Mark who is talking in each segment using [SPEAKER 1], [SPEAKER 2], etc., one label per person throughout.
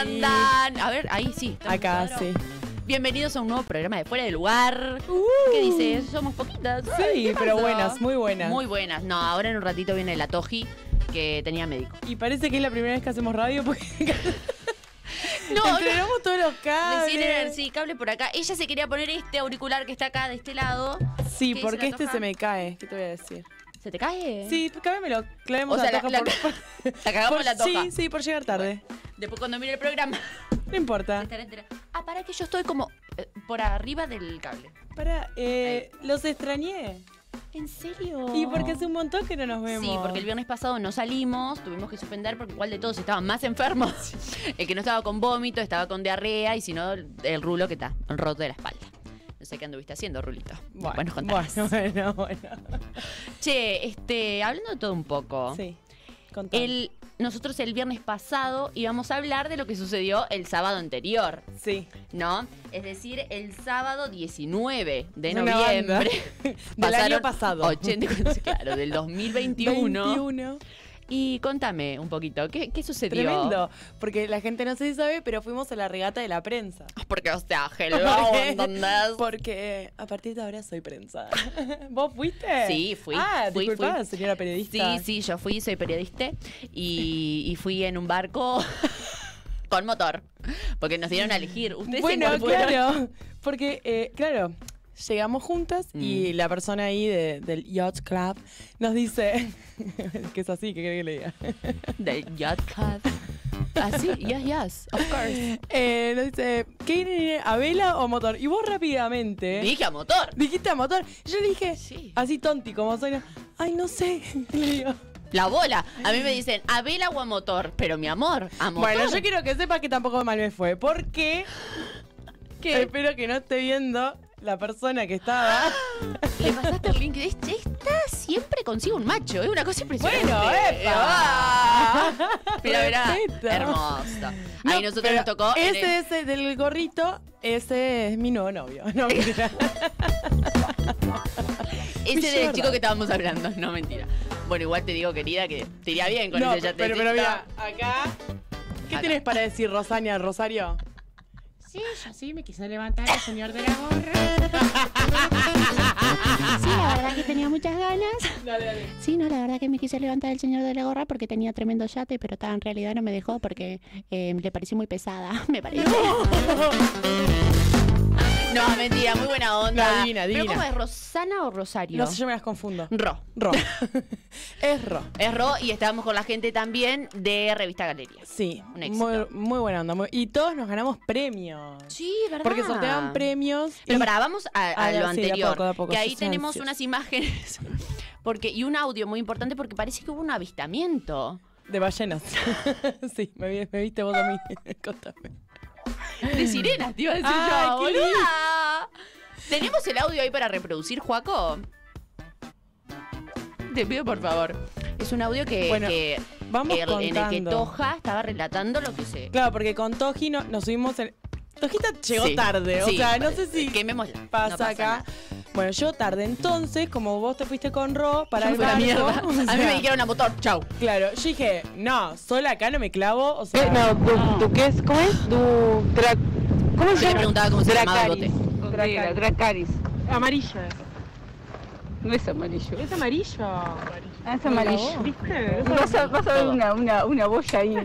[SPEAKER 1] andan? A ver, ahí sí. estamos
[SPEAKER 2] Acá,
[SPEAKER 1] claro.
[SPEAKER 2] sí.
[SPEAKER 1] Bienvenidos a un nuevo programa de Fuera de Lugar. Uh. ¿Qué dices? Somos poquitas. Ay,
[SPEAKER 2] Mm. Sí,
[SPEAKER 1] ¿qué
[SPEAKER 2] pero
[SPEAKER 1] pasó?
[SPEAKER 2] buenas, muy buenas.
[SPEAKER 1] Muy buenas. No, ahora en un ratito viene la Toji, que tenía médico.
[SPEAKER 2] y parece que es la primera vez que hacemos radio porque
[SPEAKER 1] No, no.
[SPEAKER 2] entregamos todos los
[SPEAKER 1] Recién era-
[SPEAKER 2] cables.
[SPEAKER 1] sí, cable por acá. Ella se quería poner este auricular que está acá de este lado.
[SPEAKER 2] Sí,
[SPEAKER 1] ¿Qué hizo
[SPEAKER 2] porque
[SPEAKER 1] la
[SPEAKER 2] este
[SPEAKER 1] toja?
[SPEAKER 2] se me cae. ¿Qué te voy a decir?
[SPEAKER 1] ¿Se te cae?
[SPEAKER 2] Sí, cábemelo. Clavemos
[SPEAKER 1] O sea,
[SPEAKER 2] la
[SPEAKER 1] la-
[SPEAKER 2] toja
[SPEAKER 1] la-
[SPEAKER 2] por, por-
[SPEAKER 1] La cagamos
[SPEAKER 2] por-
[SPEAKER 1] la toja.
[SPEAKER 2] Sí, sí, por llegar tarde.
[SPEAKER 1] Después cuando mire el programa.
[SPEAKER 2] No importa.
[SPEAKER 1] estará entera. Ah, para que yo estoy como eh, por arriba del cable.
[SPEAKER 2] Para, eh, los extrañé.
[SPEAKER 1] ¿En serio?
[SPEAKER 2] Y porque hace un montón que no nos vemos.
[SPEAKER 1] Oh. Sí, porque el viernes pasado no salimos, tuvimos que suspender porque igual de todos estaba más enfermo. El que no estaba con vómito, estaba con diarrea y si no, el rulo que está roto de la espalda. No sé qué anduviste haciendo, Rulito. Después nos contarás.
[SPEAKER 2] bueno, bueno, bueno.
[SPEAKER 1] Che, este, hablando de todo un poco.
[SPEAKER 2] Sí. contá.
[SPEAKER 1] El, nosotros el viernes pasado íbamos a hablar de lo que sucedió el sábado anterior,
[SPEAKER 2] Sí.
[SPEAKER 1] ¿no? Es decir, el sábado 19 de
[SPEAKER 2] Una banda.
[SPEAKER 1] noviembre.
[SPEAKER 2] Del
[SPEAKER 1] Pasaron
[SPEAKER 2] año pasado.
[SPEAKER 1] 80, claro, del 2021.
[SPEAKER 2] 21.
[SPEAKER 1] Y contame un poquito, ¿qué, qué sucedió?
[SPEAKER 2] Tremendo. Porque la gente no sé si sabe, pero fuimos a la regata de la prensa.
[SPEAKER 1] Porque, o sea, hello,
[SPEAKER 2] Porque-
[SPEAKER 1] ¿entendés?
[SPEAKER 2] Porque a partir de ahora soy prensa. ¿Vos fuiste?
[SPEAKER 1] Sí, fui,
[SPEAKER 2] Ah,
[SPEAKER 1] fui,
[SPEAKER 2] disculpá,
[SPEAKER 1] fui.
[SPEAKER 2] señora periodista.
[SPEAKER 1] Sí, sí, yo fui, soy periodista y, y fui en un barco con motor, porque nos dieron a elegir. Ustedes se
[SPEAKER 2] Bueno,
[SPEAKER 1] incorporaron.
[SPEAKER 2] claro. Porque, eh, claro, llegamos juntas y la persona ahí de- del Yacht Club nos dice que es así, que creo que le diga.
[SPEAKER 1] Del yacht club. Así, yes, yes, of course.
[SPEAKER 2] Eh, nos dice, ¿qué ir a vela o motor? Y vos rápidamente
[SPEAKER 1] Dije a motor.
[SPEAKER 2] dijiste a motor. Yo le dije,
[SPEAKER 1] Sí.
[SPEAKER 2] así tonti como soy, ay, no sé. Le digo.
[SPEAKER 1] La bola. A mí me dicen, a vela o a motor, pero mi amor, a motor.
[SPEAKER 2] Bueno, yo quiero que sepas que tampoco mal me fue. Porque espero que no esté viendo la persona que estaba.
[SPEAKER 1] Le pasaste el link. Es- Esta siempre consigue un macho. Es una cosa impresionante.
[SPEAKER 2] Bueno, epa.
[SPEAKER 1] Mira, mira.
[SPEAKER 2] Respeto.
[SPEAKER 1] Hermoso. Ahí
[SPEAKER 2] No,
[SPEAKER 1] nosotros
[SPEAKER 2] pero
[SPEAKER 1] nos tocó. en
[SPEAKER 2] Ese es el del gorrito, ese es mi nuevo novio. No, mentira.
[SPEAKER 1] el, ese del
[SPEAKER 2] Villarra.
[SPEAKER 1] chico que estábamos hablando. No, mentira. Bueno, igual te digo, querida, que te iría bien con
[SPEAKER 2] No,
[SPEAKER 1] ese ya
[SPEAKER 2] pero, pero mira, acá. ¿Qué
[SPEAKER 1] Acá.
[SPEAKER 2] tenés para decir, Rosania, Rosario?
[SPEAKER 3] Sí, yo sí me quiso levantar el señor de la gorra. Sí, la verdad que tenía muchas ganas.
[SPEAKER 2] Dale, dale.
[SPEAKER 3] Sí, no, la verdad que me quise levantar el señor de la gorra porque tenía tremendo yate, pero ta, en realidad no me dejó porque eh, le pareció muy pesada, me parece.
[SPEAKER 1] No, mentira, muy buena onda.
[SPEAKER 2] No, divina,
[SPEAKER 1] ¿Pero
[SPEAKER 2] divina.
[SPEAKER 1] cómo es, Rosana o Rosario?
[SPEAKER 2] No sé, yo me las confundo.
[SPEAKER 1] Ro.
[SPEAKER 2] Ro. es Ro.
[SPEAKER 1] Es Ro y estábamos con la gente también de Revista Galerías.
[SPEAKER 2] Sí,
[SPEAKER 1] Un éxito.
[SPEAKER 2] muy, muy buena onda. muy- y todos nos ganamos premios.
[SPEAKER 1] Sí, verdad.
[SPEAKER 2] Porque sorteaban premios.
[SPEAKER 1] Pero
[SPEAKER 2] y-
[SPEAKER 1] pará, vamos a, a lo
[SPEAKER 2] Ah, sí, de a
[SPEAKER 1] anterior.
[SPEAKER 2] poco, de a poco,
[SPEAKER 1] que
[SPEAKER 2] yo
[SPEAKER 1] ahí
[SPEAKER 2] estoy
[SPEAKER 1] tenemos
[SPEAKER 2] ansiosa.
[SPEAKER 1] unas imágenes porque y un audio muy importante porque parece que hubo un avistamiento.
[SPEAKER 2] De ballenas. sí, me, vi- me viste vos a mí. Contame.
[SPEAKER 1] De sirenas, te iba a decir
[SPEAKER 2] Ay,
[SPEAKER 1] yo,
[SPEAKER 2] qué
[SPEAKER 1] boluda. ¿Tenemos el audio ahí para reproducir, Juaco? Te pido por favor. Es un audio que,
[SPEAKER 2] Bueno,
[SPEAKER 1] que-
[SPEAKER 2] Vamos
[SPEAKER 1] el- en el
[SPEAKER 2] contando.
[SPEAKER 1] que Toja estaba relatando lo que se.
[SPEAKER 2] Claro, porque con Toji no- nos subimos en... Tojita llegó
[SPEAKER 1] Sí,
[SPEAKER 2] tarde,
[SPEAKER 1] sí.
[SPEAKER 2] o sea, no sé si
[SPEAKER 1] Quemémosla. no
[SPEAKER 2] pasa, acá.
[SPEAKER 1] nada.
[SPEAKER 2] Bueno, yo tarde entonces, como vos te fuiste con Ro para
[SPEAKER 1] Yo
[SPEAKER 2] el
[SPEAKER 1] me fui a la
[SPEAKER 2] barco,
[SPEAKER 1] mierda.
[SPEAKER 2] o
[SPEAKER 1] A mí me
[SPEAKER 2] sea,
[SPEAKER 1] dijeron a motor, chau.
[SPEAKER 2] Claro, yo dije, no, sola acá no me clavo, o sea...
[SPEAKER 4] Eh,
[SPEAKER 1] Ah.
[SPEAKER 4] no, du, du- ¿qué es? ¿Cómo es? Du, dra- ¿Cómo
[SPEAKER 1] Yo
[SPEAKER 4] se
[SPEAKER 1] le
[SPEAKER 4] llama?
[SPEAKER 1] preguntaba cómo se llamaba el bote.
[SPEAKER 4] Dracaris. Dracaris. Amarilla.
[SPEAKER 5] No es amarillo.
[SPEAKER 4] Es amarillo.
[SPEAKER 5] Ah, es amarillo.
[SPEAKER 4] ¿Viste?
[SPEAKER 5] Vas a, vas a ver una, una, una boya ahí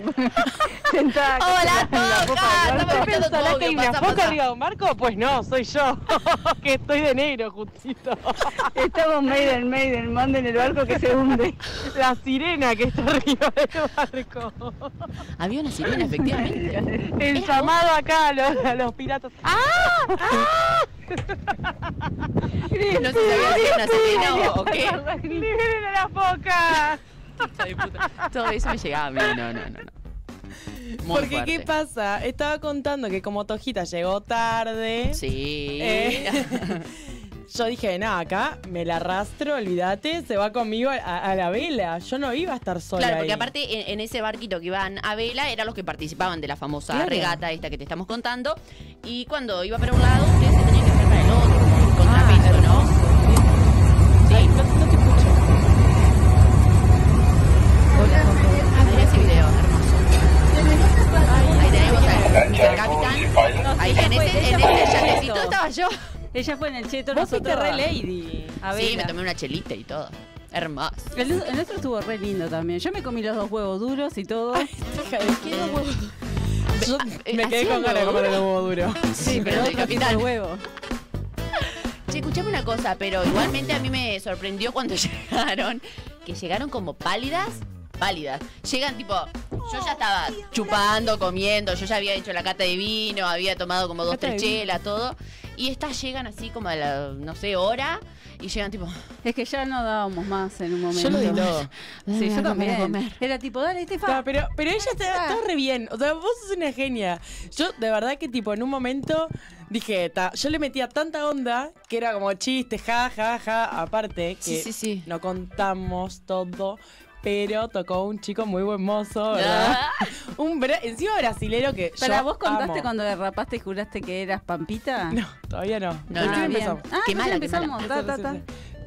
[SPEAKER 5] sentada.
[SPEAKER 1] Hola, Toja. Estamos
[SPEAKER 4] ¿Vos
[SPEAKER 1] escuchando tu
[SPEAKER 4] pensarás que hay
[SPEAKER 1] audio.
[SPEAKER 4] una
[SPEAKER 1] Pasa,
[SPEAKER 4] foca
[SPEAKER 1] pasa.
[SPEAKER 4] arriba de un barco? Pues no, soy yo, que estoy de negro justito.
[SPEAKER 5] Estamos Maiden, Maiden, manden el barco que se hunde.
[SPEAKER 4] La sirena que está arriba del barco.
[SPEAKER 1] Había una sirena, efectivamente.
[SPEAKER 4] El llamado acá a los, a los piratas. Ah,
[SPEAKER 1] No se sabía si era una sirena o, o qué.
[SPEAKER 4] ¡Liberen a la foca!
[SPEAKER 1] Todo eso me llegaba a mí. No, no, no. no. Muy
[SPEAKER 2] Porque,
[SPEAKER 1] fuerte.
[SPEAKER 2] ¿qué pasa? Estaba contando que como Tojita llegó tarde,
[SPEAKER 1] Sí.
[SPEAKER 2] Eh. yo dije, no, acá me la arrastro, olvídate, se va conmigo a, a la vela. Yo no iba a estar sola
[SPEAKER 1] Claro, porque
[SPEAKER 2] ahí.
[SPEAKER 1] aparte en, en ese barquito que iban a vela eran los que participaban de la famosa
[SPEAKER 2] Claro.
[SPEAKER 1] regata esta que te estamos contando. Y cuando iba para un lado, ustedes se tenían que hacer para el otro, como
[SPEAKER 2] Ah,
[SPEAKER 1] un contrapeso, ¿no? Sí.
[SPEAKER 2] No, no te escucho.
[SPEAKER 1] Hola, Mira ese video, hermoso. Ahí tenemos al capitán. Ahí, en ese, en ese yatecito este estaba yo.
[SPEAKER 6] Ella fue en el cheto,
[SPEAKER 2] Vos fuiste
[SPEAKER 6] nosotros.
[SPEAKER 2] re lady.
[SPEAKER 6] A ver.
[SPEAKER 1] Sí, me tomé una chelita y todo. Hermoso.
[SPEAKER 6] El, el nuestro estuvo re lindo también. Yo me comí los dos huevos duros y todo.
[SPEAKER 2] Hija de- Yo me
[SPEAKER 1] ¿hacían
[SPEAKER 2] quedé con ganas de
[SPEAKER 1] huevo
[SPEAKER 2] comer el huevo duro.
[SPEAKER 1] Eh, Sí, pero del
[SPEAKER 6] Otro tipo de
[SPEAKER 1] capitán.
[SPEAKER 6] huevo.
[SPEAKER 1] Che, escuchame una cosa, pero igualmente a mí me sorprendió cuando llegaron, que llegaron como pálidas, pálidas. Llegan tipo, yo ya estaba chupando, comiendo, yo ya había hecho la cata de vino, había tomado como dos,
[SPEAKER 2] Cata de
[SPEAKER 1] tres
[SPEAKER 2] vino.
[SPEAKER 1] chelas, todo. Y estas llegan así como a la, no sé, hora, y llegan tipo,
[SPEAKER 6] Es que ya no dábamos más en un momento.
[SPEAKER 2] Yo lo di todo.
[SPEAKER 1] Dame
[SPEAKER 6] Sí, yo
[SPEAKER 1] ganas de
[SPEAKER 6] también.
[SPEAKER 1] comer.
[SPEAKER 6] Era tipo, dale,
[SPEAKER 2] No,
[SPEAKER 6] Estefa.
[SPEAKER 2] pero, pero ella está, está re bien. O sea, vos sos una genia. Yo, de verdad que, tipo, en un momento dije, "Ta", yo le metía tanta onda que era como chiste, ja, ja, ja. Aparte, que
[SPEAKER 1] Sí, sí, sí.
[SPEAKER 2] no contamos todo, pero tocó un chico muy buen
[SPEAKER 1] Ah.
[SPEAKER 2] mozo, ¿verdad? Un bra- encima brasilero que
[SPEAKER 6] ¿Para
[SPEAKER 2] yo
[SPEAKER 6] vos contaste
[SPEAKER 2] amo.
[SPEAKER 6] cuando derrapaste y juraste que eras Pampita?
[SPEAKER 2] No, todavía no.
[SPEAKER 1] No,
[SPEAKER 2] Recién
[SPEAKER 1] no,
[SPEAKER 6] bien.
[SPEAKER 2] empezamos.
[SPEAKER 6] Ah,
[SPEAKER 1] Qué
[SPEAKER 6] recién
[SPEAKER 1] mala, qué
[SPEAKER 6] empezamos. Ta, ta, ta.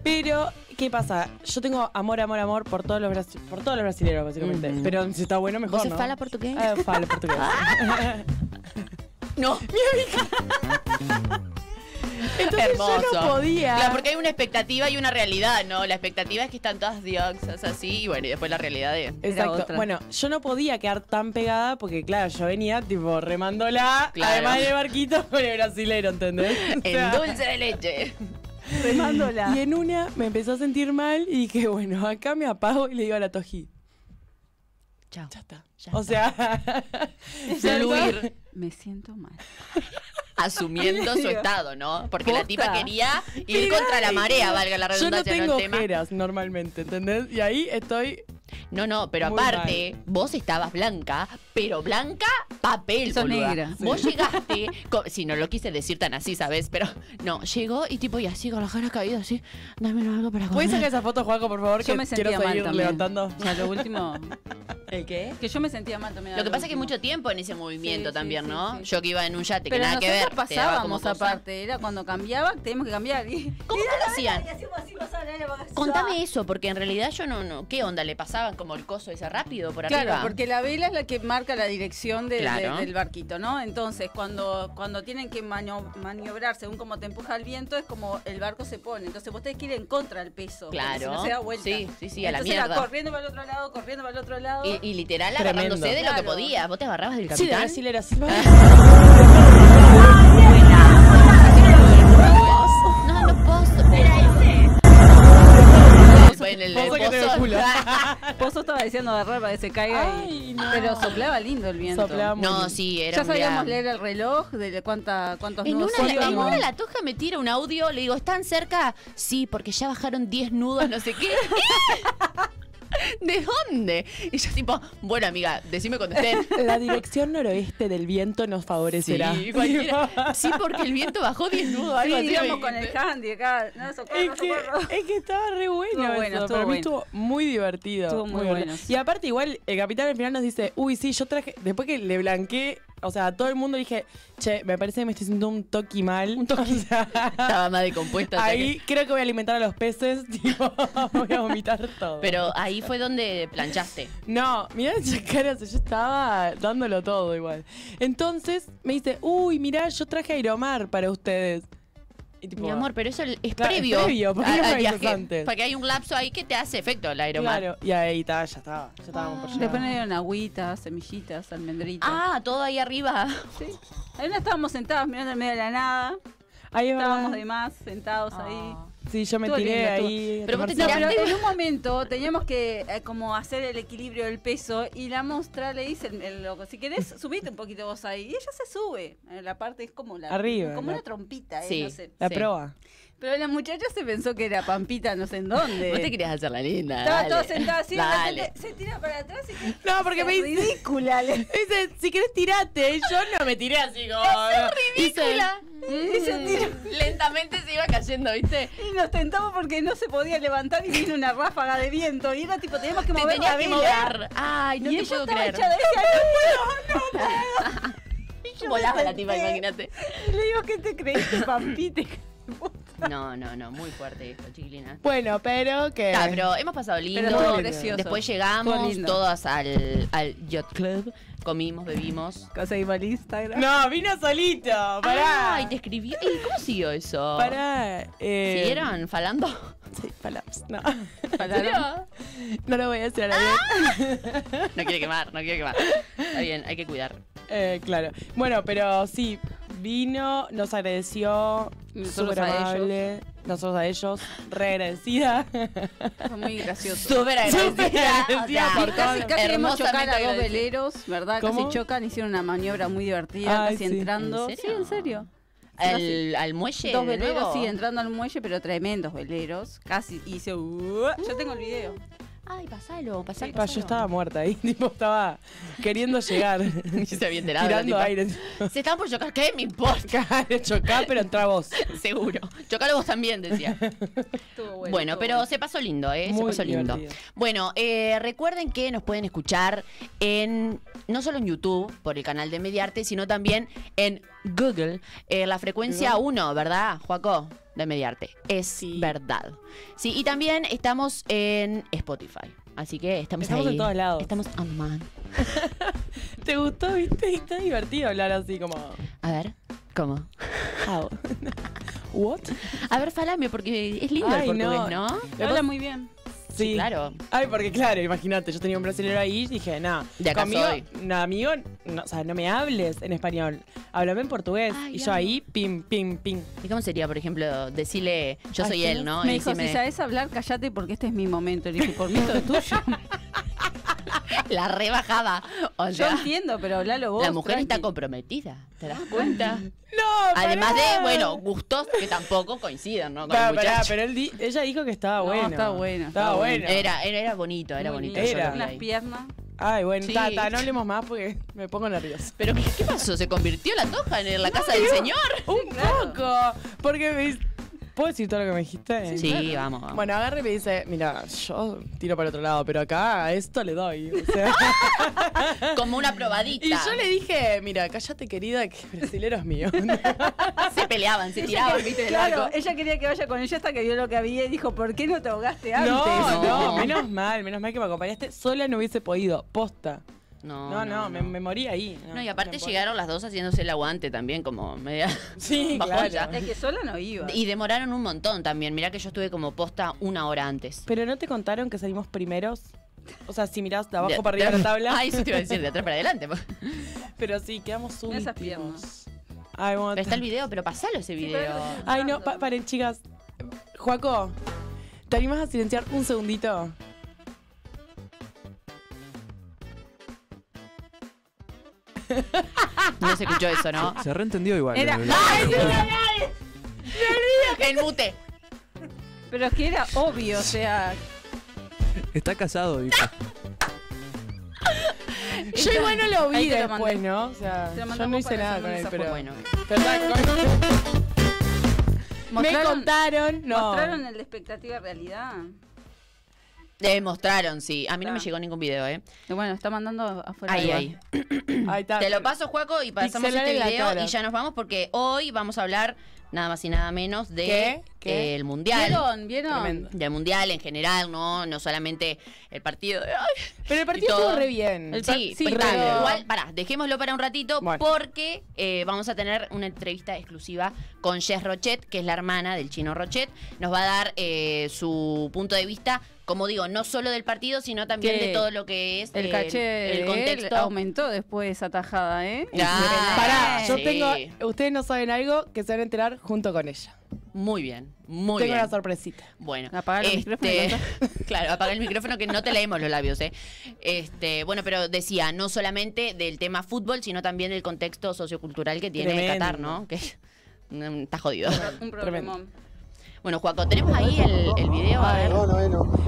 [SPEAKER 2] Pero, ¿qué pasa? Yo tengo amor, amor, amor por todos los, brasi- por todos los brasileños, básicamente.
[SPEAKER 1] Mm.
[SPEAKER 2] Pero si está bueno, mejor,
[SPEAKER 1] ¿vos se
[SPEAKER 2] ¿no?
[SPEAKER 1] fala Ah, portugués?
[SPEAKER 2] Ah, falo portugués. Ah.
[SPEAKER 1] No,
[SPEAKER 2] Entonces yo no podía.
[SPEAKER 1] Claro, porque hay una expectativa y una realidad, ¿no? La expectativa es que están todas dioxas así, y bueno, y después la realidad de...
[SPEAKER 2] Exacto.
[SPEAKER 6] otra.
[SPEAKER 2] Bueno, yo no podía quedar tan pegada porque, claro, yo venía tipo remándola,
[SPEAKER 1] Claro.
[SPEAKER 2] además de barquito con el brasilero, ¿entendés? O sea,
[SPEAKER 1] En dulce de leche.
[SPEAKER 6] Remándola.
[SPEAKER 2] Y en una me empezó a sentir mal y dije, bueno, acá me apago y le digo a la Toji,
[SPEAKER 1] Chao.
[SPEAKER 2] ya está.
[SPEAKER 1] Ya
[SPEAKER 2] o sea, ya
[SPEAKER 1] Fluir.
[SPEAKER 2] está.
[SPEAKER 6] Me siento mal.
[SPEAKER 1] asumiendo su
[SPEAKER 6] Digo,
[SPEAKER 1] estado, ¿no? Porque la
[SPEAKER 6] posta.
[SPEAKER 1] tipa quería ir
[SPEAKER 2] Mirá,
[SPEAKER 1] contra la marea, valga la
[SPEAKER 2] Yo no
[SPEAKER 1] redundancia, no,
[SPEAKER 2] tengo
[SPEAKER 1] el tema.
[SPEAKER 2] ojeras normalmente, ¿entendés? Y ahí estoy.
[SPEAKER 1] No, no, pero
[SPEAKER 2] Muy
[SPEAKER 1] aparte, vos estabas blanca, pero blanca papel,
[SPEAKER 6] Sos
[SPEAKER 1] boluda.
[SPEAKER 6] negra.
[SPEAKER 1] Vos llegaste, co- si no lo quise decir tan así, ¿sabes? Pero no, llegó y tipo, y así con las caras caídas, así, dame algo para comer.
[SPEAKER 2] ¿Puedes sacar esa foto, Juanjo, por favor?
[SPEAKER 6] Yo
[SPEAKER 2] que
[SPEAKER 6] me
[SPEAKER 2] quiero
[SPEAKER 6] sentía mal
[SPEAKER 2] seguir
[SPEAKER 6] también.
[SPEAKER 2] levantando. ¿Eh?
[SPEAKER 6] O sea, lo último.
[SPEAKER 2] ¿El qué?
[SPEAKER 6] Que yo me sentía mal también.
[SPEAKER 1] Lo que pasa es que
[SPEAKER 6] mucho
[SPEAKER 1] mucho tiempo en ese movimiento
[SPEAKER 6] Sí, sí,
[SPEAKER 1] también,
[SPEAKER 6] sí,
[SPEAKER 1] ¿no?
[SPEAKER 6] sí.
[SPEAKER 1] Yo que iba en un yate,
[SPEAKER 6] Pero
[SPEAKER 1] que nada que ver.
[SPEAKER 6] nosotros
[SPEAKER 1] te daba como
[SPEAKER 6] pasábamos
[SPEAKER 1] cosa.
[SPEAKER 6] aparte, era cuando cambiaba, teníamos que cambiar. Y,
[SPEAKER 1] ¿Cómo,
[SPEAKER 6] Mirá
[SPEAKER 1] cómo
[SPEAKER 6] la
[SPEAKER 1] hacían?
[SPEAKER 6] vela que hacíamos así, pasaba la vela para acá.
[SPEAKER 1] Contame eso, porque en realidad yo no, no, ¿qué onda? ¿Le pasaban como el coso ese rápido por
[SPEAKER 6] Claro,
[SPEAKER 1] arriba?
[SPEAKER 6] porque la vela es la que marca la dirección de- de-
[SPEAKER 1] Claro.
[SPEAKER 6] del barquito, ¿no? Entonces, cuando, cuando tienen que manio- maniobrar según como te empuja el viento, es como el barco se pone. Entonces, vos tenés que ir en contra del peso. porque
[SPEAKER 1] Claro.
[SPEAKER 6] si no se da vuelta.
[SPEAKER 1] Sí, sí, sí, a la
[SPEAKER 6] Entonces, era
[SPEAKER 1] mierda.
[SPEAKER 6] corriendo para el otro lado, corriendo para el otro lado.
[SPEAKER 1] Y, y literal
[SPEAKER 2] Tremendo.
[SPEAKER 1] agarrándose de lo que
[SPEAKER 6] Claro.
[SPEAKER 1] podía. Vos te agarrabas del
[SPEAKER 2] Sí, de
[SPEAKER 1] capitán.
[SPEAKER 2] brasilero, sí.
[SPEAKER 1] no, no pozo. En el
[SPEAKER 2] Pozo que te
[SPEAKER 1] pozo.
[SPEAKER 2] culo.
[SPEAKER 6] Pozo estaba diciendo agarrar para que se caiga. y-
[SPEAKER 2] Ay, no.
[SPEAKER 6] Pero soplaba lindo el viento.
[SPEAKER 2] Soplaba muy
[SPEAKER 1] No,
[SPEAKER 2] lindo.
[SPEAKER 1] sí, era
[SPEAKER 6] Ya
[SPEAKER 1] un
[SPEAKER 6] sabíamos
[SPEAKER 1] gran-
[SPEAKER 6] leer el reloj de la- cuánta, cuántos
[SPEAKER 1] En
[SPEAKER 6] nudos
[SPEAKER 1] una, de la- en
[SPEAKER 6] íbamos.
[SPEAKER 1] una de la toja me tira un audio, le digo, ¿están cerca? Sí, porque ya bajaron 10 nudos, no sé qué. ¿Qué? ¿De dónde? Y yo tipo, bueno amiga, decime cuando estén.
[SPEAKER 2] La dirección noroeste del viento nos favorecerá.
[SPEAKER 1] Sí, cualquiera. Sí, porque el viento bajó 10 nudos.
[SPEAKER 6] Sí,
[SPEAKER 1] algo así.
[SPEAKER 6] íbamos con el handy acá. No, socorro,
[SPEAKER 2] Es que,
[SPEAKER 6] socorro.
[SPEAKER 2] es que estaba re bueno.
[SPEAKER 6] Estuvo bueno,
[SPEAKER 2] eso.
[SPEAKER 6] estuvo
[SPEAKER 2] Para mí
[SPEAKER 6] bueno.
[SPEAKER 2] estuvo muy divertido.
[SPEAKER 6] Estuvo muy bueno, sí.
[SPEAKER 2] Y aparte, igual, el capitán al final nos dice: Uy, sí, yo traje. Después que le blanqueé, o sea, a todo el mundo le dije: Che, me parece que me estoy sintiendo un toqui mal. Un toqui.
[SPEAKER 1] Estaba más decompuesta. o sea que-
[SPEAKER 2] ahí creo que voy a alimentar a los peces. Tipo, voy a vomitar todo.
[SPEAKER 1] Pero ahí fue donde planchaste.
[SPEAKER 2] No, mirá esa cara, o sea, yo estaba dándolo todo igual. Entonces me dice, uy, mirá, yo traje Aeromar para ustedes. Y tipo,
[SPEAKER 1] Mi amor, pero eso es
[SPEAKER 2] Claro, es
[SPEAKER 1] previo.
[SPEAKER 2] previo, ¿por qué
[SPEAKER 1] a-
[SPEAKER 2] no
[SPEAKER 1] al
[SPEAKER 2] me avisas
[SPEAKER 1] viaje.
[SPEAKER 2] antes?
[SPEAKER 1] Porque hay un lapso ahí que te hace efecto el aeromar.
[SPEAKER 2] "Ah, Claro, y ahí está, ya estaba, ya estábamos por llegar.
[SPEAKER 6] Después nos dieron agüitas, semillitas, almendritas.
[SPEAKER 1] Ah, todo ahí arriba.
[SPEAKER 6] sí. Ahí no estábamos sentados mirando en medio de la nada.
[SPEAKER 2] Ahí es
[SPEAKER 6] Estábamos
[SPEAKER 2] verdad.
[SPEAKER 6] de más sentados ahí.
[SPEAKER 2] Sí, yo me
[SPEAKER 6] Estuvo
[SPEAKER 2] tiré
[SPEAKER 6] lindo,
[SPEAKER 2] ahí. a
[SPEAKER 1] Pero vos te
[SPEAKER 2] tomar
[SPEAKER 6] No,
[SPEAKER 1] Mira,
[SPEAKER 6] pero
[SPEAKER 1] Ah. antes-
[SPEAKER 6] en un momento teníamos que eh, como hacer el equilibrio del peso y la mostra le dice, el- el loco, si querés subite un poquito vos ahí. Y ella se sube. eh, La parte es como la...
[SPEAKER 2] Arriba,
[SPEAKER 6] Como
[SPEAKER 2] la-
[SPEAKER 6] una trompita, eh,
[SPEAKER 1] Sí.
[SPEAKER 6] no sé.
[SPEAKER 2] La
[SPEAKER 1] Sí.
[SPEAKER 2] proa.
[SPEAKER 6] Pero la muchacha se pensó que era Pampita, no sé en dónde.
[SPEAKER 1] Vos te querías hacer la linda.
[SPEAKER 6] Estaba
[SPEAKER 1] dale.
[SPEAKER 6] todo sentado así, de
[SPEAKER 1] Dale.
[SPEAKER 6] repente se tira para atrás y...
[SPEAKER 2] No, porque me dice,
[SPEAKER 6] ridícula. le-
[SPEAKER 2] me dice, si querés tirate. Y yo no me tiré así como.
[SPEAKER 1] Ridícula.
[SPEAKER 6] Y se tira.
[SPEAKER 1] Lentamente se iba cayendo, ¿viste?
[SPEAKER 6] Y nos tentamos porque no se podía levantar y vino una ráfaga de viento. Y era tipo, teníamos que
[SPEAKER 1] Te
[SPEAKER 6] mover
[SPEAKER 1] tenías
[SPEAKER 6] la
[SPEAKER 1] que
[SPEAKER 6] vela.
[SPEAKER 1] mover. Ay, no
[SPEAKER 6] y
[SPEAKER 1] te
[SPEAKER 6] ella
[SPEAKER 1] puedo
[SPEAKER 6] estaba
[SPEAKER 1] creer.
[SPEAKER 6] hecha de esa, no puedo, no, yo me
[SPEAKER 1] Volaba la tipa,
[SPEAKER 6] senté.
[SPEAKER 1] imagínate.
[SPEAKER 6] no. Y le digo, ¿qué te creíste, Pampita?
[SPEAKER 1] No, no, no, muy fuerte esto, chiquilina.
[SPEAKER 2] Bueno, pero que.
[SPEAKER 1] Está, pero hemos pasado lindo.
[SPEAKER 6] estuvo precioso.
[SPEAKER 1] Después
[SPEAKER 6] Estuvo
[SPEAKER 1] llegamos
[SPEAKER 6] lindo.
[SPEAKER 1] todas al, al Yacht Club. comimos, bebimos.
[SPEAKER 5] Conseguimos el Instagram.
[SPEAKER 2] No, vino solito. Pará.
[SPEAKER 1] Ay, te escribió. Ey, ¿Cómo siguió eso?
[SPEAKER 2] Pará. eh,
[SPEAKER 1] ¿Siguieron falando?
[SPEAKER 2] Sí, palabras. No.
[SPEAKER 1] ¿En serio?
[SPEAKER 2] No lo voy a decir a nadie.
[SPEAKER 1] No quiere quemar, no quiere quemar. Está bien, hay que cuidar.
[SPEAKER 2] Eh, claro. Bueno, pero sí, vino, nos agradeció.
[SPEAKER 6] Nosotros
[SPEAKER 2] súper
[SPEAKER 6] a ellos.
[SPEAKER 2] amable. Nosotros a ellos, re agradecida.
[SPEAKER 6] Fue muy gracioso.
[SPEAKER 1] Súper
[SPEAKER 2] agradecida, o sea, por
[SPEAKER 6] Casi, casi hemos
[SPEAKER 1] hermosamente
[SPEAKER 6] chocado a dos
[SPEAKER 1] agradecida.
[SPEAKER 6] veleros, ¿verdad?
[SPEAKER 2] ¿Cómo?
[SPEAKER 6] Casi chocan, hicieron una maniobra muy divertida,
[SPEAKER 2] Ay,
[SPEAKER 6] casi
[SPEAKER 2] sí.
[SPEAKER 6] entrando.
[SPEAKER 1] ¿En
[SPEAKER 6] sí,
[SPEAKER 1] serio?
[SPEAKER 6] en serio.
[SPEAKER 1] Al, al muelle.
[SPEAKER 6] Dos
[SPEAKER 1] de nuevo?
[SPEAKER 6] veleros, sí, entrando al muelle, pero tremendos veleros. Casi hice. "Uh", yo tengo el video.
[SPEAKER 1] Ay, pasalo, pasalo.
[SPEAKER 2] Pa, yo estaba muerta ahí, tipo, estaba queriendo llegar.
[SPEAKER 1] Ni se había enterado,
[SPEAKER 2] Tirando
[SPEAKER 1] la tipa.
[SPEAKER 2] aire.
[SPEAKER 1] Se estaban por chocar, ¿qué? Me importa.
[SPEAKER 2] Claro, chocá, pero entra vos.
[SPEAKER 1] Seguro. Chocalo vos también, decía.
[SPEAKER 6] Estuvo
[SPEAKER 1] Bueno,
[SPEAKER 6] estuvo
[SPEAKER 1] pero se pasó lindo, ¿eh? se
[SPEAKER 2] Muy
[SPEAKER 1] pasó lindo.
[SPEAKER 2] divertido.
[SPEAKER 1] Bueno, eh, recuerden que nos pueden escuchar en no solo en YouTube, por el canal de Mediarte, sino también en Google, eh, la frecuencia 1, ¿verdad, Joaco? De Mediarte. Es verdad. Sí, y también estamos en Spotify. Así que estamos,
[SPEAKER 2] Estamos
[SPEAKER 1] ahí.
[SPEAKER 2] en todos lados.
[SPEAKER 1] Estamos on man.
[SPEAKER 2] ¿Te gustó, viste? Está divertido hablar así como.
[SPEAKER 1] A ver, ¿cómo?
[SPEAKER 2] How? ¿What?
[SPEAKER 1] A ver, falame, porque es lindo
[SPEAKER 2] Ay,
[SPEAKER 1] el portugués,
[SPEAKER 2] no.
[SPEAKER 1] ¿no?
[SPEAKER 6] Habla muy bien.
[SPEAKER 2] Sí.
[SPEAKER 1] Claro.
[SPEAKER 2] Ay, porque claro, imagínate, yo tenía un brasileño ahí y dije, no,
[SPEAKER 1] De acá
[SPEAKER 2] conmigo,
[SPEAKER 1] soy.
[SPEAKER 2] no, amigo, no, o sea, no me hables en español, háblame en portugués.
[SPEAKER 1] Ay,
[SPEAKER 2] y yo
[SPEAKER 1] amo.
[SPEAKER 2] ahí, pim, pim, pim.
[SPEAKER 1] ¿Y cómo sería, por ejemplo, decirle yo
[SPEAKER 2] Ay,
[SPEAKER 1] soy
[SPEAKER 2] sí,
[SPEAKER 1] él, no?
[SPEAKER 6] me
[SPEAKER 1] Y
[SPEAKER 6] dijo,
[SPEAKER 1] decirme,
[SPEAKER 6] si sabes hablar, cállate porque este es mi momento. Le dije, por mí todo es tuyo.
[SPEAKER 1] la rebajaba. O
[SPEAKER 6] Yo
[SPEAKER 1] sea,
[SPEAKER 6] entiendo, pero hablalo vos.
[SPEAKER 1] la mujer está
[SPEAKER 6] tranqui.
[SPEAKER 1] comprometida, ¿te das cuenta?
[SPEAKER 2] No,
[SPEAKER 1] Además
[SPEAKER 2] Ah, pará.
[SPEAKER 1] de, bueno, gustos que tampoco coinciden, ¿no? Con
[SPEAKER 2] Pará,
[SPEAKER 1] el
[SPEAKER 2] pará,
[SPEAKER 1] muchacho.
[SPEAKER 2] pero él di- ella dijo que estaba
[SPEAKER 6] No,
[SPEAKER 2] bueno.
[SPEAKER 6] estaba bueno,
[SPEAKER 2] Estaba
[SPEAKER 6] estaba
[SPEAKER 2] bueno.
[SPEAKER 1] Era, era, era bonito, era bonito. yo
[SPEAKER 2] Era.
[SPEAKER 1] lo vi
[SPEAKER 6] Las
[SPEAKER 1] ahí.
[SPEAKER 6] piernas.
[SPEAKER 2] Ay, bueno,
[SPEAKER 1] Sí.
[SPEAKER 2] tata, no hablemos más porque me pongo nerviosa.
[SPEAKER 1] Pero ¿qué, qué pasó? ¿Se convirtió la toja en la casa del señor?
[SPEAKER 2] Un poco, porque me- ¿Puedo decir todo lo que me dijiste?
[SPEAKER 1] Sí, vamos, vamos.
[SPEAKER 2] Bueno, agarre y me dice, mira, yo tiro para otro lado, pero acá a esto le doy. O sea,
[SPEAKER 1] Como una probadita.
[SPEAKER 2] y yo le dije, mira, cállate querida, que el brasilero es mío.
[SPEAKER 1] Se peleaban, se tiraban, viste, del
[SPEAKER 2] eh,
[SPEAKER 6] Claro,
[SPEAKER 1] arco.
[SPEAKER 6] ella quería que vaya con ella hasta que vio lo que había y dijo, ¿por qué no te ahogaste antes?
[SPEAKER 2] No,
[SPEAKER 1] No.
[SPEAKER 2] no, menos mal, menos mal que me acompañaste. Sola no hubiese podido, posta.
[SPEAKER 1] No,
[SPEAKER 2] No, no, me, me morí ahí.
[SPEAKER 1] No, y aparte
[SPEAKER 2] no puedo.
[SPEAKER 1] llegaron las dos haciéndose el aguante también, como media...
[SPEAKER 2] Sí,
[SPEAKER 1] bajón
[SPEAKER 2] claro.
[SPEAKER 1] ya.
[SPEAKER 6] Es que sola no iba.
[SPEAKER 1] Y demoraron un montón también. Mirá que yo estuve como posta una hora antes.
[SPEAKER 2] Pero no te contaron que salimos primeros. O sea, si mirás de abajo
[SPEAKER 1] De-
[SPEAKER 2] para arriba de la tabla.
[SPEAKER 1] Ah, eso te iba a decir, de atrás para adelante. pues. po.
[SPEAKER 2] Pero sí, quedamos
[SPEAKER 6] Mirá
[SPEAKER 2] últimos.
[SPEAKER 6] esas piernas.
[SPEAKER 2] Ay, bueno,
[SPEAKER 1] Pero está el video, pero pasalo ese video.
[SPEAKER 2] Ay, no, pa- paren, chicas. Juaco, ¿te animas a silenciar un segundito?
[SPEAKER 1] No se escuchó eso, ¿no?
[SPEAKER 7] Se reentendió igual.
[SPEAKER 6] Era-
[SPEAKER 7] El-
[SPEAKER 1] El mute.
[SPEAKER 6] Pero es que era obvio, o sea,
[SPEAKER 7] Está casado, dijo.
[SPEAKER 2] Yo igual no lo vi
[SPEAKER 6] Ahí te lo
[SPEAKER 2] después,
[SPEAKER 6] mandé.
[SPEAKER 2] ¿no? O sea,
[SPEAKER 6] Te lo
[SPEAKER 2] yo
[SPEAKER 6] mandamos
[SPEAKER 2] no hice
[SPEAKER 6] para
[SPEAKER 2] nada
[SPEAKER 6] hacer
[SPEAKER 2] con él,
[SPEAKER 6] esa
[SPEAKER 2] pero...
[SPEAKER 1] Bueno,
[SPEAKER 2] pero está- me
[SPEAKER 6] mostraron,
[SPEAKER 2] contaron, no.
[SPEAKER 6] mostraron el de expectativa a realidad.
[SPEAKER 1] demostraron, sí. A mí no me
[SPEAKER 6] Ah.
[SPEAKER 1] llegó ningún video, ¿eh?
[SPEAKER 6] Y Bueno, está mandando afuera.
[SPEAKER 1] Ahí,
[SPEAKER 6] igual.
[SPEAKER 1] ahí.
[SPEAKER 2] Ahí está.
[SPEAKER 1] Te lo paso, Juaco, y pasamos
[SPEAKER 2] Pixelar en
[SPEAKER 1] este
[SPEAKER 2] la
[SPEAKER 1] video
[SPEAKER 2] cara.
[SPEAKER 1] y ya nos vamos porque hoy vamos a hablar nada más y nada menos de eh,
[SPEAKER 2] ¿Qué? ¿Qué?
[SPEAKER 1] el mundial.
[SPEAKER 6] ¿Vieron? ¿Vieron?
[SPEAKER 2] Tremendo.
[SPEAKER 1] Del mundial en general, ¿no? No solamente el partido de hoy.
[SPEAKER 2] Pero el
[SPEAKER 1] y
[SPEAKER 2] partido
[SPEAKER 1] todo.
[SPEAKER 2] estuvo re bien.
[SPEAKER 1] El sí,
[SPEAKER 2] sí,
[SPEAKER 1] espectacular.
[SPEAKER 2] pero-
[SPEAKER 1] Igual, pará, dejémoslo para un ratito
[SPEAKER 2] Bueno.
[SPEAKER 1] porque eh, vamos a tener una entrevista exclusiva con Jess Rochet, que es la hermana del chino Rochet. Nos va a dar eh, su punto de vista, como digo, no solo del partido, sino también
[SPEAKER 6] Que
[SPEAKER 1] de todo lo que es
[SPEAKER 6] El caché
[SPEAKER 1] el, contexto.
[SPEAKER 6] aumentó después de esa tajada, ¿eh?
[SPEAKER 1] Ah,
[SPEAKER 2] Pará, yo
[SPEAKER 1] sí.
[SPEAKER 2] tengo... Ustedes no saben algo que se van a enterar junto con ella.
[SPEAKER 1] Muy bien, muy
[SPEAKER 2] tengo
[SPEAKER 1] bien.
[SPEAKER 2] una sorpresita.
[SPEAKER 1] Bueno, este,
[SPEAKER 6] Apagar el micrófono y
[SPEAKER 1] claro, apagar el micrófono que no te leemos los labios, ¿eh? Este, bueno, pero decía, no solamente del tema fútbol, sino también del contexto sociocultural que tiene
[SPEAKER 2] Tremendo.
[SPEAKER 1] Qatar, ¿no? Que es- mm, está jodido.
[SPEAKER 6] Un problemón.
[SPEAKER 1] Bueno, Juaco, tenemos ahí el, el video, a ver,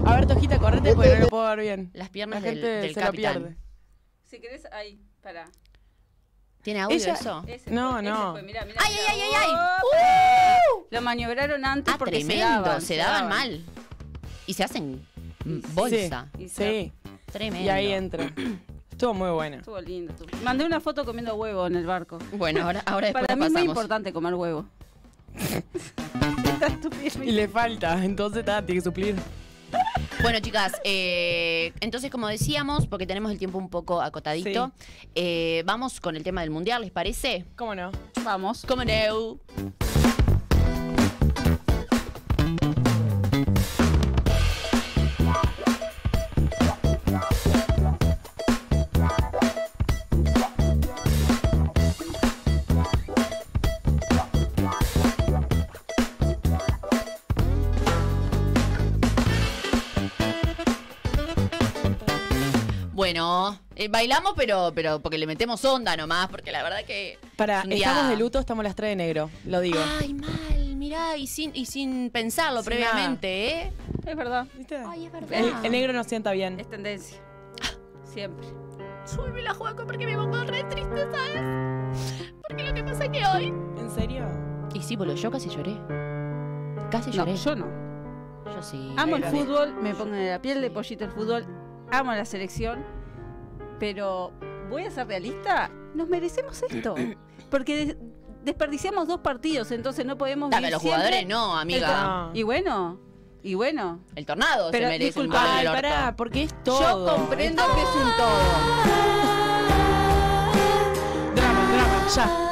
[SPEAKER 2] A ver, Tojita, correte porque no lo puedo ver bien.
[SPEAKER 1] las piernas
[SPEAKER 2] La
[SPEAKER 1] del,
[SPEAKER 2] gente
[SPEAKER 1] del
[SPEAKER 2] se la pierde.
[SPEAKER 1] capitán.
[SPEAKER 6] Si querés, ahí, pará.
[SPEAKER 1] ¿Tiene audio
[SPEAKER 2] Ella-
[SPEAKER 1] eso?
[SPEAKER 6] Ese
[SPEAKER 2] No,
[SPEAKER 6] fue, ese
[SPEAKER 2] no.
[SPEAKER 6] fue, mirá, mirá,
[SPEAKER 1] ¡Ay,
[SPEAKER 6] mirá.
[SPEAKER 1] ay, ay, ay!
[SPEAKER 6] Oh,
[SPEAKER 1] ay!
[SPEAKER 6] Lo maniobraron antes
[SPEAKER 1] Ah,
[SPEAKER 6] porque
[SPEAKER 1] tremendo,
[SPEAKER 6] se daban.
[SPEAKER 1] mal. Y se hacen mm, bolsa.
[SPEAKER 2] Sí,
[SPEAKER 6] Y
[SPEAKER 2] sí.
[SPEAKER 1] Tremendo.
[SPEAKER 2] y ahí entra. Estuvo muy buena.
[SPEAKER 6] Estuvo lindo. estuvo- Mandé una foto comiendo huevo en el barco.
[SPEAKER 1] Bueno, ahora, ahora después
[SPEAKER 6] Para
[SPEAKER 1] la
[SPEAKER 6] mí es muy
[SPEAKER 1] pasamos.
[SPEAKER 6] importante comer huevo. Esta estupidez me-
[SPEAKER 2] Y le falta, entonces ta, tiene que suplir.
[SPEAKER 1] Bueno, chicas, eh, entonces, como decíamos, porque tenemos el tiempo un poco acotadito, eh, vamos con el tema del mundial, ¿les parece?
[SPEAKER 2] ¿Cómo no?
[SPEAKER 6] Vamos.
[SPEAKER 1] Como no. Bueno, eh, bailamos, pero, pero porque le metemos onda nomás, porque la verdad que.
[SPEAKER 2] Para,
[SPEAKER 1] es un día-
[SPEAKER 2] estamos de luto, estamos las tres de negro, lo digo.
[SPEAKER 1] Ay, mal, mirá, y sin, y sin pensarlo
[SPEAKER 2] Sin
[SPEAKER 1] previamente, ¿eh?
[SPEAKER 6] Es verdad.
[SPEAKER 2] ¿Viste?
[SPEAKER 3] Ay, es verdad.
[SPEAKER 2] El, el negro nos sienta bien.
[SPEAKER 6] Es tendencia. Siempre.
[SPEAKER 1] Súbeme ¿eh? la juego porque me pongo re triste, ¿sabes? Porque lo que pasa es que hoy.
[SPEAKER 2] ¿En serio?
[SPEAKER 1] Y sí, boludo, yo casi lloré. Casi
[SPEAKER 6] No,
[SPEAKER 1] lloré.
[SPEAKER 6] yo no.
[SPEAKER 1] yo, sí.
[SPEAKER 6] Amo el
[SPEAKER 2] Ahí va.
[SPEAKER 6] fútbol, me pongo en la piel de pollito el fútbol, amo la selección, pero voy a ser realista, nos merecemos esto. Porque des- desperdiciamos dos partidos, entonces no podemos
[SPEAKER 1] Dame,
[SPEAKER 6] vivir
[SPEAKER 1] los jugadores
[SPEAKER 6] siempre
[SPEAKER 1] no,
[SPEAKER 6] el
[SPEAKER 1] amiga.
[SPEAKER 2] Ah.
[SPEAKER 6] tor- Y bueno, y bueno.
[SPEAKER 1] El, tornado
[SPEAKER 6] Pero,
[SPEAKER 1] se merece un
[SPEAKER 6] disculpa,
[SPEAKER 1] gol del
[SPEAKER 2] Ay,
[SPEAKER 1] orto.
[SPEAKER 2] pará, porque es todo.
[SPEAKER 6] Yo comprendo que es un todo.
[SPEAKER 2] Drama, drama, ya.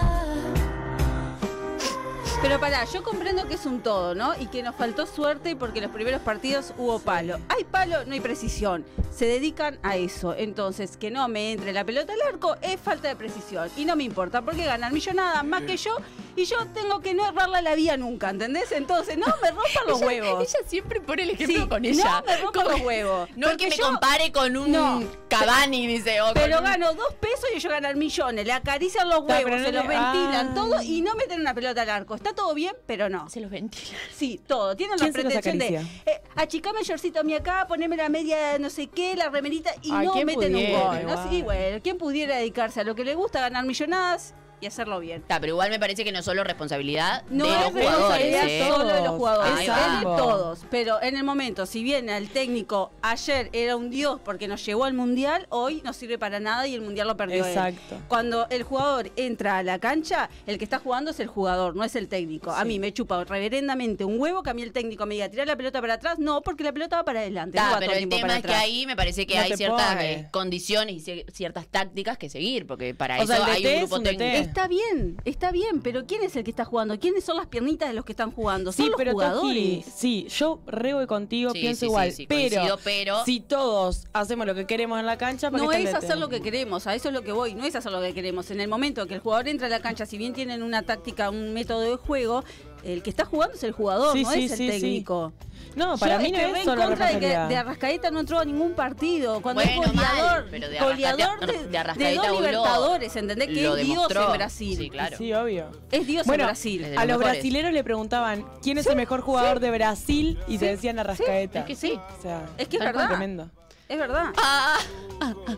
[SPEAKER 6] Pero pará, yo comprendo que es un todo, ¿no? Y que nos faltó suerte porque los primeros partidos hubo palo. Hay palo, no hay precisión. Se dedican a eso. Entonces, que no me entre la pelota al arco es falta de precisión. Y no me importa, porque ganan millonadas más que yo y yo tengo que no errarla la vía nunca, ¿entendés? Entonces, no me rompan los huevos.
[SPEAKER 1] Ella siempre pone el
[SPEAKER 6] Sí,
[SPEAKER 1] ejemplo con ella.
[SPEAKER 6] No me rompan
[SPEAKER 1] Como
[SPEAKER 6] los
[SPEAKER 1] que-
[SPEAKER 6] huevos.
[SPEAKER 1] No es que
[SPEAKER 6] Porque
[SPEAKER 1] me
[SPEAKER 6] yo-
[SPEAKER 1] compare con un
[SPEAKER 6] No.
[SPEAKER 1] Cavani, dice. o
[SPEAKER 6] Pero
[SPEAKER 1] con un-
[SPEAKER 6] gano dos pesos y ellos ganan millones. Le acarician los
[SPEAKER 2] Está,
[SPEAKER 6] huevos,
[SPEAKER 2] pero no
[SPEAKER 6] se los
[SPEAKER 2] le-
[SPEAKER 6] ventilan
[SPEAKER 2] Ah.
[SPEAKER 6] todo y no meten una pelota al arco. Está todo bien, pero no.
[SPEAKER 1] Se los ventila.
[SPEAKER 6] Sí, todo. Tienen la
[SPEAKER 2] ¿Quién se los
[SPEAKER 6] pretensión de
[SPEAKER 2] acaricia?
[SPEAKER 6] eh, achicame el shortcito a mí acá, poneme la media no sé qué, la remerita y
[SPEAKER 2] Ay,
[SPEAKER 6] no
[SPEAKER 2] ¿quién
[SPEAKER 6] meten
[SPEAKER 2] pudiera,
[SPEAKER 6] un gol. ¿no?
[SPEAKER 2] igual?
[SPEAKER 6] Sí, bueno, ¿quién pudiera dedicarse a lo que le gusta, ganar millonadas y hacerlo bien?
[SPEAKER 1] Está, pero igual me parece que no es solo responsabilidad
[SPEAKER 6] No
[SPEAKER 1] de los
[SPEAKER 6] es responsabilidad
[SPEAKER 1] jugadores. ¿eh?
[SPEAKER 2] todo.
[SPEAKER 6] solo de los jugadores,
[SPEAKER 1] Ahí
[SPEAKER 6] es
[SPEAKER 1] va.
[SPEAKER 6] de todos. Pero en el momento, si bien el técnico ayer era un dios porque nos llevó al mundial, hoy no sirve para nada y el mundial lo perdió. él.
[SPEAKER 2] Exacto.
[SPEAKER 6] Cuando el jugador entra a la cancha, el que está jugando es el jugador, no es el técnico. A mí me chupa reverendamente un huevo que a mí el técnico me diga tirar la pelota para atrás. No, porque la pelota va para adelante.
[SPEAKER 1] Está,
[SPEAKER 6] no va
[SPEAKER 1] pero
[SPEAKER 6] todo
[SPEAKER 1] el
[SPEAKER 6] tiempo
[SPEAKER 1] tema
[SPEAKER 6] para
[SPEAKER 1] es que
[SPEAKER 6] atrás.
[SPEAKER 1] ahí me parece que
[SPEAKER 2] No
[SPEAKER 1] hay
[SPEAKER 2] te
[SPEAKER 1] ciertas
[SPEAKER 2] pone.
[SPEAKER 1] eh, condiciones y cier- ciertas tácticas que seguir, porque para
[SPEAKER 2] O
[SPEAKER 1] eso
[SPEAKER 2] sea, el
[SPEAKER 1] hay
[SPEAKER 2] DT
[SPEAKER 1] un
[SPEAKER 2] es
[SPEAKER 1] grupo
[SPEAKER 2] un DT.
[SPEAKER 1] técnico.
[SPEAKER 6] Está bien, está bien, pero ¿quién es el que está jugando? ¿Quiénes son las piernitas de los que están jugando? Son
[SPEAKER 2] Sí,
[SPEAKER 6] los
[SPEAKER 2] pero Toki,
[SPEAKER 6] jugadores.
[SPEAKER 2] sí, yo re voy contigo,
[SPEAKER 1] Sí,
[SPEAKER 2] pienso
[SPEAKER 1] sí,
[SPEAKER 2] igual.
[SPEAKER 1] sí, sí, coincido,
[SPEAKER 2] pero,
[SPEAKER 1] pero-
[SPEAKER 2] si todos hacemos lo que queremos en la cancha, ¿para
[SPEAKER 6] No
[SPEAKER 2] qué está el
[SPEAKER 6] es
[SPEAKER 2] DT?
[SPEAKER 6] hacer lo que queremos, a eso es lo que voy, no es hacer lo que queremos. En el momento que el jugador entra a la cancha, si bien tienen una táctica, un método de juego, el que está jugando es el jugador,
[SPEAKER 2] Sí,
[SPEAKER 6] no
[SPEAKER 2] sí,
[SPEAKER 6] es el
[SPEAKER 2] sí, sí.
[SPEAKER 6] técnico.
[SPEAKER 2] No, para
[SPEAKER 6] Yo
[SPEAKER 2] mí no
[SPEAKER 6] estoy
[SPEAKER 2] es
[SPEAKER 6] re
[SPEAKER 2] solo
[SPEAKER 6] en contra de que
[SPEAKER 2] responsabilidad.
[SPEAKER 6] de Arrascaeta no entró a ningún partido. Cuando es
[SPEAKER 1] Bueno, mal,
[SPEAKER 6] goleador,
[SPEAKER 1] pero de
[SPEAKER 6] goleador
[SPEAKER 1] Arrascaeta-
[SPEAKER 6] de,
[SPEAKER 1] de
[SPEAKER 6] de
[SPEAKER 1] Arrascaeta
[SPEAKER 6] dos
[SPEAKER 1] voló.
[SPEAKER 6] libertadores, ¿entendés? Que
[SPEAKER 1] Lo
[SPEAKER 6] es Dios
[SPEAKER 1] demostró.
[SPEAKER 6] en Brasil.
[SPEAKER 1] Sí, claro.
[SPEAKER 2] Sí, obvio.
[SPEAKER 6] Es Dios
[SPEAKER 2] Bueno,
[SPEAKER 6] en Brasil.
[SPEAKER 1] es de
[SPEAKER 2] A
[SPEAKER 1] los
[SPEAKER 2] los
[SPEAKER 1] mejores.
[SPEAKER 2] brasileros le preguntaban quién es el mejor jugador de Brasil y te decían Arrascaeta.
[SPEAKER 1] Es que sí.
[SPEAKER 2] O sea,
[SPEAKER 6] Es que es
[SPEAKER 2] tal cual,
[SPEAKER 6] verdad.
[SPEAKER 2] Tremendo.
[SPEAKER 6] Es verdad.
[SPEAKER 1] Ah, ah, ah.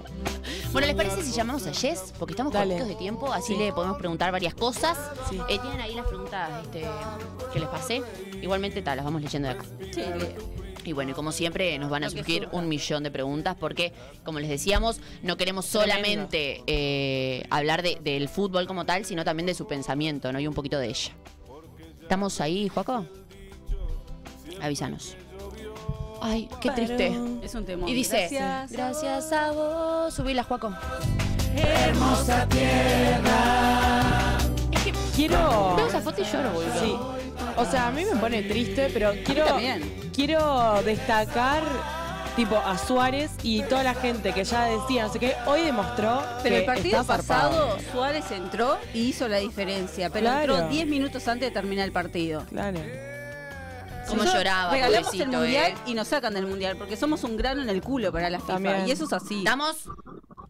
[SPEAKER 1] Bueno, ¿les parece si llamamos a Jess? Porque estamos
[SPEAKER 2] Dale.
[SPEAKER 1] cortitos de tiempo, así
[SPEAKER 2] Sí.
[SPEAKER 1] le podemos preguntar varias cosas.
[SPEAKER 2] Sí.
[SPEAKER 1] Eh, tienen ahí las preguntas este, que les pasé. Igualmente, tal, las vamos leyendo de acá.
[SPEAKER 6] Sí, le-
[SPEAKER 1] Y bueno, y como siempre, nos van a
[SPEAKER 6] Lo que
[SPEAKER 1] surgir
[SPEAKER 6] surja.
[SPEAKER 1] un millón de preguntas porque, como les decíamos, no queremos solamente eh, hablar de- del fútbol como tal, sino también de su pensamiento, ¿no? Y un poquito de ella. ¿Estamos ahí, Juaco? Avísanos. Ay, qué triste.
[SPEAKER 6] es un temor.
[SPEAKER 1] Y dice,
[SPEAKER 6] Gracias.
[SPEAKER 1] Gracias a vos. Subila, Juaco.
[SPEAKER 2] Quiero.
[SPEAKER 1] Veo esa foto y lloro, boludo.
[SPEAKER 2] Sí. O sea, a mí me pone triste, pero quiero.
[SPEAKER 6] también.
[SPEAKER 2] Quiero destacar. Tipo a Suárez y toda la gente que ya decía, no sé qué, hoy demostró
[SPEAKER 6] Pero
[SPEAKER 2] que
[SPEAKER 6] el partido
[SPEAKER 2] está zarpado.
[SPEAKER 6] pasado, Suárez entró y hizo la diferencia. Pero
[SPEAKER 2] Claro.
[SPEAKER 6] entró 10 minutos antes de terminar el partido.
[SPEAKER 2] Claro.
[SPEAKER 1] Cómo
[SPEAKER 6] Nosotros
[SPEAKER 1] lloraba,
[SPEAKER 6] Regalamos el
[SPEAKER 1] pobrecito,
[SPEAKER 6] mundial
[SPEAKER 1] eh.
[SPEAKER 6] y nos sacan del mundial porque somos un grano en el culo para la FIFA.
[SPEAKER 2] También.
[SPEAKER 6] Y eso es así.
[SPEAKER 1] ¿Estamos?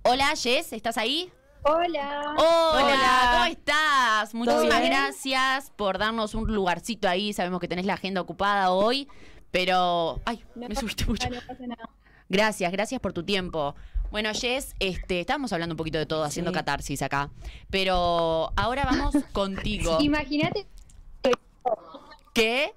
[SPEAKER 1] Hola, Jess, ¿estás ahí?
[SPEAKER 8] Hola.
[SPEAKER 1] Hola,
[SPEAKER 2] Hola.
[SPEAKER 1] ¿cómo estás? Muchísimas
[SPEAKER 8] bien?
[SPEAKER 1] gracias por darnos un lugarcito ahí. Sabemos que tenés la agenda ocupada hoy, pero. Ay,
[SPEAKER 8] No
[SPEAKER 1] me
[SPEAKER 8] pasa
[SPEAKER 1] subiste mucho.
[SPEAKER 8] nada, no pasa nada.
[SPEAKER 1] Gracias, gracias por tu tiempo. Bueno, Jess, este, estábamos hablando un poquito de todo, haciendo catarsis acá. Pero ahora vamos contigo.
[SPEAKER 8] Imagínate
[SPEAKER 1] ¿Qué?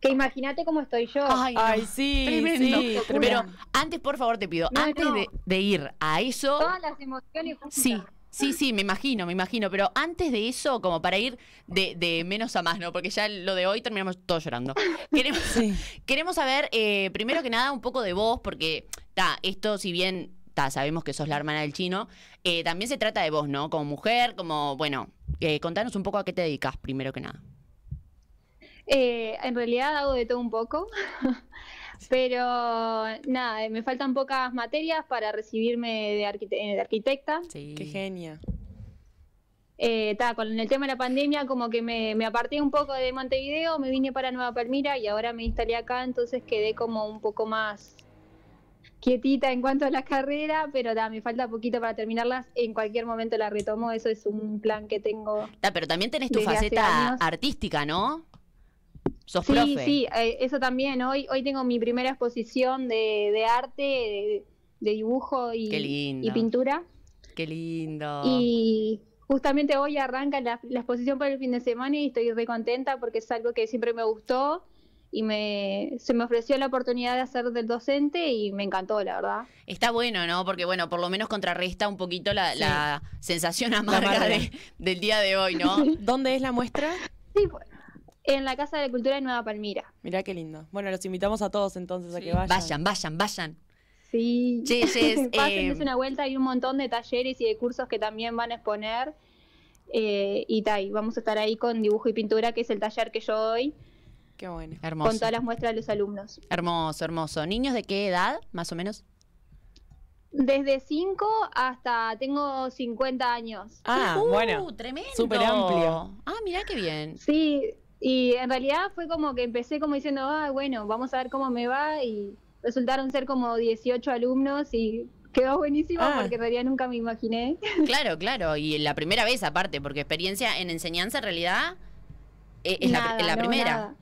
[SPEAKER 8] que imagínate cómo estoy yo.
[SPEAKER 1] no.
[SPEAKER 2] Ay, sí,
[SPEAKER 1] Tremendo.
[SPEAKER 2] sí,
[SPEAKER 1] Pero
[SPEAKER 2] tremendo.
[SPEAKER 1] antes, por favor, te pido,
[SPEAKER 8] No,
[SPEAKER 1] antes
[SPEAKER 8] no.
[SPEAKER 1] De, de ir a eso.
[SPEAKER 8] Todas las emociones juntas.
[SPEAKER 1] Sí, Sí, sí, me imagino, me imagino. Pero antes de eso, como para ir de, de menos a más, ¿no? Porque ya lo de hoy terminamos todos llorando. Queremos, queremos saber, eh, primero que nada, un poco de vos, porque, ta, esto, si bien, ta, sabemos que sos la hermana del chino, eh, también se trata de vos, ¿no? Como mujer, como, bueno, eh, contanos un poco a qué te dedicas, primero que nada.
[SPEAKER 8] Eh, en realidad hago de todo un poco, pero nada, eh, me faltan pocas materias para recibirme de, arquite- eh, de arquitecta.
[SPEAKER 1] Sí.
[SPEAKER 2] Qué genia.
[SPEAKER 8] Eh, ta, con el tema de la pandemia como que me, me aparté un poco de Montevideo, me vine para Nueva Palmira y ahora me instalé acá, entonces quedé como un poco más quietita en cuanto a la carrera, pero ta, me falta poquito para terminarlas, en cualquier momento la retomo, eso es un plan que tengo.
[SPEAKER 1] Ta, pero también tenés tu
[SPEAKER 8] Desde hace
[SPEAKER 1] faceta
[SPEAKER 8] años.
[SPEAKER 1] artística, ¿no? Sos
[SPEAKER 8] Sí,
[SPEAKER 1] profe.
[SPEAKER 8] sí, eh, eso también. Hoy, hoy tengo mi primera exposición de, de arte, de, de dibujo y,
[SPEAKER 1] Qué lindo.
[SPEAKER 8] y pintura.
[SPEAKER 1] Qué lindo.
[SPEAKER 8] Y justamente hoy arranca la, la exposición para el fin de semana y estoy re contenta porque es algo que siempre me gustó y me, se me ofreció la oportunidad de hacer del docente y me encantó, la verdad.
[SPEAKER 1] Está bueno, ¿no? Porque, bueno, por lo menos contrarresta un poquito la,
[SPEAKER 2] Sí.
[SPEAKER 1] la sensación amarga
[SPEAKER 2] amarga.
[SPEAKER 1] de- del día de hoy, ¿no?
[SPEAKER 2] ¿Dónde es la muestra?
[SPEAKER 8] Sí, fue en la Casa de Cultura de Nueva Palmira.
[SPEAKER 2] Mirá qué lindo. Bueno, los invitamos a todos entonces a
[SPEAKER 1] Sí.
[SPEAKER 2] que vayan.
[SPEAKER 1] Vayan, vayan, vayan.
[SPEAKER 8] Sí.
[SPEAKER 1] Che, Jess,
[SPEAKER 8] Pasen,
[SPEAKER 1] eh,
[SPEAKER 8] dense una vuelta, hay un montón de talleres y de cursos que también van a exponer. Eh, y ta, y vamos a estar ahí con dibujo y pintura, que es el taller que yo doy,
[SPEAKER 2] Qué bueno.
[SPEAKER 8] con
[SPEAKER 1] Hermoso.
[SPEAKER 8] todas las muestras de los alumnos.
[SPEAKER 1] Hermoso, hermoso. ¿Niños de qué edad, más o menos?
[SPEAKER 8] Desde 5 hasta tengo 50 años.
[SPEAKER 2] Ah,
[SPEAKER 1] Uh,
[SPEAKER 2] bueno.
[SPEAKER 1] Tremendo.
[SPEAKER 2] súper amplio.
[SPEAKER 1] Ah, mirá qué bien.
[SPEAKER 8] Sí, y en realidad fue como que empecé como diciendo, ah, bueno, vamos a ver cómo me va, y resultaron ser como 18 alumnos y quedó buenísimo
[SPEAKER 2] Ah.
[SPEAKER 8] porque en realidad nunca me imaginé.
[SPEAKER 1] Claro, claro. Y la primera vez, aparte, porque experiencia en enseñanza, en realidad, eh, es la pr-
[SPEAKER 8] Nada,
[SPEAKER 1] la,
[SPEAKER 8] no,
[SPEAKER 1] primera.
[SPEAKER 8] nada.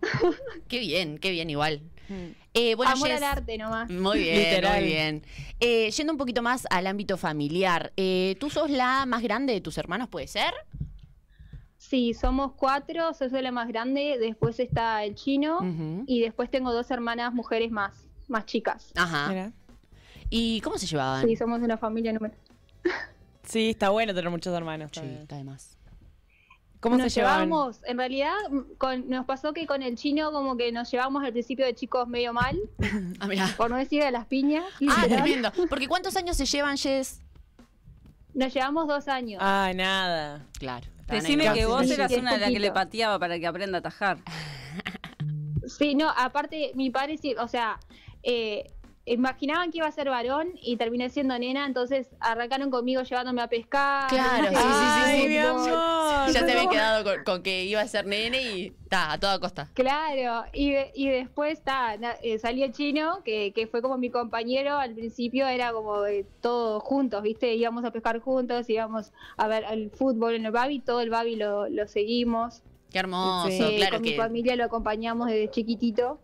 [SPEAKER 1] Qué bien, qué bien, igual.
[SPEAKER 2] Mm.
[SPEAKER 1] Eh, bueno,
[SPEAKER 8] Amor
[SPEAKER 1] Jess,
[SPEAKER 8] al arte nomás.
[SPEAKER 1] Muy bien,
[SPEAKER 2] Literal.
[SPEAKER 1] muy bien. Eh, yendo un poquito más al ámbito familiar, eh, ¿tú sos la más grande de tus hermanos, puede ser?
[SPEAKER 8] Sí, somos cuatro, soy yo la más grande, después está el chino
[SPEAKER 1] Ujú.
[SPEAKER 8] y después tengo dos hermanas mujeres más, más chicas.
[SPEAKER 1] Ajá.
[SPEAKER 2] Mirá.
[SPEAKER 1] ¿Y cómo se llevaban?
[SPEAKER 8] Sí, somos una familia número.
[SPEAKER 2] Sí, está bueno tener muchos hermanos.
[SPEAKER 1] Sí,
[SPEAKER 2] también.
[SPEAKER 1] está de más.
[SPEAKER 2] ¿Cómo
[SPEAKER 8] nos
[SPEAKER 2] se llevaban?
[SPEAKER 8] llevábamos, en realidad mm, con- nos pasó que con el chino como que nos llevábamos al principio de chicos medio mal,
[SPEAKER 1] Ah, mirá.
[SPEAKER 8] por no decir de las piñas.
[SPEAKER 1] Ah,
[SPEAKER 8] literal.
[SPEAKER 1] tremendo. Porque ¿cuántos años se llevan, Jess?
[SPEAKER 8] Nos llevamos dos años.
[SPEAKER 2] Ah, nada.
[SPEAKER 1] Claro.
[SPEAKER 6] Decime que vos
[SPEAKER 8] Sí,
[SPEAKER 6] eras
[SPEAKER 8] sí,
[SPEAKER 6] una de las que
[SPEAKER 8] poquito.
[SPEAKER 6] le pateaba para que aprenda a atajar.
[SPEAKER 8] Sí, no, aparte mi padre sí, o sea, eh, imaginaban que iba a ser varón y terminé siendo nena, entonces arrancaron conmigo llevándome a pescar.
[SPEAKER 1] Claro,
[SPEAKER 8] no
[SPEAKER 1] sí,
[SPEAKER 8] sé,
[SPEAKER 1] sí, sí,
[SPEAKER 2] Ay,
[SPEAKER 1] sí.
[SPEAKER 2] mi
[SPEAKER 8] fútbol.
[SPEAKER 2] amor.
[SPEAKER 1] Ya se había quedado con, con que iba a ser nene y está, a toda costa.
[SPEAKER 8] Claro, y, de- y después ta, na- eh, salió Chino, que, que fue como mi compañero, al principio era como eh, todos juntos, ¿viste? Íbamos a pescar juntos, íbamos a ver el fútbol en el Babi, todo el Babi lo, lo seguimos,
[SPEAKER 1] Qué hermoso,
[SPEAKER 2] Sí,
[SPEAKER 8] Eh,
[SPEAKER 1] claro
[SPEAKER 8] con mi
[SPEAKER 1] que.
[SPEAKER 8] familia lo acompañamos desde chiquitito,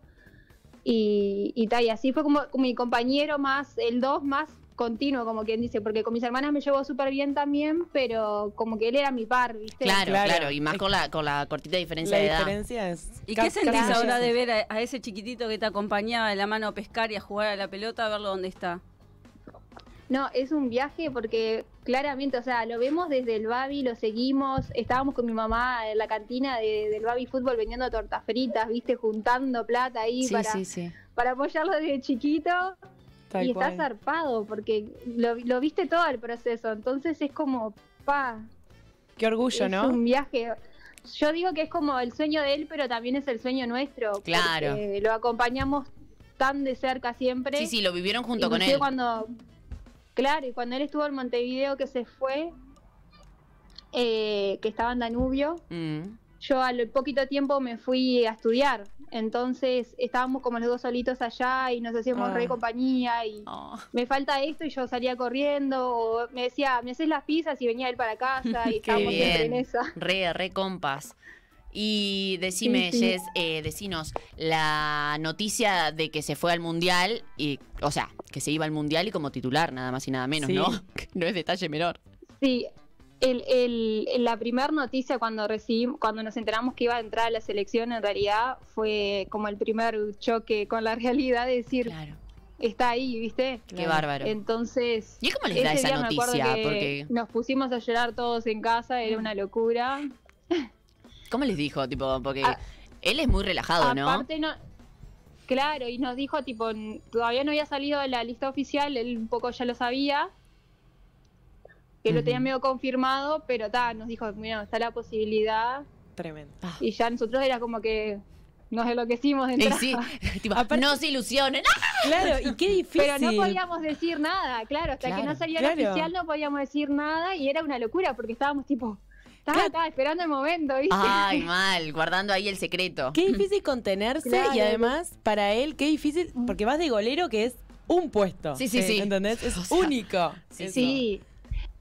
[SPEAKER 8] y, y, ta, y así fue como mi compañero más, el dos más continuo, como quien dice, porque con mis hermanas me llevo súper bien también, pero como que él era mi par, ¿viste?
[SPEAKER 1] Claro, claro,
[SPEAKER 2] Claro.
[SPEAKER 1] Y más con la, con la cortita diferencia
[SPEAKER 2] La
[SPEAKER 1] de edad.
[SPEAKER 2] diferencia es.
[SPEAKER 6] ¿Y
[SPEAKER 2] ca-
[SPEAKER 6] qué sentís
[SPEAKER 8] gracias.
[SPEAKER 6] ahora de ver a, a ese chiquitito que te acompañaba de la mano a pescar y a jugar a la pelota, a verlo dónde está?
[SPEAKER 8] No, es un viaje porque claramente, o sea, lo vemos desde el Babi, lo seguimos. Estábamos con mi mamá en la cantina de- del Babi Fútbol vendiendo tortas fritas, viste, juntando plata ahí para,
[SPEAKER 1] sí.
[SPEAKER 8] para apoyarlo desde chiquito.
[SPEAKER 2] Tal
[SPEAKER 8] y
[SPEAKER 2] cual.
[SPEAKER 8] está zarpado porque lo, lo viste todo el proceso. Entonces es como, pa,
[SPEAKER 2] Qué orgullo,
[SPEAKER 8] es
[SPEAKER 2] ¿no?
[SPEAKER 8] un viaje. Yo digo que es como el sueño de él, pero también es el sueño nuestro. porque
[SPEAKER 1] Claro.
[SPEAKER 8] Lo acompañamos tan de cerca siempre.
[SPEAKER 1] Sí, sí, lo vivieron junto con
[SPEAKER 8] Inclusive
[SPEAKER 1] él.
[SPEAKER 8] cuando claro y cuando él estuvo en Montevideo que se fue eh, que estaba en Danubio
[SPEAKER 1] Mm.
[SPEAKER 8] yo al poquito tiempo me fui a estudiar entonces estábamos como los dos solitos allá y nos hacíamos
[SPEAKER 2] Ah.
[SPEAKER 8] re compañía y
[SPEAKER 1] Oh.
[SPEAKER 8] me falta esto y yo salía corriendo o me decía me haces las pizzas y venía él para casa y estábamos siempre
[SPEAKER 1] bien.
[SPEAKER 8] en esa
[SPEAKER 1] Re, re compas. Y decime,
[SPEAKER 8] Sí, sí.
[SPEAKER 1] Jess, eh, decinos, la noticia de que se fue al Mundial, y, o sea, que se iba al Mundial y como titular, nada más y nada menos,
[SPEAKER 2] Sí.
[SPEAKER 1] ¿no? No es detalle menor.
[SPEAKER 8] sí el, el- la primera noticia cuando recibimos, cuando nos enteramos que iba a entrar a la selección, en realidad fue como el primer choque con la realidad de decir,
[SPEAKER 1] Claro.
[SPEAKER 8] está ahí, ¿viste?
[SPEAKER 1] Qué bárbaro.
[SPEAKER 8] Entonces.
[SPEAKER 1] ¿Y cómo les da esa
[SPEAKER 8] ese día me acuerdo
[SPEAKER 1] noticia?
[SPEAKER 8] que
[SPEAKER 1] Porque, Mm.
[SPEAKER 8] Nos pusimos a llorar todos en casa, era una locura.
[SPEAKER 1] ¿Cómo les dijo? Tipo, porque
[SPEAKER 8] Ah.
[SPEAKER 1] él es muy relajado, ¿no?
[SPEAKER 8] Aparte, no. Claro, y nos dijo, tipo, n- todavía no había salido la lista oficial, él un poco ya lo sabía, que lo tenía
[SPEAKER 2] Ujú.
[SPEAKER 8] medio confirmado, pero ta, nos dijo, mira, está la posibilidad,
[SPEAKER 2] Tremendo.
[SPEAKER 8] y ya nosotros era como que nos enloquecimos de
[SPEAKER 1] Ah. Y
[SPEAKER 8] entrada.
[SPEAKER 1] sí, tipo,
[SPEAKER 2] Aparte-
[SPEAKER 1] no se ilusionen. ¡Ah!
[SPEAKER 2] Claro, y qué difícil.
[SPEAKER 8] Pero no podíamos decir nada, claro, hasta que
[SPEAKER 1] Claro,
[SPEAKER 8] no salía
[SPEAKER 2] claro.
[SPEAKER 8] la oficial no podíamos decir nada, y era una locura, porque estábamos tipo, ta,
[SPEAKER 2] Claro.
[SPEAKER 8] ta, esperando el momento, ¿viste?
[SPEAKER 1] Ay, mal, guardando ahí el secreto.
[SPEAKER 2] Qué difícil contenerse y
[SPEAKER 8] Claro. Mm.
[SPEAKER 2] además para él qué difícil porque vas de golero que es un puesto. eh,
[SPEAKER 1] Sí, sí, sí.
[SPEAKER 2] ¿Entendés? Es
[SPEAKER 1] O sea,
[SPEAKER 2] único. eso.
[SPEAKER 8] Sí,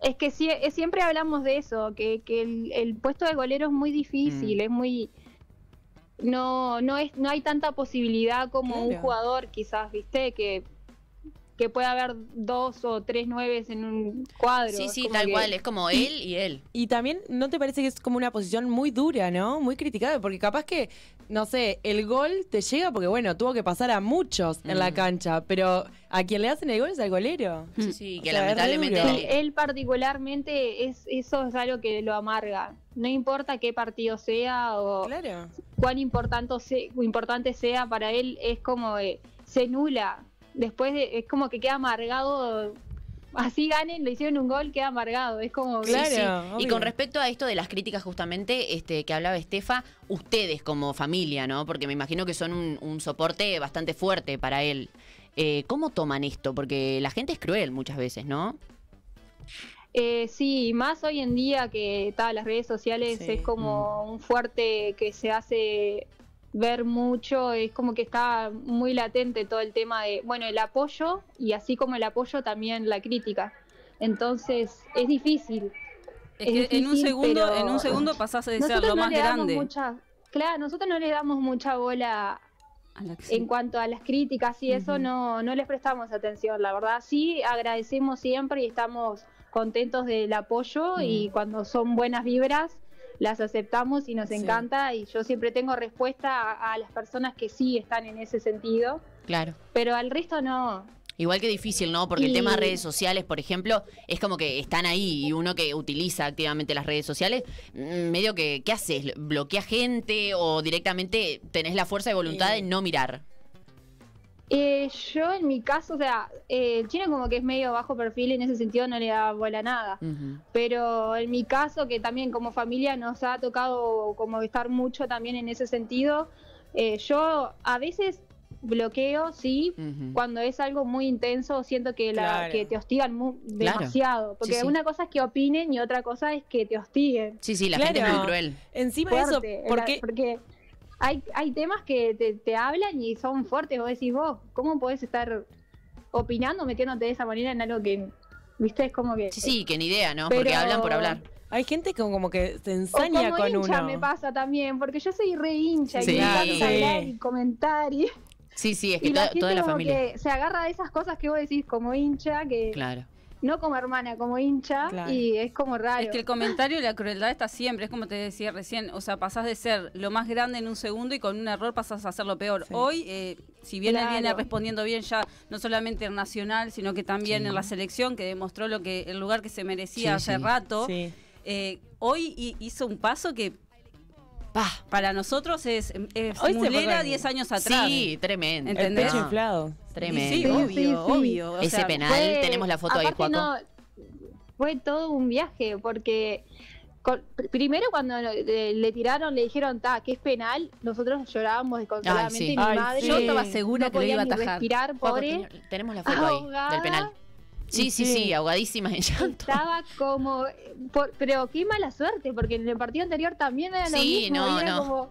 [SPEAKER 8] es que sí, es- siempre hablamos de eso, que, que el, el puesto de golero es muy difícil,
[SPEAKER 1] Mm.
[SPEAKER 8] es muy... No, no, es, no hay tanta posibilidad como un
[SPEAKER 2] Claro.
[SPEAKER 8] jugador quizás, viste, que, que pueda haber dos o tres nueves en un cuadro.
[SPEAKER 1] Sí,
[SPEAKER 8] es
[SPEAKER 1] sí,
[SPEAKER 8] como
[SPEAKER 1] tal
[SPEAKER 8] que-
[SPEAKER 1] cual, es como él y él.
[SPEAKER 2] Y también no te parece que es como una posición muy dura, ¿no? Muy criticada porque capaz que no sé, el gol te llega porque bueno, tuvo que pasar a muchos en la
[SPEAKER 1] Mm.
[SPEAKER 2] cancha, pero a quien le hacen el gol es al golero.
[SPEAKER 1] Sí, sí,
[SPEAKER 2] O
[SPEAKER 1] que
[SPEAKER 2] sea, es re
[SPEAKER 1] lamentablemente...
[SPEAKER 2] duro.
[SPEAKER 8] Él, él particularmente, es, eso es algo que lo amarga. No importa qué partido sea o,
[SPEAKER 2] Claro.
[SPEAKER 8] cuán importante, se- importante sea para él es como eh, se nula. Después de- es como que queda amargado. Así ganen, le hicieron un gol, queda amargado. Es como.
[SPEAKER 1] Sí,
[SPEAKER 2] Claro,
[SPEAKER 1] sí. Y
[SPEAKER 2] obvio.
[SPEAKER 1] con respecto a esto de las críticas justamente este, que hablaba Estefa, ustedes como familia, ¿no? Porque me imagino que son un, un soporte bastante fuerte para él. Eh, ¿Cómo toman esto? Porque la gente es cruel muchas veces, ¿no?
[SPEAKER 8] Eh, sí, y más hoy en día que todas las redes sociales
[SPEAKER 2] Sí. Mm.
[SPEAKER 8] es como un fuerte que se hace ver mucho, es como que está muy latente todo el tema de, bueno, el apoyo y así como el apoyo también la crítica. Entonces es difícil.
[SPEAKER 6] Es que en un
[SPEAKER 8] difícil,
[SPEAKER 6] segundo,
[SPEAKER 8] pero-
[SPEAKER 6] en un segundo pasás de ser
[SPEAKER 8] Nosotros
[SPEAKER 6] lo
[SPEAKER 8] no
[SPEAKER 6] más
[SPEAKER 8] le damos
[SPEAKER 6] grande.
[SPEAKER 8] mucha- claro, nosotros no le damos mucha bola
[SPEAKER 6] a la que
[SPEAKER 8] en cuanto a las críticas y eso, no, no les prestamos atención, la verdad. Sí, agradecemos siempre y estamos contentos del apoyo y cuando son buenas vibras las aceptamos y nos
[SPEAKER 2] Sí.
[SPEAKER 8] encanta y yo siempre tengo respuesta a, a las personas que sí están en ese sentido,
[SPEAKER 1] Claro.
[SPEAKER 8] pero al resto no.
[SPEAKER 1] Igual que difícil, ¿no? Porque el
[SPEAKER 8] Y-
[SPEAKER 1] tema de redes sociales, por ejemplo, es como que están ahí y uno que utiliza activamente las redes sociales, mm, medio que, ¿qué haces? ¿Bloquea gente o directamente tenés la fuerza de voluntad de no mirar?
[SPEAKER 8] Eh, yo en mi caso, o sea, eh, el chino como que es medio bajo perfil y en ese sentido no le da bola a nada. Pero en mi caso, que también como familia nos ha tocado como estar mucho también en ese sentido, eh, yo a veces bloqueo, sí,
[SPEAKER 1] Ujú.
[SPEAKER 8] cuando es algo muy intenso, siento que, la,
[SPEAKER 2] Claro.
[SPEAKER 8] que te hostigan mu-
[SPEAKER 1] Claro.
[SPEAKER 8] demasiado. Porque
[SPEAKER 1] sí.
[SPEAKER 8] una cosa es que opinen y otra cosa es que te hostiguen.
[SPEAKER 1] Sí, sí, la
[SPEAKER 2] Claro.
[SPEAKER 1] gente es muy cruel.
[SPEAKER 2] Encima de eso,
[SPEAKER 8] Fuerte, la-
[SPEAKER 2] porque
[SPEAKER 8] hay, hay temas que te, te hablan y son fuertes. Vos decís, vos, ¿cómo podés estar opinando, metiéndote de esa manera en algo que, viste, es como que...
[SPEAKER 1] Sí, sí, que ni idea, ¿no? Porque
[SPEAKER 8] Pero-
[SPEAKER 1] hablan por hablar.
[SPEAKER 2] hay gente que como que se
[SPEAKER 8] O
[SPEAKER 2] ensaña
[SPEAKER 8] como
[SPEAKER 2] con
[SPEAKER 8] hincha
[SPEAKER 2] uno.
[SPEAKER 8] me pasa también, porque yo soy re hincha
[SPEAKER 1] Sí.
[SPEAKER 8] y me
[SPEAKER 1] Sí.
[SPEAKER 8] encanta hablar y comentar y,
[SPEAKER 1] Sí, sí, es
[SPEAKER 8] y
[SPEAKER 1] que
[SPEAKER 8] la
[SPEAKER 1] to-
[SPEAKER 8] gente
[SPEAKER 1] toda la
[SPEAKER 8] como
[SPEAKER 1] familia.
[SPEAKER 8] que se agarra de esas cosas que vos decís como hincha, que
[SPEAKER 1] Claro.
[SPEAKER 8] no como hermana, como hincha
[SPEAKER 2] Claro.
[SPEAKER 8] y es como raro.
[SPEAKER 6] Es que el comentario y la crueldad está siempre, es como te decía recién, o sea, pasás de ser lo más grande en un segundo y con un error pasás a hacerlo peor. Hoy, eh, si bien él viene
[SPEAKER 8] Claro.
[SPEAKER 6] respondiendo bien ya, no solamente en Nacional, sino que también en la selección, que demostró lo que el lugar que se merecía
[SPEAKER 1] Sí,
[SPEAKER 6] hace
[SPEAKER 1] sí.
[SPEAKER 6] rato,
[SPEAKER 2] Sí.
[SPEAKER 6] eh, hoy hi- hizo un paso que
[SPEAKER 1] Pa.
[SPEAKER 6] para nosotros es, es
[SPEAKER 2] Hoy se fue
[SPEAKER 6] mulera
[SPEAKER 2] con-
[SPEAKER 6] 10 años atrás.
[SPEAKER 1] Sí, tremendo.
[SPEAKER 2] El
[SPEAKER 6] ¿Entendés?
[SPEAKER 2] pecho
[SPEAKER 1] No,
[SPEAKER 2] inflado.
[SPEAKER 1] Tremendo.
[SPEAKER 6] Sí,
[SPEAKER 8] Sí,
[SPEAKER 6] obvio,
[SPEAKER 8] sí, sí.
[SPEAKER 6] obvio. o
[SPEAKER 1] Ese
[SPEAKER 6] sea,
[SPEAKER 1] penal, tenemos la foto ahí,
[SPEAKER 8] aparte
[SPEAKER 1] Juaco.
[SPEAKER 8] no, fue todo un viaje, porque con- pr- primero cuando le, le tiraron, le dijeron, ta, que es penal, nosotros llorábamos desconsoladamente
[SPEAKER 1] sí.
[SPEAKER 8] y mi
[SPEAKER 2] Ay,
[SPEAKER 8] madre...
[SPEAKER 6] Yo estaba
[SPEAKER 2] Sí.
[SPEAKER 6] segura
[SPEAKER 8] no
[SPEAKER 6] que lo
[SPEAKER 8] podía
[SPEAKER 6] iba a
[SPEAKER 8] ni
[SPEAKER 6] atajar.
[SPEAKER 8] respirar,
[SPEAKER 1] Juaco,
[SPEAKER 8] pobre.
[SPEAKER 1] ten- tenemos la foto ahí
[SPEAKER 8] Ahogada.
[SPEAKER 1] del penal. Sí, sí,
[SPEAKER 2] Sí.
[SPEAKER 1] sí, ahogadísima en llanto.
[SPEAKER 8] Estaba como. por- pero qué mala suerte, porque en el partido anterior también era lo
[SPEAKER 1] Sí,
[SPEAKER 8] mismo.
[SPEAKER 1] no,
[SPEAKER 8] y era
[SPEAKER 1] no.
[SPEAKER 8] como,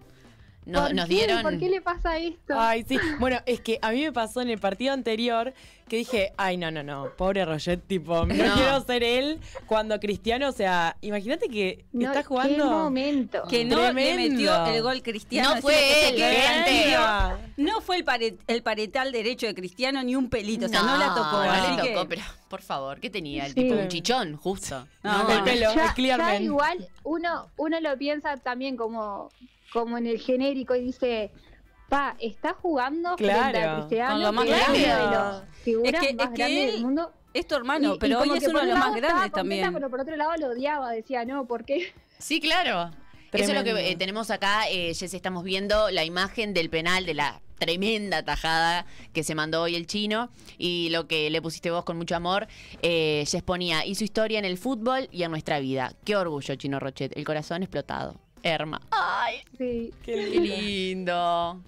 [SPEAKER 1] No-
[SPEAKER 8] ¿por
[SPEAKER 1] nos
[SPEAKER 8] qué?
[SPEAKER 1] dieron.
[SPEAKER 8] ¿Por qué le pasa esto?
[SPEAKER 2] Ay, sí. Bueno, es que a mí me pasó en el partido anterior que dije, ay, no, no, no, pobre Roget, tipo, no,
[SPEAKER 1] No.
[SPEAKER 2] quiero ser él cuando Cristiano, o sea, imagínate que
[SPEAKER 8] No,
[SPEAKER 2] está
[SPEAKER 8] Qué
[SPEAKER 2] jugando.
[SPEAKER 8] momento.
[SPEAKER 6] Que no le
[SPEAKER 2] Tremendo.
[SPEAKER 6] metió el gol Cristiano.
[SPEAKER 1] No fue
[SPEAKER 6] encima que se
[SPEAKER 1] él,
[SPEAKER 6] quede
[SPEAKER 1] ¿eh?
[SPEAKER 6] tranquilo.
[SPEAKER 2] Ah,
[SPEAKER 6] No fue el, pare- el paretal derecho de Cristiano ni un pelito, o sea,
[SPEAKER 1] no,
[SPEAKER 6] no, la tocó.
[SPEAKER 1] No
[SPEAKER 6] así
[SPEAKER 1] le
[SPEAKER 6] que-
[SPEAKER 1] tocó, pero por favor, ¿qué tenía? El
[SPEAKER 8] Sí.
[SPEAKER 1] tipo, un chichón, justo.
[SPEAKER 6] No,
[SPEAKER 2] El pelo,
[SPEAKER 8] Ya-
[SPEAKER 2] el clear
[SPEAKER 8] ya
[SPEAKER 2] man.
[SPEAKER 8] igual uno, uno lo piensa también como, como en el genérico y dice, pa, está jugando frente a
[SPEAKER 2] Claro.
[SPEAKER 8] Cristiano,
[SPEAKER 6] Con lo más
[SPEAKER 8] que es
[SPEAKER 6] grande.
[SPEAKER 8] uno de los figura
[SPEAKER 6] Es que-
[SPEAKER 8] más
[SPEAKER 6] es que
[SPEAKER 8] grande
[SPEAKER 6] él-
[SPEAKER 8] del mundo.
[SPEAKER 6] Es tu hermano,
[SPEAKER 8] Y- y
[SPEAKER 6] pero
[SPEAKER 8] como
[SPEAKER 6] hoy
[SPEAKER 8] que
[SPEAKER 6] es uno
[SPEAKER 8] por
[SPEAKER 6] de
[SPEAKER 8] un
[SPEAKER 6] los
[SPEAKER 8] lado
[SPEAKER 6] más
[SPEAKER 8] estaba
[SPEAKER 6] grandes
[SPEAKER 8] contenta,
[SPEAKER 6] también.
[SPEAKER 8] Pero por otro lado lo odiaba, decía, no, ¿por qué?
[SPEAKER 1] Sí, claro. Eso es lo que
[SPEAKER 2] Tremendo.
[SPEAKER 1] eh, tenemos acá, eh, Jessy, estamos viendo la imagen del penal de la tremenda tajada que se mandó hoy el chino y lo que le pusiste vos con mucho amor, eh, Jess ponía, hizo historia en el fútbol y en nuestra vida. Qué orgullo, Chino Rochet, el corazón explotado. Herma. ¡Ay,
[SPEAKER 8] Sí.
[SPEAKER 2] Qué
[SPEAKER 1] qué
[SPEAKER 2] lindo.
[SPEAKER 1] lindo!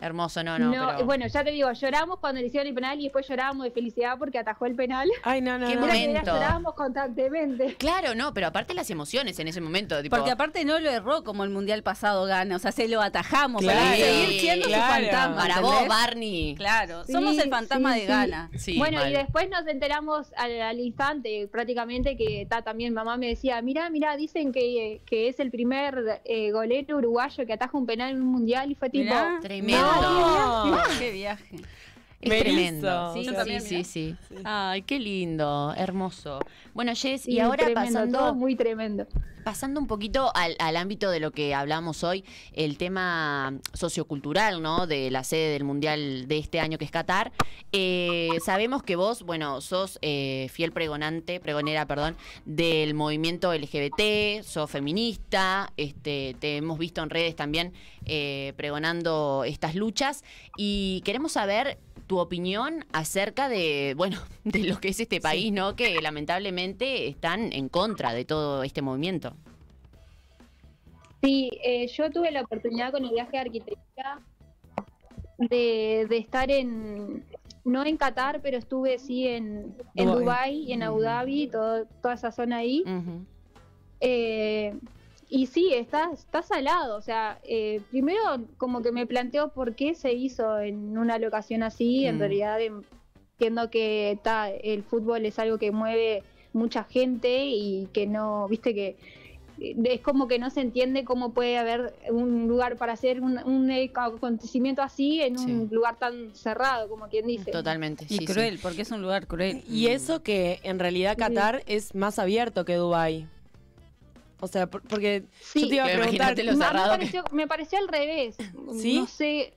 [SPEAKER 1] Hermoso, no, no,
[SPEAKER 8] No,
[SPEAKER 1] pero-
[SPEAKER 8] Bueno, ya te digo, lloramos cuando le hicieron el penal y después llorábamos de felicidad porque atajó el penal.
[SPEAKER 2] Ay, no, no,
[SPEAKER 1] Qué
[SPEAKER 2] no.
[SPEAKER 8] Era que era-
[SPEAKER 1] Momento.
[SPEAKER 8] llorábamos constantemente.
[SPEAKER 1] Claro, no, pero aparte las emociones en ese momento, tipo,
[SPEAKER 6] Porque aparte no lo erró como el mundial pasado gana, o sea, se lo atajamos
[SPEAKER 2] Claro,
[SPEAKER 6] para seguir siendo
[SPEAKER 2] claro.
[SPEAKER 6] su fantasma.
[SPEAKER 1] para
[SPEAKER 6] ¿entendés?
[SPEAKER 1] vos, Barney.
[SPEAKER 6] Claro,
[SPEAKER 8] Sí,
[SPEAKER 6] somos el fantasma
[SPEAKER 8] sí,
[SPEAKER 6] de
[SPEAKER 8] sí.
[SPEAKER 6] gana.
[SPEAKER 1] Sí,
[SPEAKER 8] bueno,
[SPEAKER 1] mal.
[SPEAKER 8] y después nos enteramos al, al instante prácticamente que está también mamá me decía, mira, mira, dicen que, que es el primer eh, golero uruguayo que ataja un penal en un mundial y fue tipo...
[SPEAKER 6] Mirá.
[SPEAKER 1] Tremendo.
[SPEAKER 2] No.
[SPEAKER 6] Qué viaje.
[SPEAKER 1] Es
[SPEAKER 2] Merizo,
[SPEAKER 1] tremendo. Sí,
[SPEAKER 2] o
[SPEAKER 1] sí,
[SPEAKER 2] sea.
[SPEAKER 1] sí, sí, Ay, qué lindo, hermoso. Bueno, Jess,
[SPEAKER 8] sí,
[SPEAKER 1] y ahora
[SPEAKER 8] tremendo, todo
[SPEAKER 1] pasando,
[SPEAKER 8] muy tremendo.
[SPEAKER 1] pasando un poquito al, al ámbito de lo que hablamos hoy, el tema sociocultural, ¿no? De la sede del Mundial de este año que es Qatar. Eh, sabemos que vos, bueno, sos eh, fiel pregonante, pregonera, perdón, del movimiento LGBT, sos feminista, este, te hemos visto en redes también eh, pregonando estas luchas y queremos saber tu opinión acerca de, bueno, de lo que es este país, ¿no? Que lamentablemente están en contra de todo este movimiento.
[SPEAKER 8] Sí, eh, yo tuve la oportunidad con el viaje de arquitectura de, de estar en, no en Qatar, pero estuve sí en, en
[SPEAKER 2] Dubái.
[SPEAKER 8] Dubái y en Abu Dhabi, todo- toda esa zona ahí.
[SPEAKER 1] Ujú.
[SPEAKER 8] Eh, y sí, está, está salado. O sea, eh, primero como que me planteo por qué se hizo en una locación así. En
[SPEAKER 1] Mm.
[SPEAKER 8] realidad em- entiendo que ta, el fútbol es algo que mueve mucha gente y que no, viste que eh, es como que no se entiende cómo puede haber un lugar para hacer un, un eh, acontecimiento así en un
[SPEAKER 1] Sí.
[SPEAKER 8] lugar tan cerrado, como quien dice.
[SPEAKER 1] Totalmente.
[SPEAKER 6] Y
[SPEAKER 1] sí, sí.
[SPEAKER 6] cruel, porque es un lugar cruel.
[SPEAKER 2] Y eso que en realidad Qatar es más abierto que Dubai. O sea, por- porque
[SPEAKER 8] Sí.
[SPEAKER 2] yo te iba a
[SPEAKER 1] Pero
[SPEAKER 2] preguntar,
[SPEAKER 1] imagínate lo
[SPEAKER 8] Ma-
[SPEAKER 1] cerrado
[SPEAKER 8] Me pareció, me pareció al revés.
[SPEAKER 2] ¿Sí?
[SPEAKER 8] No sé.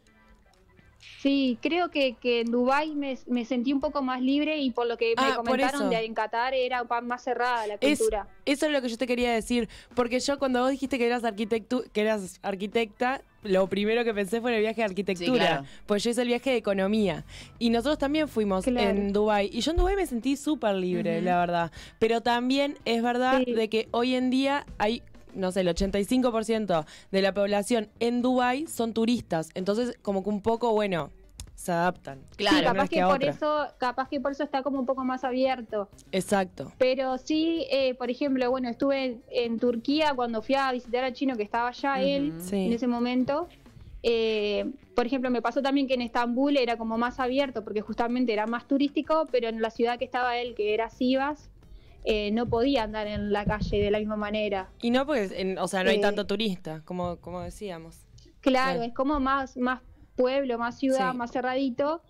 [SPEAKER 8] Sí, creo que, que en Dubái me, me sentí un poco más libre y por lo que
[SPEAKER 2] Ah,
[SPEAKER 8] me
[SPEAKER 2] por
[SPEAKER 8] comentaron
[SPEAKER 2] eso.
[SPEAKER 8] de en Qatar era pa- más cerrada la
[SPEAKER 2] Es-
[SPEAKER 8] cultura.
[SPEAKER 2] eso es lo que yo te quería decir, porque yo cuando vos dijiste que eras arquitectu que eras arquitecta, lo primero que pensé fue en el viaje de arquitectura,
[SPEAKER 1] claro.
[SPEAKER 2] pues yo hice el viaje de economía y nosotros también fuimos
[SPEAKER 8] Claro.
[SPEAKER 2] en Dubai y yo en Dubai me sentí súper libre, la verdad, pero también es verdad
[SPEAKER 8] Sí.
[SPEAKER 2] de que hoy en día hay no sé, el 85% de la población en Dubai son turistas, entonces como que un poco bueno, se adaptan.
[SPEAKER 1] Claro.
[SPEAKER 8] sí,
[SPEAKER 2] Una
[SPEAKER 8] capaz
[SPEAKER 2] que
[SPEAKER 8] que
[SPEAKER 2] a
[SPEAKER 8] por
[SPEAKER 2] otra.
[SPEAKER 8] eso, capaz que por eso está como un poco más abierto.
[SPEAKER 2] Exacto.
[SPEAKER 8] Pero sí, eh, por ejemplo, bueno, estuve en, en Turquía cuando fui a visitar a Chino, que estaba allá él,
[SPEAKER 1] Ujú.
[SPEAKER 2] Sí.
[SPEAKER 8] en ese momento. Eh, por ejemplo, me pasó también que en Estambul era como más abierto, porque justamente era más turístico, pero en la ciudad que estaba él, que era Sivas, eh, no podía andar en la calle de la misma manera.
[SPEAKER 2] Y no, porque, en- o sea, no hay
[SPEAKER 8] Eh,
[SPEAKER 2] tanto turista, como, como decíamos.
[SPEAKER 8] Claro,
[SPEAKER 2] Claro.
[SPEAKER 8] es como más, más pueblo, más ciudad,
[SPEAKER 2] Sí.
[SPEAKER 8] más cerradito,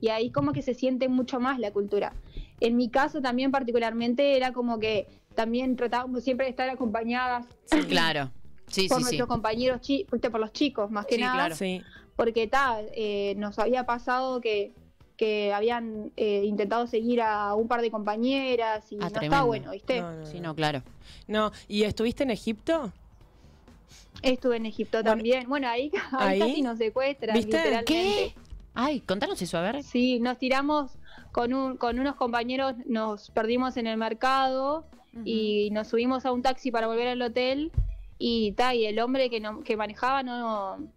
[SPEAKER 8] y ahí como que se siente mucho más la cultura. En mi caso también particularmente era como que también tratábamos siempre de estar acompañadas
[SPEAKER 1] Claro. Sí,
[SPEAKER 8] por
[SPEAKER 1] sí, sí.
[SPEAKER 8] nuestros compañeros, chi- viste, por los chicos más que
[SPEAKER 1] Sí,
[SPEAKER 8] nada,
[SPEAKER 1] claro.
[SPEAKER 2] Sí.
[SPEAKER 8] porque ta, eh, nos había pasado que, que habían eh, intentado seguir a un par de compañeras y
[SPEAKER 1] Ah,
[SPEAKER 8] no está
[SPEAKER 1] tremendo.
[SPEAKER 8] bueno, ¿viste?
[SPEAKER 2] No, no,
[SPEAKER 1] Sí,
[SPEAKER 2] no.
[SPEAKER 1] no, claro.
[SPEAKER 2] No, ¿y estuviste en Egipto?
[SPEAKER 8] Estuve en Egipto
[SPEAKER 2] Bueno,
[SPEAKER 8] también. Bueno, ahí, ahí
[SPEAKER 2] ahí-
[SPEAKER 8] casi nos secuestran,
[SPEAKER 2] ¿Viste?
[SPEAKER 8] literalmente.
[SPEAKER 1] ¿Qué? Ay, contanos eso, a ver.
[SPEAKER 8] Sí, nos tiramos con, un, con unos compañeros, nos perdimos en el mercado y nos subimos a un taxi para volver al hotel y, ta, y el hombre que, no- que manejaba no,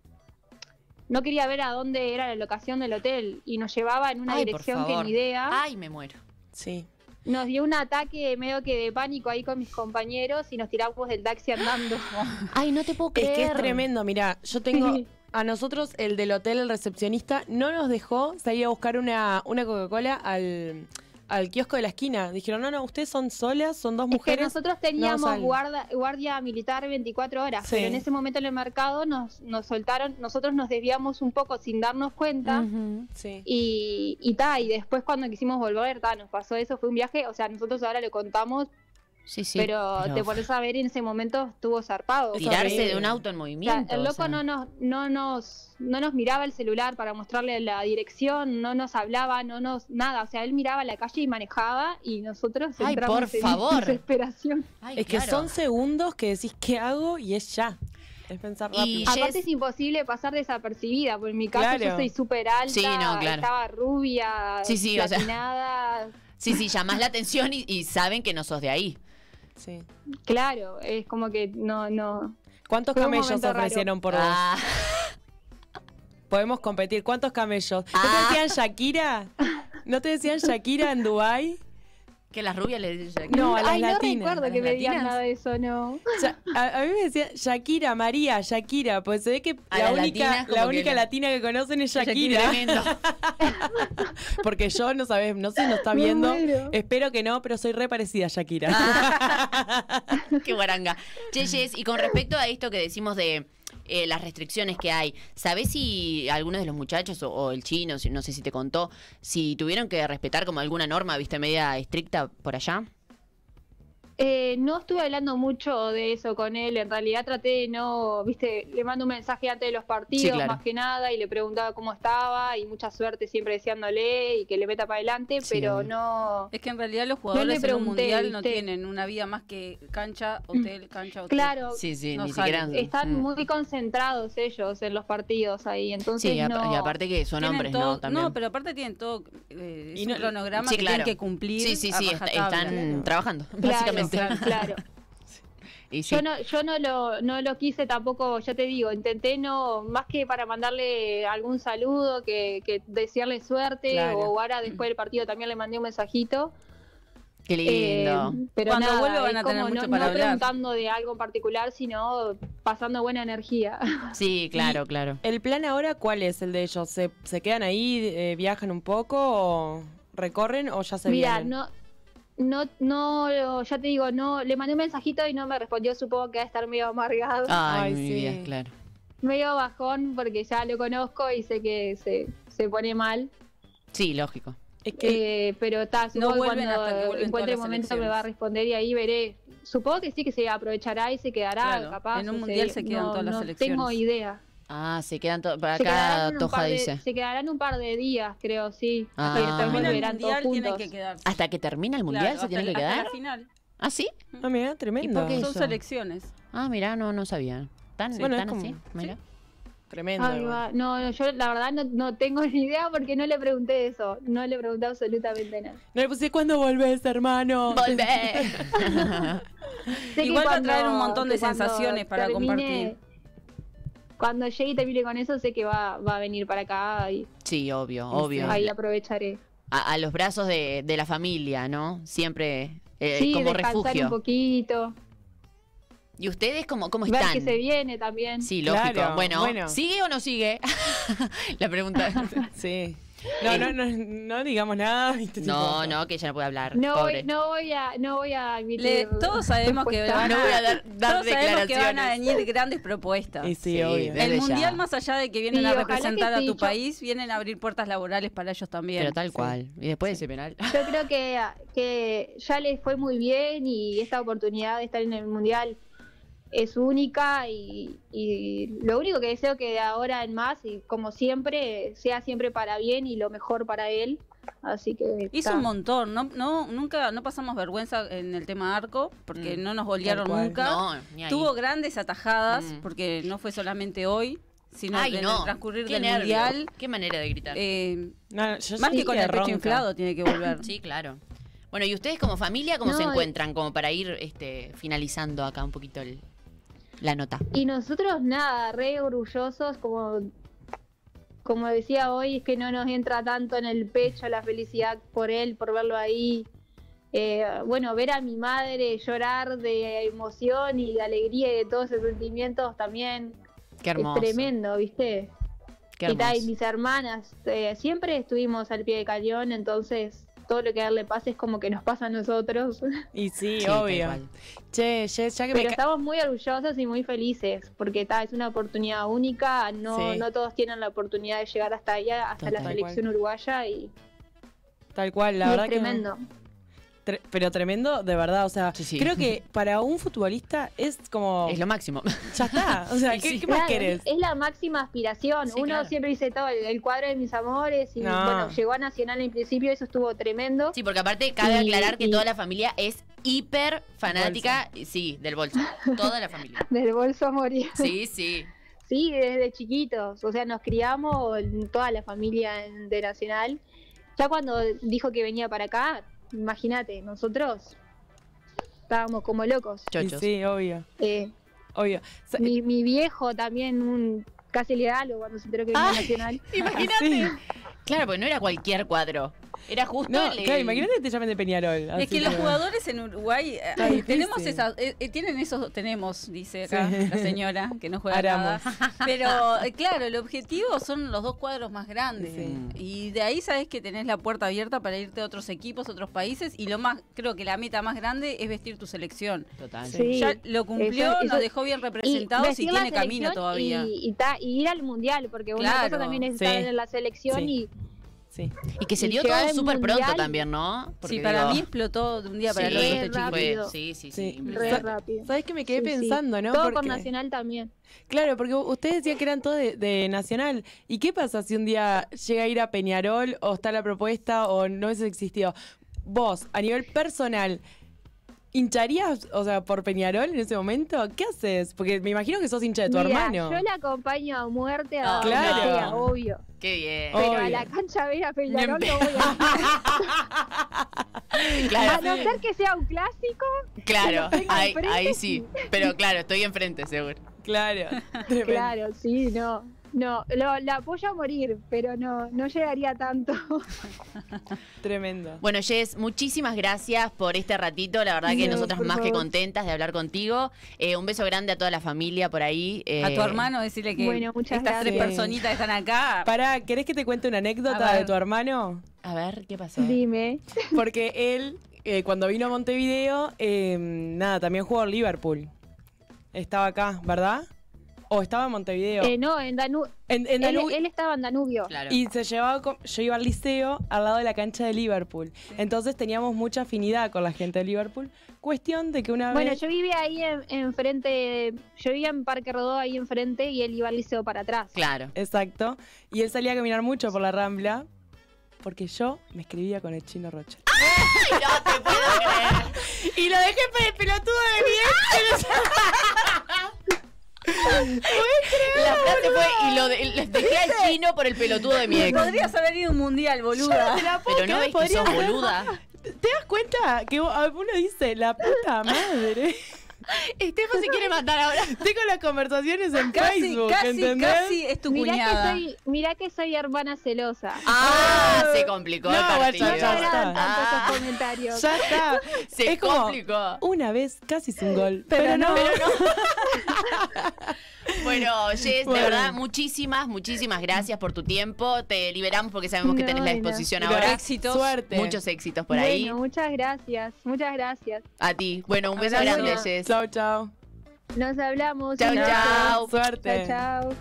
[SPEAKER 8] no quería ver a dónde era la locación del hotel y nos llevaba en una
[SPEAKER 1] Ay, por
[SPEAKER 8] dirección que
[SPEAKER 1] favor.
[SPEAKER 8] ni idea.
[SPEAKER 1] Ay, me muero.
[SPEAKER 2] Sí.
[SPEAKER 8] Nos dio un ataque medio que de pánico ahí con mis compañeros y nos tiramos del taxi andando.
[SPEAKER 1] Ay, no te puedo
[SPEAKER 2] Es
[SPEAKER 1] creer.
[SPEAKER 2] que es tremendo, mirá, yo tengo... A nosotros el del hotel, el recepcionista, no nos dejó salir a buscar una, una Coca-Cola al, al kiosco de la esquina. Dijeron, no, no, ustedes son solas, son dos
[SPEAKER 8] Es que
[SPEAKER 2] mujeres.
[SPEAKER 8] nosotros teníamos
[SPEAKER 2] salen.
[SPEAKER 8] guarda- guardia militar 24 horas,
[SPEAKER 2] Sí.
[SPEAKER 8] pero en ese momento en el mercado nos, nos soltaron, nosotros nos desviamos un poco sin darnos cuenta
[SPEAKER 2] Mm.
[SPEAKER 1] Ujú.
[SPEAKER 2] Sí.
[SPEAKER 8] y, y ta, y después cuando quisimos volver, ta, nos pasó eso, fue un viaje, o sea, nosotros ahora lo contamos
[SPEAKER 1] Sí, sí.
[SPEAKER 8] pero,
[SPEAKER 1] pero
[SPEAKER 8] te pones a ver y en ese momento estuvo zarpado.
[SPEAKER 1] tirarse
[SPEAKER 2] horrible.
[SPEAKER 1] de un auto en
[SPEAKER 8] O sea,
[SPEAKER 1] movimiento.
[SPEAKER 8] el
[SPEAKER 1] o
[SPEAKER 8] loco
[SPEAKER 1] sea.
[SPEAKER 8] no, nos, no, nos, no nos miraba el celular para mostrarle la dirección, no nos hablaba, no nos nada. O sea, él miraba la calle y manejaba y nosotros
[SPEAKER 1] Ay,
[SPEAKER 8] entramos
[SPEAKER 1] por
[SPEAKER 8] en
[SPEAKER 1] favor.
[SPEAKER 8] desesperación.
[SPEAKER 1] Ay,
[SPEAKER 2] Es que
[SPEAKER 1] claro.
[SPEAKER 2] son segundos que decís, ¿qué hago? Y es ya. Es pensar
[SPEAKER 1] Y-
[SPEAKER 2] rápido.
[SPEAKER 8] Aparte es imposible pasar desapercibida, porque en mi caso yo
[SPEAKER 2] Claro.
[SPEAKER 8] soy súper alta,
[SPEAKER 1] Sí, no, claro.
[SPEAKER 8] estaba rubia,
[SPEAKER 1] Sí, sí, o sea.
[SPEAKER 8] platinada.
[SPEAKER 1] Sí, sí, llamás la atención y, y saben que no sos de ahí.
[SPEAKER 2] Sí.
[SPEAKER 8] Claro, es como que no, no.
[SPEAKER 2] ¿Cuántos
[SPEAKER 8] Fue un
[SPEAKER 2] camellos
[SPEAKER 8] momento raro.
[SPEAKER 2] ofrecieron por vos?
[SPEAKER 1] Ah,
[SPEAKER 2] Podemos competir. ¿Cuántos camellos? ¿No
[SPEAKER 1] Ah.
[SPEAKER 2] te decían Shakira? ¿No te decían Shakira en Dubai?
[SPEAKER 1] que las rubias les dicen.
[SPEAKER 2] No, a las
[SPEAKER 8] Ay, no
[SPEAKER 2] latinas,
[SPEAKER 1] a
[SPEAKER 8] recuerdo
[SPEAKER 1] las
[SPEAKER 8] que me digan
[SPEAKER 1] latinas.
[SPEAKER 8] nada de eso, no.
[SPEAKER 2] Ya- a, a mí me decían Shakira, María, Shakira. Pues se ve que
[SPEAKER 1] A
[SPEAKER 2] la
[SPEAKER 1] las
[SPEAKER 2] única,
[SPEAKER 1] latinas como
[SPEAKER 2] la
[SPEAKER 1] que
[SPEAKER 2] única
[SPEAKER 1] la-
[SPEAKER 2] latina que conocen es
[SPEAKER 1] Shakira,
[SPEAKER 2] Shakira.
[SPEAKER 1] tremendo.
[SPEAKER 2] Porque yo no sabes, no sé si nos está
[SPEAKER 8] Me
[SPEAKER 2] viendo.
[SPEAKER 8] muero.
[SPEAKER 2] Espero que no, pero soy re parecida a Shakira.
[SPEAKER 1] Ah. Qué guaranga. Che, Jess, y con respecto a esto que decimos de eh, las restricciones que hay, ¿sabés si algunos de los muchachos o, o el chino, si- no sé si te contó, si tuvieron que respetar como alguna norma, viste, media estricta por allá?
[SPEAKER 8] Eh, no estuve hablando mucho de eso con él, en realidad traté de no, viste, le mando un mensaje antes de los partidos
[SPEAKER 1] Sí, claro.
[SPEAKER 8] más que nada y le preguntaba cómo estaba y mucha suerte siempre deseándole y que le meta para adelante,
[SPEAKER 1] Sí,
[SPEAKER 8] pero
[SPEAKER 1] obvio.
[SPEAKER 8] no...
[SPEAKER 6] Es que en realidad los jugadores en un
[SPEAKER 8] pregunté,
[SPEAKER 6] mundial no
[SPEAKER 8] ¿viste? Mm.
[SPEAKER 6] tienen una vida más que cancha, hotel, cancha, hotel.
[SPEAKER 8] Claro,
[SPEAKER 1] Sí, sí,
[SPEAKER 6] No
[SPEAKER 1] ni
[SPEAKER 6] sale.
[SPEAKER 1] siquiera.
[SPEAKER 8] están
[SPEAKER 1] Mm.
[SPEAKER 8] muy concentrados ellos en los partidos ahí, entonces
[SPEAKER 1] Sí, apa-
[SPEAKER 8] no...
[SPEAKER 1] y aparte que son
[SPEAKER 6] Tienen
[SPEAKER 1] hombres,
[SPEAKER 6] todo-
[SPEAKER 1] ¿no? También.
[SPEAKER 6] pero aparte tienen todo eh, es
[SPEAKER 2] Y
[SPEAKER 6] un
[SPEAKER 2] no-
[SPEAKER 6] cronograma
[SPEAKER 1] sí,
[SPEAKER 6] que
[SPEAKER 1] claro.
[SPEAKER 6] tienen que cumplir.
[SPEAKER 1] Sí, sí,
[SPEAKER 6] a
[SPEAKER 1] sí, est-
[SPEAKER 6] rajatabla.
[SPEAKER 1] están trabajando,
[SPEAKER 8] Claro,
[SPEAKER 1] básicamente.
[SPEAKER 8] claro, claro.
[SPEAKER 1] Y sí.
[SPEAKER 8] Yo no, yo no lo, no lo quise tampoco, ya te digo, intenté no, más que para mandarle algún saludo, que, que desearle suerte,
[SPEAKER 2] Claro.
[SPEAKER 8] o ahora después del partido también le mandé un mensajito.
[SPEAKER 1] Qué lindo.
[SPEAKER 8] Eh, pero
[SPEAKER 6] Cuando
[SPEAKER 8] nada,
[SPEAKER 6] vuelva van
[SPEAKER 8] es
[SPEAKER 6] a tener
[SPEAKER 8] como
[SPEAKER 6] mucho
[SPEAKER 8] no,
[SPEAKER 6] para
[SPEAKER 8] no
[SPEAKER 6] hablar.
[SPEAKER 8] preguntando de algo en particular, sino pasando buena energía.
[SPEAKER 1] sí, claro, claro.
[SPEAKER 2] ¿El plan ahora cuál es el de ellos? ¿Se, se quedan ahí, eh, viajan un poco, o recorren o ya se
[SPEAKER 8] Mira,
[SPEAKER 2] vienen?
[SPEAKER 8] no, no, no, ya te digo, no, le mandé un mensajito y no me respondió, supongo que va a estar medio amargado.
[SPEAKER 1] Ay,
[SPEAKER 2] Ay,
[SPEAKER 1] mi
[SPEAKER 2] sí.
[SPEAKER 1] vida, claro.
[SPEAKER 8] medio bajón porque ya lo conozco y sé que se, se pone mal.
[SPEAKER 1] Sí, lógico.
[SPEAKER 2] Es que
[SPEAKER 8] Eh, pero está, supongo que
[SPEAKER 6] vuelven hasta que
[SPEAKER 8] cuando
[SPEAKER 6] vuelven
[SPEAKER 8] encuentre el
[SPEAKER 6] todas las
[SPEAKER 8] momento me
[SPEAKER 6] elecciones.
[SPEAKER 8] va a responder y ahí veré. Supongo que sí que se aprovechará y se quedará,
[SPEAKER 6] Claro,
[SPEAKER 8] capaz.
[SPEAKER 6] en un
[SPEAKER 8] o
[SPEAKER 6] mundial se quedan
[SPEAKER 8] no-
[SPEAKER 6] todas las
[SPEAKER 8] no
[SPEAKER 6] elecciones.
[SPEAKER 8] Tengo idea.
[SPEAKER 1] Ah, se quedan todos.
[SPEAKER 8] Se
[SPEAKER 1] Acá
[SPEAKER 8] quedarán un
[SPEAKER 1] Toja
[SPEAKER 8] par de-
[SPEAKER 1] dice.
[SPEAKER 8] Se quedarán un par de días, creo, sí.
[SPEAKER 1] Ah.
[SPEAKER 8] Hasta que
[SPEAKER 1] Hasta que
[SPEAKER 8] después
[SPEAKER 1] termine
[SPEAKER 6] Termina el mundial,
[SPEAKER 8] volverán todos
[SPEAKER 6] tienen
[SPEAKER 8] juntos.
[SPEAKER 6] que quedarse.
[SPEAKER 1] ¿Hasta que termina el mundial
[SPEAKER 6] Claro,
[SPEAKER 1] se
[SPEAKER 6] hasta
[SPEAKER 1] tienen
[SPEAKER 6] la-
[SPEAKER 1] que
[SPEAKER 6] hasta
[SPEAKER 1] quedar?
[SPEAKER 6] la final.
[SPEAKER 1] ¿Ah, sí?
[SPEAKER 8] eh,
[SPEAKER 2] Ah, mira, tremendo.
[SPEAKER 1] por qué
[SPEAKER 6] Son
[SPEAKER 1] Eso.
[SPEAKER 6] selecciones.
[SPEAKER 1] Ah, mirá, no, no sabía. ¿Tan,
[SPEAKER 2] Sí. Bueno, es
[SPEAKER 1] tan
[SPEAKER 2] como-
[SPEAKER 1] así? Mirá.
[SPEAKER 2] Tremendo.
[SPEAKER 8] Ahí
[SPEAKER 2] igual.
[SPEAKER 8] va. No, no, yo la verdad no, no tengo ni idea porque no le pregunté eso. No le pregunté absolutamente nada.
[SPEAKER 2] No le puse, ¿cuándo volvés, hermano?
[SPEAKER 1] ¡Volvé!
[SPEAKER 8] Sé que
[SPEAKER 6] Igual va a
[SPEAKER 8] cuando-
[SPEAKER 6] traer un montón de
[SPEAKER 8] que cuando
[SPEAKER 6] sensaciones para compartir.
[SPEAKER 8] Cuando llegue y termine con eso, sé que va, va a venir para acá y
[SPEAKER 1] Sí, obvio, obvio.
[SPEAKER 8] ahí aprovecharé.
[SPEAKER 1] A, a los brazos de, de la familia, ¿no? Siempre eh,
[SPEAKER 8] sí,
[SPEAKER 1] como
[SPEAKER 8] descansar un
[SPEAKER 1] refugio.
[SPEAKER 8] poquito,
[SPEAKER 1] ¿Y ustedes cómo, cómo
[SPEAKER 8] ver que
[SPEAKER 1] están?
[SPEAKER 8] se viene también.
[SPEAKER 1] Sí, lógico.
[SPEAKER 2] Claro,
[SPEAKER 1] bueno,
[SPEAKER 2] bueno.
[SPEAKER 1] ¿sigue o no sigue? la pregunta.
[SPEAKER 2] Sí. No, no, no, no digamos nada. ¿viste?
[SPEAKER 1] no,
[SPEAKER 2] Tipo,
[SPEAKER 1] no, que ya no puede hablar.
[SPEAKER 8] No voy,
[SPEAKER 1] pobre.
[SPEAKER 8] no voy a, no voy a admitir.
[SPEAKER 6] Le- todos sabemos que
[SPEAKER 8] respuesta.
[SPEAKER 6] van
[SPEAKER 1] No
[SPEAKER 6] a,
[SPEAKER 1] voy a dar- dar
[SPEAKER 6] todos sabemos que van a
[SPEAKER 1] declaraciones.
[SPEAKER 6] venir grandes propuestas.
[SPEAKER 2] Y sí,
[SPEAKER 1] Sí,
[SPEAKER 2] obvio.
[SPEAKER 1] de-
[SPEAKER 6] El
[SPEAKER 1] Desde
[SPEAKER 6] mundial,
[SPEAKER 1] ya.
[SPEAKER 6] más allá de que vienen
[SPEAKER 8] Sí,
[SPEAKER 6] a
[SPEAKER 8] ojalá que
[SPEAKER 6] representar
[SPEAKER 8] sí,
[SPEAKER 6] a tu
[SPEAKER 8] yo-
[SPEAKER 6] país, vienen a abrir puertas laborales para ellos también.
[SPEAKER 1] Pero tal cual. Y después de ese penal.
[SPEAKER 8] Yo creo que, que ya les fue muy bien y esta oportunidad de estar en el Mundial es única y, y lo único que deseo que de ahora en más, y como siempre, sea siempre para bien y lo mejor para él. Así que...
[SPEAKER 6] Hizo
[SPEAKER 8] ta.
[SPEAKER 6] un montón, no, no, nunca, no pasamos vergüenza en el tema arco, porque
[SPEAKER 1] Mm.
[SPEAKER 6] no nos golearon
[SPEAKER 2] Tal cual.
[SPEAKER 6] nunca.
[SPEAKER 1] Ah, No, ni ahí.
[SPEAKER 6] Tuvo grandes atajadas,
[SPEAKER 1] Mm.
[SPEAKER 6] porque no fue solamente hoy, sino
[SPEAKER 1] Ay,
[SPEAKER 6] en
[SPEAKER 1] no.
[SPEAKER 6] el transcurrir
[SPEAKER 1] Qué
[SPEAKER 6] del
[SPEAKER 1] nervio.
[SPEAKER 6] mundial.
[SPEAKER 1] Qué manera de gritar.
[SPEAKER 6] eh,
[SPEAKER 2] No, no, yo
[SPEAKER 6] más
[SPEAKER 2] sí
[SPEAKER 6] que con
[SPEAKER 2] que
[SPEAKER 6] el pecho
[SPEAKER 2] ronca.
[SPEAKER 6] inflado tiene que volver.
[SPEAKER 1] Sí, claro. Bueno, ¿y ustedes como familia cómo se
[SPEAKER 8] No, eh,
[SPEAKER 1] encuentran? Como para ir este, finalizando acá un poquito el- la nota.
[SPEAKER 8] Y nosotros nada, re orgullosos, como, como decía hoy, es que no nos entra tanto en el pecho la felicidad por él, por verlo ahí. Eh, bueno, ver a mi madre llorar de emoción y de alegría y de todos esos sentimientos también
[SPEAKER 1] Qué hermoso.
[SPEAKER 8] es tremendo, ¿viste?
[SPEAKER 1] Qué
[SPEAKER 8] y, ta, y
[SPEAKER 1] hermoso.
[SPEAKER 8] mis hermanas, eh, siempre estuvimos al pie de cañón, entonces todo lo que a él le pasa es como que nos pasa a nosotros.
[SPEAKER 2] Y sí,
[SPEAKER 1] Sí, tal
[SPEAKER 2] obvio.
[SPEAKER 1] cual.
[SPEAKER 2] Che, Jess, ya que me
[SPEAKER 8] Pero
[SPEAKER 2] ca-
[SPEAKER 8] estamos muy orgullosos y muy felices, porque ta, es una oportunidad única, no,
[SPEAKER 2] Sí.
[SPEAKER 8] no todos tienen la oportunidad de llegar hasta allá, hasta
[SPEAKER 1] Total.
[SPEAKER 8] la selección uruguaya y,
[SPEAKER 2] Tal cual, la
[SPEAKER 8] y
[SPEAKER 2] verdad
[SPEAKER 8] es tremendo.
[SPEAKER 2] que tre- pero tremendo, de verdad. O sea,
[SPEAKER 1] Sí, sí.
[SPEAKER 2] creo que para un futbolista es como.
[SPEAKER 1] Es lo máximo.
[SPEAKER 2] Ya está. O sea,
[SPEAKER 1] Y
[SPEAKER 2] ¿qué,
[SPEAKER 1] sí.
[SPEAKER 2] qué más
[SPEAKER 8] Claro,
[SPEAKER 2] querés?
[SPEAKER 8] es- Es la máxima aspiración.
[SPEAKER 1] Sí,
[SPEAKER 8] Uno
[SPEAKER 1] claro.
[SPEAKER 8] siempre dice todo, el, el cuadro de mis amores. Y
[SPEAKER 2] No.
[SPEAKER 8] bueno, llegó a Nacional en principio, eso estuvo tremendo.
[SPEAKER 1] Sí, porque aparte cabe
[SPEAKER 8] Y-
[SPEAKER 1] aclarar que
[SPEAKER 8] y-
[SPEAKER 1] toda la familia es hiper fanática, y- sí, del bolso. Toda la familia.
[SPEAKER 8] Del bolso a morir.
[SPEAKER 1] Sí, sí.
[SPEAKER 8] Sí, desde chiquitos. O sea, nos criamos en toda la familia en- de Nacional. Ya cuando dijo que venía para acá, imagínate, nosotros estábamos como locos.
[SPEAKER 2] Y
[SPEAKER 1] Chochos.
[SPEAKER 2] Sí, obvio.
[SPEAKER 8] Eh,
[SPEAKER 2] Obvio. Sa-
[SPEAKER 8] mi, mi viejo también un, casi le da algo cuando se enteró que venía
[SPEAKER 6] Ah.
[SPEAKER 1] Ay.
[SPEAKER 8] Nacional.
[SPEAKER 2] Sí.
[SPEAKER 1] Claro, porque no era cualquier cuadro. Era justo
[SPEAKER 2] No,
[SPEAKER 1] el-
[SPEAKER 2] claro, imagínate que te llamen de Peñarol.
[SPEAKER 6] Es que
[SPEAKER 2] así
[SPEAKER 6] los jugadores en Uruguay eh,
[SPEAKER 2] Está difícil.
[SPEAKER 6] tenemos esas, eh, eh, tienen esos, tenemos, dice acá
[SPEAKER 2] Sí.
[SPEAKER 6] la señora que no juega
[SPEAKER 2] Aramos.
[SPEAKER 6] nada. Pero eh, claro, el objetivo son los dos cuadros más grandes.
[SPEAKER 2] Sí.
[SPEAKER 6] Y de ahí sabes que tenés la puerta abierta para irte a otros equipos, otros países. Y lo más, creo que la meta más grande es vestir tu selección.
[SPEAKER 1] Total.
[SPEAKER 8] Sí.
[SPEAKER 6] Ya lo cumplió,
[SPEAKER 8] Eso- eso-
[SPEAKER 6] nos dejó bien
[SPEAKER 8] Y
[SPEAKER 6] representados y,
[SPEAKER 8] vestir la
[SPEAKER 6] tiene camino
[SPEAKER 8] selección
[SPEAKER 6] todavía.
[SPEAKER 8] Y, y ta- y ir al mundial, porque una
[SPEAKER 6] Claro.
[SPEAKER 8] cosa también es
[SPEAKER 2] Sí.
[SPEAKER 8] estar en la selección
[SPEAKER 2] Sí. Sí.
[SPEAKER 1] Y que se
[SPEAKER 8] Y
[SPEAKER 1] dio
[SPEAKER 8] llegar
[SPEAKER 1] todo
[SPEAKER 8] al
[SPEAKER 1] súper pronto
[SPEAKER 8] mundial.
[SPEAKER 1] también, ¿no?
[SPEAKER 6] sí, para
[SPEAKER 1] digo,
[SPEAKER 6] mí explotó de un día para
[SPEAKER 1] sí,
[SPEAKER 6] el otro
[SPEAKER 8] re
[SPEAKER 6] este
[SPEAKER 1] fue-
[SPEAKER 6] chico.
[SPEAKER 8] rápido.
[SPEAKER 1] sí, sí, sí,
[SPEAKER 2] Sí.
[SPEAKER 8] y
[SPEAKER 1] impresionante.
[SPEAKER 8] re rápido.
[SPEAKER 2] ¿Sabes qué me quedé
[SPEAKER 8] Sí, sí.
[SPEAKER 2] pensando, no?
[SPEAKER 8] Todo
[SPEAKER 2] Porque-
[SPEAKER 8] por Nacional también.
[SPEAKER 2] Claro, porque ustedes decían que eran todos de, de Nacional. ¿Y qué pasa si un día llega a ir a Peñarol o está la propuesta o no es existido? Vos, a nivel personal, ¿hincharías, o sea, por Peñarol en ese momento? ¿Qué haces? Porque me imagino que sos hincha de tu
[SPEAKER 8] Mira,
[SPEAKER 2] hermano.
[SPEAKER 8] Yo la acompaño a muerte a
[SPEAKER 1] Ah,
[SPEAKER 8] donde
[SPEAKER 2] claro.
[SPEAKER 8] sea, obvio.
[SPEAKER 1] Qué bien.
[SPEAKER 2] Oh.
[SPEAKER 8] Pero a
[SPEAKER 2] Obvio.
[SPEAKER 8] la cancha de ir a Peñarol
[SPEAKER 1] Ni
[SPEAKER 8] no
[SPEAKER 1] en
[SPEAKER 8] voy a A
[SPEAKER 1] Claro,
[SPEAKER 8] no ser que sea un clásico,
[SPEAKER 1] claro.
[SPEAKER 8] tengo
[SPEAKER 1] Ahí,
[SPEAKER 8] enfrente,
[SPEAKER 1] ahí sí. Pero claro, estoy enfrente, seguro.
[SPEAKER 2] Claro. tremendo.
[SPEAKER 8] claro, sí, no. No, lo, la apoyo a morir, pero no, no llegaría tanto.
[SPEAKER 2] Tremendo.
[SPEAKER 1] Bueno, Jess, muchísimas gracias por este ratito. La verdad que
[SPEAKER 8] No,
[SPEAKER 1] nosotras
[SPEAKER 8] por
[SPEAKER 1] más que
[SPEAKER 8] favor.
[SPEAKER 1] contentas de hablar contigo. Eh, un beso grande a toda la familia por ahí.
[SPEAKER 6] A
[SPEAKER 1] eh,
[SPEAKER 6] tu hermano decirle que
[SPEAKER 8] Bueno, muchas
[SPEAKER 6] estas tres
[SPEAKER 8] gracias.
[SPEAKER 6] personitas que están acá.
[SPEAKER 2] Pará, ¿querés que te cuente una
[SPEAKER 6] A
[SPEAKER 2] anécdota
[SPEAKER 6] ver.
[SPEAKER 2] de tu hermano?
[SPEAKER 1] A ver, ¿qué pasó?
[SPEAKER 8] Dime.
[SPEAKER 2] Porque él, eh, cuando vino a Montevideo, eh, nada, también jugó en Liverpool. Estaba acá, ¿verdad? O estaba en Montevideo.
[SPEAKER 8] Eh, no, en Danu
[SPEAKER 2] en, en
[SPEAKER 8] él,
[SPEAKER 2] Danubio.
[SPEAKER 8] él estaba en Danubio.
[SPEAKER 1] Claro.
[SPEAKER 2] Y se llevaba con- yo iba al liceo al lado de la cancha de Liverpool. Entonces teníamos mucha afinidad con la gente de Liverpool. Cuestión de que una
[SPEAKER 8] Bueno,
[SPEAKER 2] vez.
[SPEAKER 8] yo vivía ahí en- enfrente, de- yo vivía en Parque Rodó ahí enfrente y él iba al liceo para atrás.
[SPEAKER 1] Claro.
[SPEAKER 2] Exacto. Y él salía a caminar mucho por la rambla. Porque yo me escribía con el chino Rocha.
[SPEAKER 1] No te puedo creer.
[SPEAKER 2] Y lo dejé para el pelotudo de bien.
[SPEAKER 1] La frase fue, y lo de- lo dejé al chino por el pelotudo de mi ex.
[SPEAKER 6] Podrías haber ido a un mundial, boluda.
[SPEAKER 1] Pero no ves que
[SPEAKER 2] podría
[SPEAKER 1] sos
[SPEAKER 2] haber-
[SPEAKER 1] boluda.
[SPEAKER 2] ¿Te das cuenta? Que vos- uno dice, la puta madre.
[SPEAKER 1] Estefan se quiere matar ahora.
[SPEAKER 2] Tengo las conversaciones en
[SPEAKER 6] Casi,
[SPEAKER 2] Facebook,
[SPEAKER 6] casi,
[SPEAKER 2] ¿entendés?
[SPEAKER 6] casi es tu
[SPEAKER 8] Mirá
[SPEAKER 6] cuñada.
[SPEAKER 8] que, soy, mirá que soy hermana celosa.
[SPEAKER 1] Ah, se complicó el
[SPEAKER 2] No,
[SPEAKER 1] partido.
[SPEAKER 2] guacha,
[SPEAKER 8] no me
[SPEAKER 2] ya está.
[SPEAKER 8] agradan tanto
[SPEAKER 1] Ah.
[SPEAKER 8] esos comentarios.
[SPEAKER 2] Ya está.
[SPEAKER 1] Se
[SPEAKER 2] Es como-
[SPEAKER 1] complicó.
[SPEAKER 2] Una vez casi es un gol. Pero, no.
[SPEAKER 1] Bueno, Jess,
[SPEAKER 2] Bueno.
[SPEAKER 1] de verdad, muchísimas, muchísimas gracias por tu tiempo. Te liberamos porque sabemos que
[SPEAKER 8] No,
[SPEAKER 1] tenés la
[SPEAKER 8] bueno.
[SPEAKER 1] disposición
[SPEAKER 2] Pero
[SPEAKER 1] ahora.
[SPEAKER 6] éxitos.
[SPEAKER 2] Suerte.
[SPEAKER 1] Muchos éxitos por
[SPEAKER 8] bueno,
[SPEAKER 1] ahí.
[SPEAKER 8] muchas gracias, muchas gracias.
[SPEAKER 1] A ti. Bueno, un beso
[SPEAKER 6] Abrazo.
[SPEAKER 1] grande, Jess.
[SPEAKER 2] Chao, chao.
[SPEAKER 8] Nos hablamos.
[SPEAKER 1] Chau,
[SPEAKER 8] un abrazo.
[SPEAKER 1] chau.
[SPEAKER 2] Suerte.
[SPEAKER 8] Chau, chau.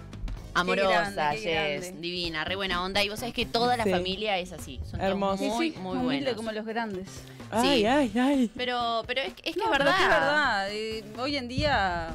[SPEAKER 1] Amorosa,
[SPEAKER 6] Qué grande, qué
[SPEAKER 1] Jess.
[SPEAKER 6] grande.
[SPEAKER 1] Divina, re buena onda. Y vos sabés que toda la
[SPEAKER 2] Sí.
[SPEAKER 1] familia es así. Son todos
[SPEAKER 2] Hermoso.
[SPEAKER 1] muy,
[SPEAKER 6] Sí, sí,
[SPEAKER 1] muy
[SPEAKER 6] humilde
[SPEAKER 1] buenos.
[SPEAKER 6] como los grandes.
[SPEAKER 2] Ay,
[SPEAKER 1] Sí.
[SPEAKER 2] ay, ay.
[SPEAKER 1] Pero, pero es, es que es
[SPEAKER 6] No, pero
[SPEAKER 1] verdad.
[SPEAKER 6] que es verdad. Eh, hoy en día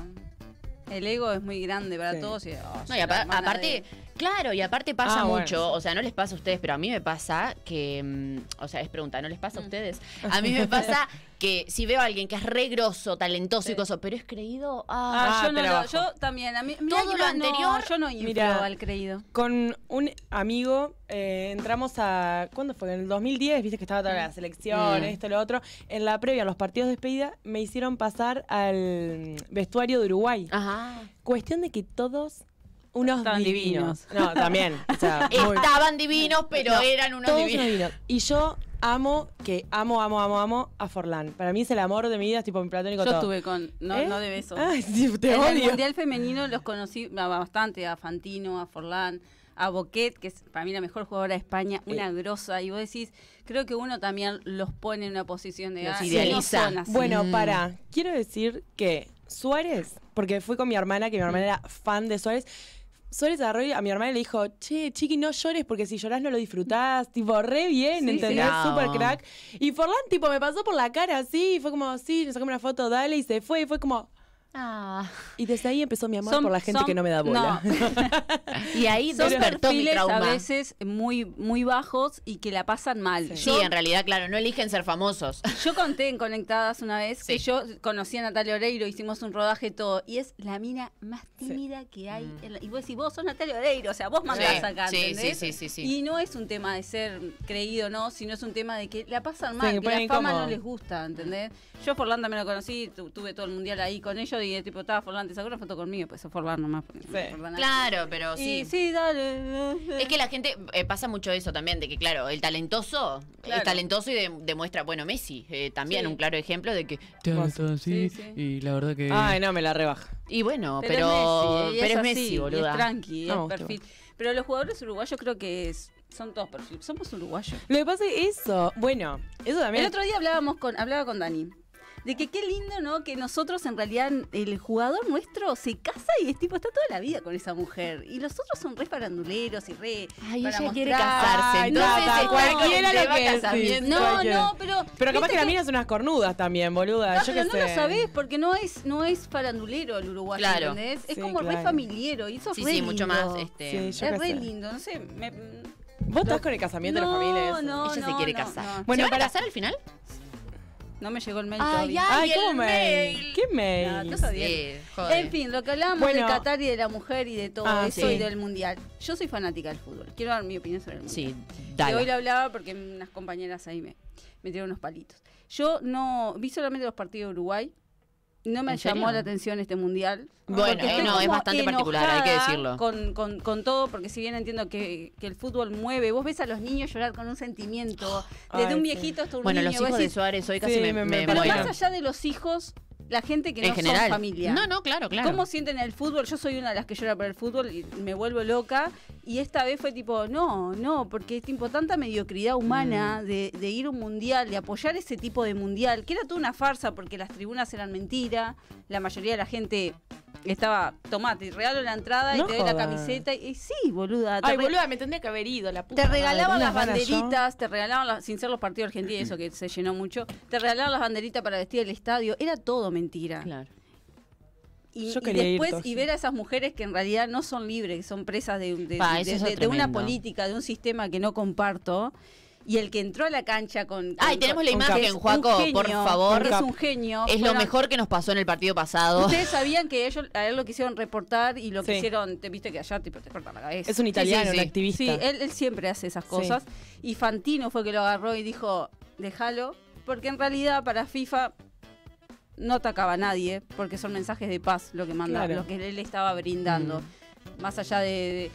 [SPEAKER 6] el ego es muy grande para
[SPEAKER 2] Sí.
[SPEAKER 6] todos. y, oh,
[SPEAKER 1] No,
[SPEAKER 6] soy
[SPEAKER 1] y
[SPEAKER 6] la
[SPEAKER 1] apa-
[SPEAKER 6] hermana
[SPEAKER 1] aparte,
[SPEAKER 6] de-
[SPEAKER 1] claro, y aparte pasa
[SPEAKER 2] Ah, bueno.
[SPEAKER 1] mucho, o sea, no les pasa a ustedes, pero a mí me pasa que, mm, o sea, es pregunta, ¿no les pasa a
[SPEAKER 6] Mm.
[SPEAKER 1] ustedes? A mí me pasa que si veo a alguien que es re grosso, talentoso y
[SPEAKER 6] Sí.
[SPEAKER 1] coso, pero es creído, ah,
[SPEAKER 6] Ah,
[SPEAKER 2] Ah,
[SPEAKER 6] yo, no
[SPEAKER 2] te
[SPEAKER 6] lo-
[SPEAKER 2] la bajo.
[SPEAKER 6] yo también. A mí, mirá
[SPEAKER 1] Todo
[SPEAKER 6] que
[SPEAKER 1] lo
[SPEAKER 6] no- no,
[SPEAKER 1] anterior,
[SPEAKER 6] yo no inflo
[SPEAKER 2] mirá.
[SPEAKER 6] al creído.
[SPEAKER 2] Con un amigo eh, entramos a. ¿Cuándo fue? En el 2010, viste que estaba toda la selección,
[SPEAKER 1] Mm.
[SPEAKER 2] esto, lo otro. En la previa, en los partidos de despedida, me hicieron pasar al vestuario de
[SPEAKER 6] Ah.
[SPEAKER 2] Uruguay.
[SPEAKER 1] Ah. ajá.
[SPEAKER 2] Cuestión de que todos. Unos
[SPEAKER 6] Estaban
[SPEAKER 2] divinos. No, también. O sea, muy-
[SPEAKER 1] Estaban divinos, pero
[SPEAKER 2] No,
[SPEAKER 1] eran unos
[SPEAKER 2] Todos
[SPEAKER 1] divinos.
[SPEAKER 2] unos divinos. Y yo amo, que amo, amo, amo, amo a Forlán. Para mí es el amor de mi vida, es tipo mi platónico
[SPEAKER 6] Yo
[SPEAKER 2] todo.
[SPEAKER 6] estuve con. No,
[SPEAKER 2] ¿Eh?
[SPEAKER 6] no de besos.
[SPEAKER 2] Ay, sí, te
[SPEAKER 6] en el
[SPEAKER 2] odio.
[SPEAKER 6] Mundial Femenino los conocí ba- bastante, a Fantino, a Forlán, a Boquet, que es para mí la mejor jugadora de España, una grosa. Y vos decís, creo que uno también los pone en una posición de...
[SPEAKER 1] Los
[SPEAKER 6] "Ah,
[SPEAKER 1] idealiza.
[SPEAKER 6] no son así".
[SPEAKER 2] Bueno,
[SPEAKER 1] Mm.
[SPEAKER 2] para, quiero decir que Suárez, porque fui con mi hermana, que mi hermana era fan de Suárez, Suárez agarró y a mi hermana le dijo, che, chiqui, no llores porque si llorás no lo disfrutás. Tipo, re bien, ¿entendés?
[SPEAKER 1] Bravo.
[SPEAKER 2] Super crack. Y Forlán, tipo, me pasó por la cara así. Y fue como, sí, le sacamos una foto, dale. Y se fue. Y fue como...
[SPEAKER 1] Ah.
[SPEAKER 2] Y desde ahí empezó mi amor
[SPEAKER 6] Son-
[SPEAKER 2] por la gente
[SPEAKER 6] son-
[SPEAKER 2] que no me da bola.
[SPEAKER 6] no.
[SPEAKER 1] Y ahí
[SPEAKER 6] Son
[SPEAKER 1] despertó mi
[SPEAKER 6] perfiles
[SPEAKER 1] trauma.
[SPEAKER 6] a veces muy, muy bajos y que la pasan mal.
[SPEAKER 1] Sí,
[SPEAKER 6] Yo,
[SPEAKER 1] en realidad, claro, no eligen ser famosos.
[SPEAKER 6] yo conté en Conectadas una vez que
[SPEAKER 1] Sí.
[SPEAKER 6] yo conocí a Natalia Oreiro, hicimos un rodaje y todo, y es la mina más tímida que hay.
[SPEAKER 1] Mm.
[SPEAKER 6] en la- y vos decís, vos sos Natalia Oreiro, o sea, vos mandás
[SPEAKER 1] Sí,
[SPEAKER 6] acá,
[SPEAKER 1] sí,
[SPEAKER 6] ¿entendés?
[SPEAKER 1] sí, sí, sí, sí.
[SPEAKER 6] Y no es un tema de ser creído, ¿no? Sino es un tema de que la pasan mal,
[SPEAKER 2] que
[SPEAKER 6] que
[SPEAKER 2] ponen Mm.
[SPEAKER 6] la fama
[SPEAKER 2] incómodo.
[SPEAKER 6] no les gusta, ¿entendés? Yo a Forlán también lo conocí, tu- tuve todo el mundial ahí con ellos y eh, tipo, estaba Forlán, te sacó una foto conmigo, pues Forlán nomás. porque no me
[SPEAKER 2] Sí.
[SPEAKER 6] acuerdo nada.
[SPEAKER 1] Claro, pero sí.
[SPEAKER 6] Y sí, dale.
[SPEAKER 1] Es que la gente eh, pasa mucho eso también, de que claro, el talentoso es
[SPEAKER 6] Claro.
[SPEAKER 1] talentoso y de- demuestra, bueno, Messi, eh, también
[SPEAKER 6] Sí.
[SPEAKER 1] un claro ejemplo de que,
[SPEAKER 7] Te hablo
[SPEAKER 2] Vos-
[SPEAKER 7] todo
[SPEAKER 6] sí,
[SPEAKER 7] así
[SPEAKER 6] sí.
[SPEAKER 7] y la verdad que...
[SPEAKER 2] Ay, no, me la rebaja.
[SPEAKER 1] y bueno, pero,
[SPEAKER 6] pero es Messi, y
[SPEAKER 1] pero es
[SPEAKER 6] así,
[SPEAKER 1] Messi,
[SPEAKER 6] y
[SPEAKER 1] boluda.
[SPEAKER 6] Es tranqui,
[SPEAKER 2] No,
[SPEAKER 6] es
[SPEAKER 2] gusta,
[SPEAKER 6] perfil. Pero los jugadores uruguayos creo que es- son todos perfil. Somos uruguayos.
[SPEAKER 2] Lo que pasa es eso. Bueno, eso también.
[SPEAKER 6] El otro día hablábamos con, hablaba con Dani. De que qué lindo, ¿no? Que nosotros en realidad, el jugador nuestro se casa y es tipo, está toda la vida con esa mujer. Y los otros son re faranduleros y re.
[SPEAKER 1] Ay,
[SPEAKER 6] para
[SPEAKER 1] ella quiere
[SPEAKER 6] mostrar.
[SPEAKER 1] casarse,
[SPEAKER 2] Ay,
[SPEAKER 1] entonces eh,
[SPEAKER 2] tata,
[SPEAKER 1] está
[SPEAKER 2] cualquiera
[SPEAKER 1] con
[SPEAKER 2] lo
[SPEAKER 1] tema
[SPEAKER 2] que decís.
[SPEAKER 1] casamiento.
[SPEAKER 6] No,
[SPEAKER 2] Cualquiera.
[SPEAKER 6] no, pero.
[SPEAKER 2] Pero capaz
[SPEAKER 6] ¿viste
[SPEAKER 2] que la
[SPEAKER 6] que-
[SPEAKER 2] mina es unas cornudas también, boluda.
[SPEAKER 6] No,
[SPEAKER 2] Yo
[SPEAKER 6] pero
[SPEAKER 2] qué
[SPEAKER 6] no
[SPEAKER 2] sé.
[SPEAKER 6] lo sabés porque no es, no es farandulero el uruguayo,
[SPEAKER 1] Claro.
[SPEAKER 6] ¿entendés? Es
[SPEAKER 2] Sí,
[SPEAKER 6] como
[SPEAKER 2] claro.
[SPEAKER 6] re familiero y eso es
[SPEAKER 1] Sí,
[SPEAKER 6] re
[SPEAKER 1] sí, mucho más.
[SPEAKER 6] lindo.
[SPEAKER 1] Este,
[SPEAKER 2] Sí, yo
[SPEAKER 6] Es
[SPEAKER 2] qué
[SPEAKER 6] re
[SPEAKER 2] sé.
[SPEAKER 6] lindo, no sé. me-
[SPEAKER 2] Vos estás con el casamiento de la familia. eso?
[SPEAKER 6] no,
[SPEAKER 1] ella se
[SPEAKER 6] no,
[SPEAKER 1] quiere
[SPEAKER 6] no,
[SPEAKER 1] casar.
[SPEAKER 6] no.
[SPEAKER 1] Bueno, ¿Se
[SPEAKER 2] Bueno,
[SPEAKER 1] van
[SPEAKER 2] para-
[SPEAKER 1] a casar al final?
[SPEAKER 6] No me llegó el mail
[SPEAKER 1] Ay,
[SPEAKER 6] todavía. Ah,
[SPEAKER 1] ay, el
[SPEAKER 2] ¿cómo mail?
[SPEAKER 1] mail.
[SPEAKER 2] ¿Qué mail?
[SPEAKER 6] No, cosa bien.
[SPEAKER 1] Sí, joder.
[SPEAKER 6] En fin, lo que hablábamos
[SPEAKER 2] Bueno.
[SPEAKER 6] de Qatar y de la mujer y de todo
[SPEAKER 2] Ah,
[SPEAKER 6] eso
[SPEAKER 2] sí.
[SPEAKER 6] y del mundial. Yo soy fanática del fútbol. Quiero dar mi opinión sobre el mundial.
[SPEAKER 1] Sí,
[SPEAKER 6] Que hoy lo
[SPEAKER 1] dale.
[SPEAKER 6] hablaba porque unas compañeras ahí me, me tiraron unos palitos. Yo no vi solamente los partidos de Uruguay. No me
[SPEAKER 1] ¿En
[SPEAKER 6] llamó
[SPEAKER 1] serio?
[SPEAKER 6] la atención este mundial.
[SPEAKER 1] Bueno,
[SPEAKER 6] Porque
[SPEAKER 1] eh,
[SPEAKER 6] estoy
[SPEAKER 1] no, es
[SPEAKER 6] como
[SPEAKER 1] bastante particular, hay que
[SPEAKER 6] enojada
[SPEAKER 1] decirlo.
[SPEAKER 6] Con, con- con todo, porque si bien entiendo que, que el fútbol mueve, vos ves a los niños llorar con un sentimiento, desde
[SPEAKER 2] Ay,
[SPEAKER 6] un
[SPEAKER 2] sí.
[SPEAKER 6] viejito hasta un
[SPEAKER 1] Bueno,
[SPEAKER 6] niño.
[SPEAKER 1] los
[SPEAKER 6] vos
[SPEAKER 1] hijos de
[SPEAKER 6] decís,
[SPEAKER 1] Suárez hoy casi
[SPEAKER 2] Sí,
[SPEAKER 1] me, me
[SPEAKER 2] me- me-
[SPEAKER 6] pero
[SPEAKER 1] muero.
[SPEAKER 6] más allá de los hijos, la gente que
[SPEAKER 1] En
[SPEAKER 6] no
[SPEAKER 1] general.
[SPEAKER 6] son familia.
[SPEAKER 1] No, no, claro, claro.
[SPEAKER 6] ¿Cómo sienten el fútbol? Yo soy una de las que llora por el fútbol y me vuelvo loca. Y esta vez fue tipo, no, no, porque es tipo tanta mediocridad
[SPEAKER 2] Mm.
[SPEAKER 6] humana de, de ir a un mundial, de apoyar ese tipo de mundial, que era toda una farsa porque las tribunas eran mentira, la mayoría de la gente estaba, tomate, regalo la entrada
[SPEAKER 2] No
[SPEAKER 6] y te doy la
[SPEAKER 2] jodas.
[SPEAKER 6] camiseta. Y, y sí, boluda. te
[SPEAKER 2] Ay,
[SPEAKER 6] re-
[SPEAKER 2] boluda, me tendría que haber ido, la puta.
[SPEAKER 6] te
[SPEAKER 2] madre.
[SPEAKER 6] regalaban
[SPEAKER 2] Unas
[SPEAKER 6] las
[SPEAKER 2] ganas yo.
[SPEAKER 6] banderitas, te regalaban, las- sin ser los partidos argentinos, eso que se llenó mucho, te regalaban las banderitas para vestir el estadio, era todo mentira.
[SPEAKER 1] Claro.
[SPEAKER 6] Y,
[SPEAKER 2] Yo
[SPEAKER 6] y
[SPEAKER 2] quería ir,
[SPEAKER 6] después,
[SPEAKER 2] Toshi.
[SPEAKER 6] y ver a esas mujeres que en realidad no son libres, que son presas de, de-
[SPEAKER 1] Pa,
[SPEAKER 6] de-
[SPEAKER 1] eso es
[SPEAKER 6] de- de una
[SPEAKER 1] tremendo.
[SPEAKER 6] política, de un sistema que no comparto. Y el que entró a la cancha con.
[SPEAKER 1] Ay,
[SPEAKER 6] con-
[SPEAKER 1] tenemos la
[SPEAKER 6] con-
[SPEAKER 1] imagen,
[SPEAKER 6] es un
[SPEAKER 1] Juaco,
[SPEAKER 6] genio,
[SPEAKER 1] por favor.
[SPEAKER 6] porque Es un genio.
[SPEAKER 1] Es lo
[SPEAKER 6] Fueron-
[SPEAKER 1] mejor que nos pasó en el partido pasado.
[SPEAKER 6] Ustedes sabían que ellos a él lo quisieron reportar y lo
[SPEAKER 2] Sí.
[SPEAKER 6] quisieron. Te viste que allá tipo, te cortan la cabeza.
[SPEAKER 2] Es un italiano,
[SPEAKER 1] sí,
[SPEAKER 2] un
[SPEAKER 1] sí.
[SPEAKER 2] activista.
[SPEAKER 6] Sí, él, él siempre hace esas cosas. Y Fantino fue que lo agarró y dijo, déjalo, porque en realidad para FIFA no atacaba a nadie, porque son mensajes de paz lo que mandaba,
[SPEAKER 2] Claro. Mm.
[SPEAKER 6] lo que él estaba brindando. Más allá de,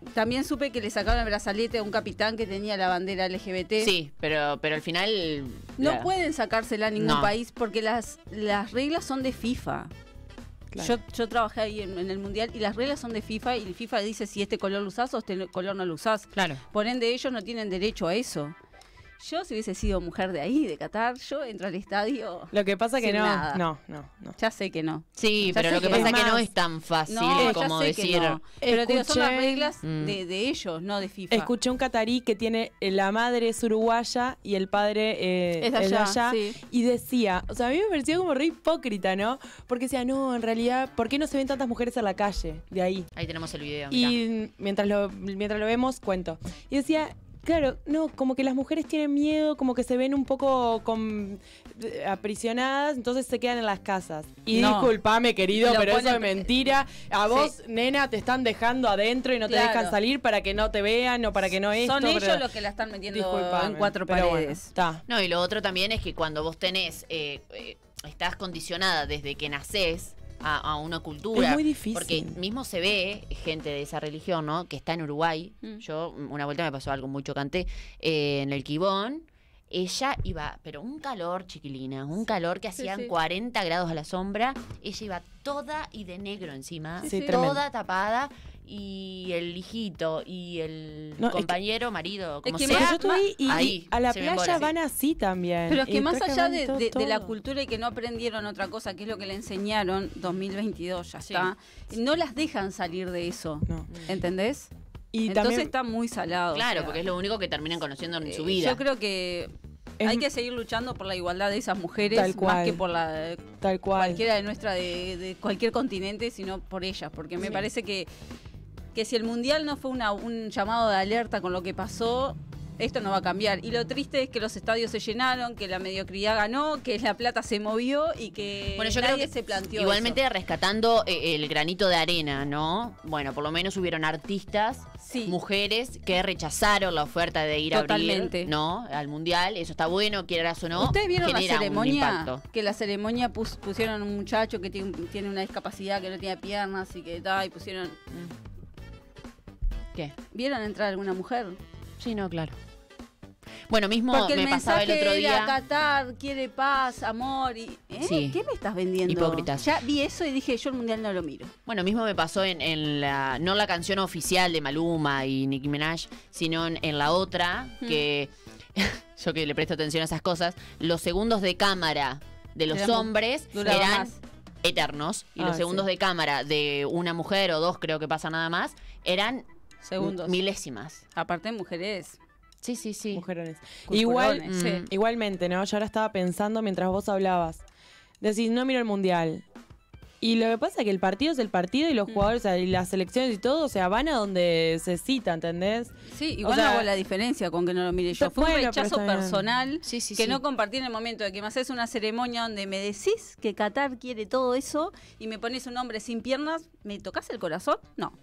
[SPEAKER 6] de- También supe que le sacaron el brazalete a un capitán que tenía la bandera LGBT.
[SPEAKER 1] Sí, pero, pero al final.
[SPEAKER 6] No
[SPEAKER 1] claro.
[SPEAKER 6] pueden sacársela a ningún
[SPEAKER 1] No.
[SPEAKER 6] país porque las, las reglas son de FIFA.
[SPEAKER 2] Claro.
[SPEAKER 6] Yo, yo trabajé ahí en, en el Mundial y las reglas son de FIFA y FIFA dice si este color lo usás o este no- color no lo usás.
[SPEAKER 1] Claro.
[SPEAKER 6] Por ende, ellos no tienen derecho a eso. Yo, si hubiese sido mujer de ahí, de Qatar, yo entro al estadio.
[SPEAKER 2] Lo que pasa que
[SPEAKER 6] Sin
[SPEAKER 2] no.
[SPEAKER 6] nada.
[SPEAKER 2] No, no, no.
[SPEAKER 6] Ya sé que no.
[SPEAKER 1] Sí,
[SPEAKER 6] Ya
[SPEAKER 1] pero
[SPEAKER 6] sé
[SPEAKER 1] lo que
[SPEAKER 6] que-
[SPEAKER 1] pasa es
[SPEAKER 2] Es
[SPEAKER 1] que no
[SPEAKER 2] más,
[SPEAKER 1] es tan fácil
[SPEAKER 6] No, ya
[SPEAKER 1] como
[SPEAKER 6] sé que
[SPEAKER 1] decir.
[SPEAKER 6] no. Pero te digo, son las
[SPEAKER 2] Escuché-
[SPEAKER 6] reglas
[SPEAKER 1] Mm.
[SPEAKER 6] de, de ellos, no de FIFA.
[SPEAKER 2] Escuché un catarí que tiene eh, la madre es uruguaya y el padre eh,
[SPEAKER 6] Es de allá, sí.
[SPEAKER 2] Y decía, o sea, a mí me parecía como re hipócrita, ¿no? Porque decía, no, en realidad, ¿por qué no se ven tantas mujeres en la calle? De ahí.
[SPEAKER 1] Ahí tenemos el
[SPEAKER 6] Ah,
[SPEAKER 1] video. mirá.
[SPEAKER 2] Y mientras lo, mientras lo vemos, cuento. Y decía, claro, no, como que las mujeres tienen miedo, como que se ven un poco con- eh, aprisionadas, entonces se quedan en las casas. Y
[SPEAKER 6] No.
[SPEAKER 2] disculpame, querido,
[SPEAKER 6] Lo
[SPEAKER 2] pero eso es
[SPEAKER 6] ponen-
[SPEAKER 2] mentira. A
[SPEAKER 6] Sí.
[SPEAKER 2] vos, nena, te están dejando adentro y no te
[SPEAKER 6] Claro.
[SPEAKER 2] dejan salir para que no te vean o para que no esto.
[SPEAKER 6] son ellos
[SPEAKER 2] pero-
[SPEAKER 6] los que la están metiendo en
[SPEAKER 2] Disculpame,
[SPEAKER 6] cuatro
[SPEAKER 2] pero bueno,
[SPEAKER 6] paredes.
[SPEAKER 2] está.
[SPEAKER 1] No, y lo otro también es que cuando vos tenés. eh, eh, estás condicionada desde que nacés. A, a una cultura.
[SPEAKER 2] Es muy difícil.
[SPEAKER 1] Porque mismo se ve gente de esa religión, ¿no? Que está en Uruguay.
[SPEAKER 6] Mm.
[SPEAKER 1] Yo, una vuelta me pasó algo muy chocante eh, en el Quibón. Ella iba, pero un calor, chiquilina, un calor que hacían
[SPEAKER 6] sí.
[SPEAKER 1] 40 grados a la sombra. Ella iba toda y de negro encima,
[SPEAKER 2] Sí, sí.
[SPEAKER 1] toda
[SPEAKER 2] Tremendo.
[SPEAKER 1] tapada. Y el hijito y el
[SPEAKER 2] No, es que-
[SPEAKER 1] compañero, marido, como
[SPEAKER 6] que
[SPEAKER 2] Pero
[SPEAKER 1] sea.
[SPEAKER 2] yo estuve ahí y,
[SPEAKER 1] ahí,
[SPEAKER 2] a la
[SPEAKER 1] se me embola,
[SPEAKER 2] playa
[SPEAKER 1] sí.
[SPEAKER 2] van así también.
[SPEAKER 6] Pero es que
[SPEAKER 2] Y
[SPEAKER 6] más
[SPEAKER 2] traje
[SPEAKER 6] allá de,
[SPEAKER 2] banditos,
[SPEAKER 6] de- de la
[SPEAKER 2] todo.
[SPEAKER 6] cultura y que no aprendieron otra cosa, que es lo que le enseñaron 2022, ya
[SPEAKER 1] Sí.
[SPEAKER 6] está, no las dejan salir de eso.
[SPEAKER 2] No.
[SPEAKER 6] ¿Entendés?
[SPEAKER 2] Y
[SPEAKER 6] Entonces
[SPEAKER 2] también
[SPEAKER 6] está muy salado.
[SPEAKER 1] Claro, porque es lo único que terminan conociendo
[SPEAKER 2] Eh,
[SPEAKER 1] en su vida.
[SPEAKER 6] Eh, Yo creo que
[SPEAKER 2] es
[SPEAKER 6] hay que seguir luchando por la igualdad de esas mujeres,
[SPEAKER 2] Tal cual.
[SPEAKER 6] más que por la de
[SPEAKER 2] tal cual.
[SPEAKER 6] cualquiera de nuestra de, de cualquier continente, sino por ellas, porque me
[SPEAKER 2] Sí.
[SPEAKER 6] parece que, que si el mundial no fue una- un llamado de alerta con lo que pasó, esto no va a cambiar. Y lo triste es que los estadios se llenaron, que la mediocridad ganó, que la plata se movió y que
[SPEAKER 1] Bueno, yo
[SPEAKER 6] nadie
[SPEAKER 1] creo que
[SPEAKER 6] se planteó.
[SPEAKER 1] Igualmente rescatando eh, el granito de arena, ¿no? Bueno, por lo menos hubieron artistas,
[SPEAKER 6] eso. sí.
[SPEAKER 1] mujeres, que rechazaron la oferta de ir a
[SPEAKER 6] Totalmente.
[SPEAKER 1] abrir, ¿no? Al mundial. Eso está bueno, quieras o no.
[SPEAKER 6] ¿Ustedes vieron la
[SPEAKER 1] genera un
[SPEAKER 6] ceremonia?
[SPEAKER 1] impacto.
[SPEAKER 6] Que la ceremonia pus- pusieron un muchacho que tiene, tiene una discapacidad, que no tiene piernas y que da, y pusieron.
[SPEAKER 1] ¿Qué?
[SPEAKER 6] ¿Vieron entrar alguna mujer?
[SPEAKER 1] Sí, no, claro. Bueno, mismo
[SPEAKER 6] Porque el
[SPEAKER 1] me pasaba
[SPEAKER 6] mensaje
[SPEAKER 1] el otro
[SPEAKER 6] era
[SPEAKER 1] día.
[SPEAKER 6] Qatar quiere paz, amor y. ¿eh?
[SPEAKER 1] Sí.
[SPEAKER 6] ¿Qué me estás vendiendo?
[SPEAKER 1] Hipócritas.
[SPEAKER 6] Ya vi eso y dije, yo el mundial no lo miro.
[SPEAKER 1] Bueno, mismo me pasó en, en la. No la canción oficial de Maluma y Nicki Minaj, sino en, en la otra,
[SPEAKER 6] Hmm.
[SPEAKER 1] que. yo que le presto atención a esas cosas. Los segundos de cámara de los
[SPEAKER 6] Eran mu-
[SPEAKER 1] hombres
[SPEAKER 6] Duraba
[SPEAKER 1] eran
[SPEAKER 6] más.
[SPEAKER 1] eternos. Y los
[SPEAKER 2] Ah,
[SPEAKER 1] segundos
[SPEAKER 2] sí.
[SPEAKER 1] de cámara de una mujer o dos, creo que pasa nada más, eran
[SPEAKER 6] Segundos.
[SPEAKER 1] milésimas.
[SPEAKER 6] Aparte, mujeres.
[SPEAKER 1] Sí, sí, sí.
[SPEAKER 2] Mujerones. Igual,
[SPEAKER 6] culturones, sí.
[SPEAKER 1] mm,
[SPEAKER 2] Igualmente, ¿no? Yo ahora estaba pensando mientras vos hablabas. Decís, no miro el mundial. Y lo que pasa es que el partido es el partido y
[SPEAKER 6] Mm.
[SPEAKER 2] los jugadores o sea, y las selecciones y todo, o sea, van a donde se cita, ¿entendés?
[SPEAKER 6] Sí,
[SPEAKER 2] O
[SPEAKER 6] igual
[SPEAKER 2] sea-
[SPEAKER 6] no hago la diferencia con que no lo mire yo.
[SPEAKER 2] Está-
[SPEAKER 6] Fue un
[SPEAKER 2] bueno, pero
[SPEAKER 6] rechazo
[SPEAKER 2] está bien.
[SPEAKER 6] personal
[SPEAKER 1] Sí, sí,
[SPEAKER 6] que
[SPEAKER 1] sí.
[SPEAKER 6] no compartí en el momento de que me haces una ceremonia donde me decís que Qatar quiere todo eso y me pones un hombre sin piernas, ¿me tocas el corazón? No,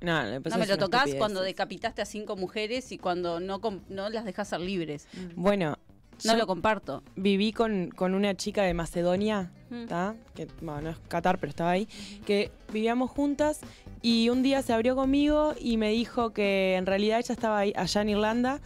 [SPEAKER 2] No, no,
[SPEAKER 6] no me lo tocas cuando decapitaste a cinco mujeres y cuando no, com- no las dejas ser libres.
[SPEAKER 2] Bueno,
[SPEAKER 6] No
[SPEAKER 2] yo
[SPEAKER 6] lo comparto.
[SPEAKER 2] viví con, con una chica de Macedonia,
[SPEAKER 6] Mm.
[SPEAKER 2] ¿tá? que bueno, no es Qatar, pero estaba ahí, que vivíamos juntas y un día se abrió conmigo y me dijo que en realidad ella estaba ahí, allá en Irlanda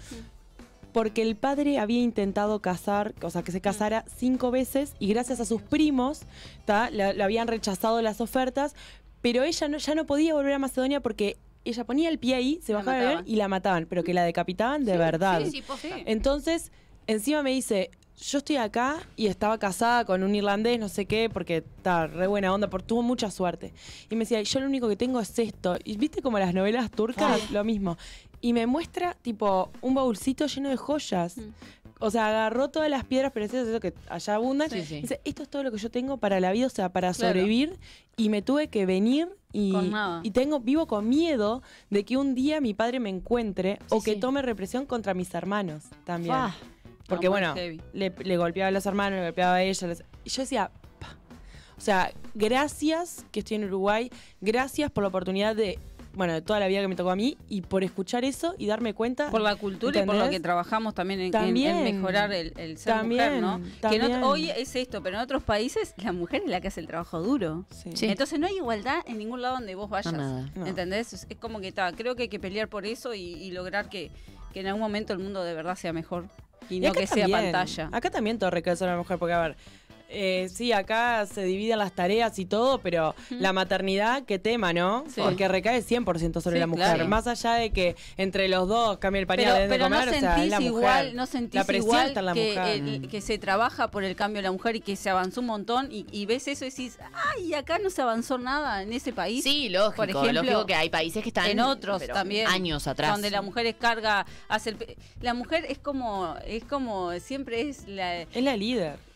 [SPEAKER 2] porque el padre había intentado casar, o sea, que se casara cinco veces y gracias a sus primos ¿tá? La- le habían rechazado las ofertas, pero ella no, ya no podía volver a Macedonia porque ella ponía el pie ahí, se
[SPEAKER 6] La
[SPEAKER 2] bajaba del avión
[SPEAKER 6] mataban.
[SPEAKER 2] y la mataban, pero que la
[SPEAKER 6] Mm.
[SPEAKER 2] decapitaban de verdad.
[SPEAKER 6] Sí, posta.
[SPEAKER 2] Entonces, encima me dice, yo estoy acá y estaba casada con un irlandés, no sé qué, porque está re buena onda, porque tuvo mucha suerte. Y me decía, yo lo único que tengo es esto. Y viste como las novelas turcas, lo mismo. Y me muestra, tipo, un baúlcito lleno de joyas.
[SPEAKER 6] Mm.
[SPEAKER 2] O sea, agarró todas las piedras preciosas eso que allá abundan.
[SPEAKER 1] Sí, sí.
[SPEAKER 2] Y Dice, esto es todo lo que yo tengo para la vida, o sea, para
[SPEAKER 6] Claro.
[SPEAKER 2] sobrevivir. Y me tuve que venir y,
[SPEAKER 6] Con nada.
[SPEAKER 2] y tengo vivo con miedo de que un día mi padre me encuentre o
[SPEAKER 1] Sí,
[SPEAKER 2] que
[SPEAKER 1] sí.
[SPEAKER 2] tome represión contra mis hermanos también.
[SPEAKER 1] Fua.
[SPEAKER 2] Porque
[SPEAKER 6] No, Ah, muy
[SPEAKER 2] bueno,
[SPEAKER 6] heavy.
[SPEAKER 2] le, le golpeaba a los hermanos, le golpeaba a ella. les- Y yo decía, "Pa". o sea, gracias que estoy en Uruguay, gracias por la oportunidad de, bueno, de toda la vida que me tocó a mí y por escuchar eso y darme cuenta.
[SPEAKER 6] Por la cultura y por lo
[SPEAKER 2] ¿Entendés?
[SPEAKER 6] que trabajamos también en, en-
[SPEAKER 2] También.
[SPEAKER 6] en mejorar el, el ser mujer,
[SPEAKER 2] También,
[SPEAKER 6] ¿no? Que
[SPEAKER 2] también.
[SPEAKER 6] no- hoy es esto, pero en otros países la mujer es la que hace el trabajo duro.
[SPEAKER 2] Sí.
[SPEAKER 1] Sí.
[SPEAKER 6] Entonces no hay igualdad en ningún lado donde vos vayas.
[SPEAKER 1] No, nada.
[SPEAKER 2] No.
[SPEAKER 6] ¿Entendés? Es, es como que está. Creo que hay que pelear por eso y, y lograr que, que en algún momento el mundo de verdad sea mejor y,
[SPEAKER 2] Y
[SPEAKER 6] no
[SPEAKER 2] acá
[SPEAKER 6] que sea
[SPEAKER 2] también,
[SPEAKER 6] pantalla.
[SPEAKER 2] Acá también todo recae sobre la mujer, porque a ver, eh, sí, acá se dividen las tareas y todo, pero la maternidad, qué tema, ¿no?
[SPEAKER 6] Sí.
[SPEAKER 2] Porque recae 100% sobre
[SPEAKER 6] Sí,
[SPEAKER 2] la mujer.
[SPEAKER 6] claro.
[SPEAKER 2] Más allá de que entre los dos cambie el pañal
[SPEAKER 6] Pero,
[SPEAKER 2] de
[SPEAKER 6] pero
[SPEAKER 2] comer,
[SPEAKER 6] no
[SPEAKER 2] o
[SPEAKER 6] sentís
[SPEAKER 2] sea, es la mujer.
[SPEAKER 6] igual, no sentís
[SPEAKER 2] La presión
[SPEAKER 6] igual
[SPEAKER 2] está en la
[SPEAKER 6] que,
[SPEAKER 2] mujer. mm.
[SPEAKER 6] el- que se trabaja por el cambio de la mujer y que se avanzó un montón y, y ves eso y decís, ay, acá no se avanzó nada en ese país.
[SPEAKER 1] Sí, lógico.
[SPEAKER 6] Por ejemplo,
[SPEAKER 1] lógico que hay países que están
[SPEAKER 6] en otros
[SPEAKER 1] pero,
[SPEAKER 6] también
[SPEAKER 1] años atrás.
[SPEAKER 6] donde la mujer es carga hace el pe- la mujer es como es como siempre es la
[SPEAKER 2] Es la líder.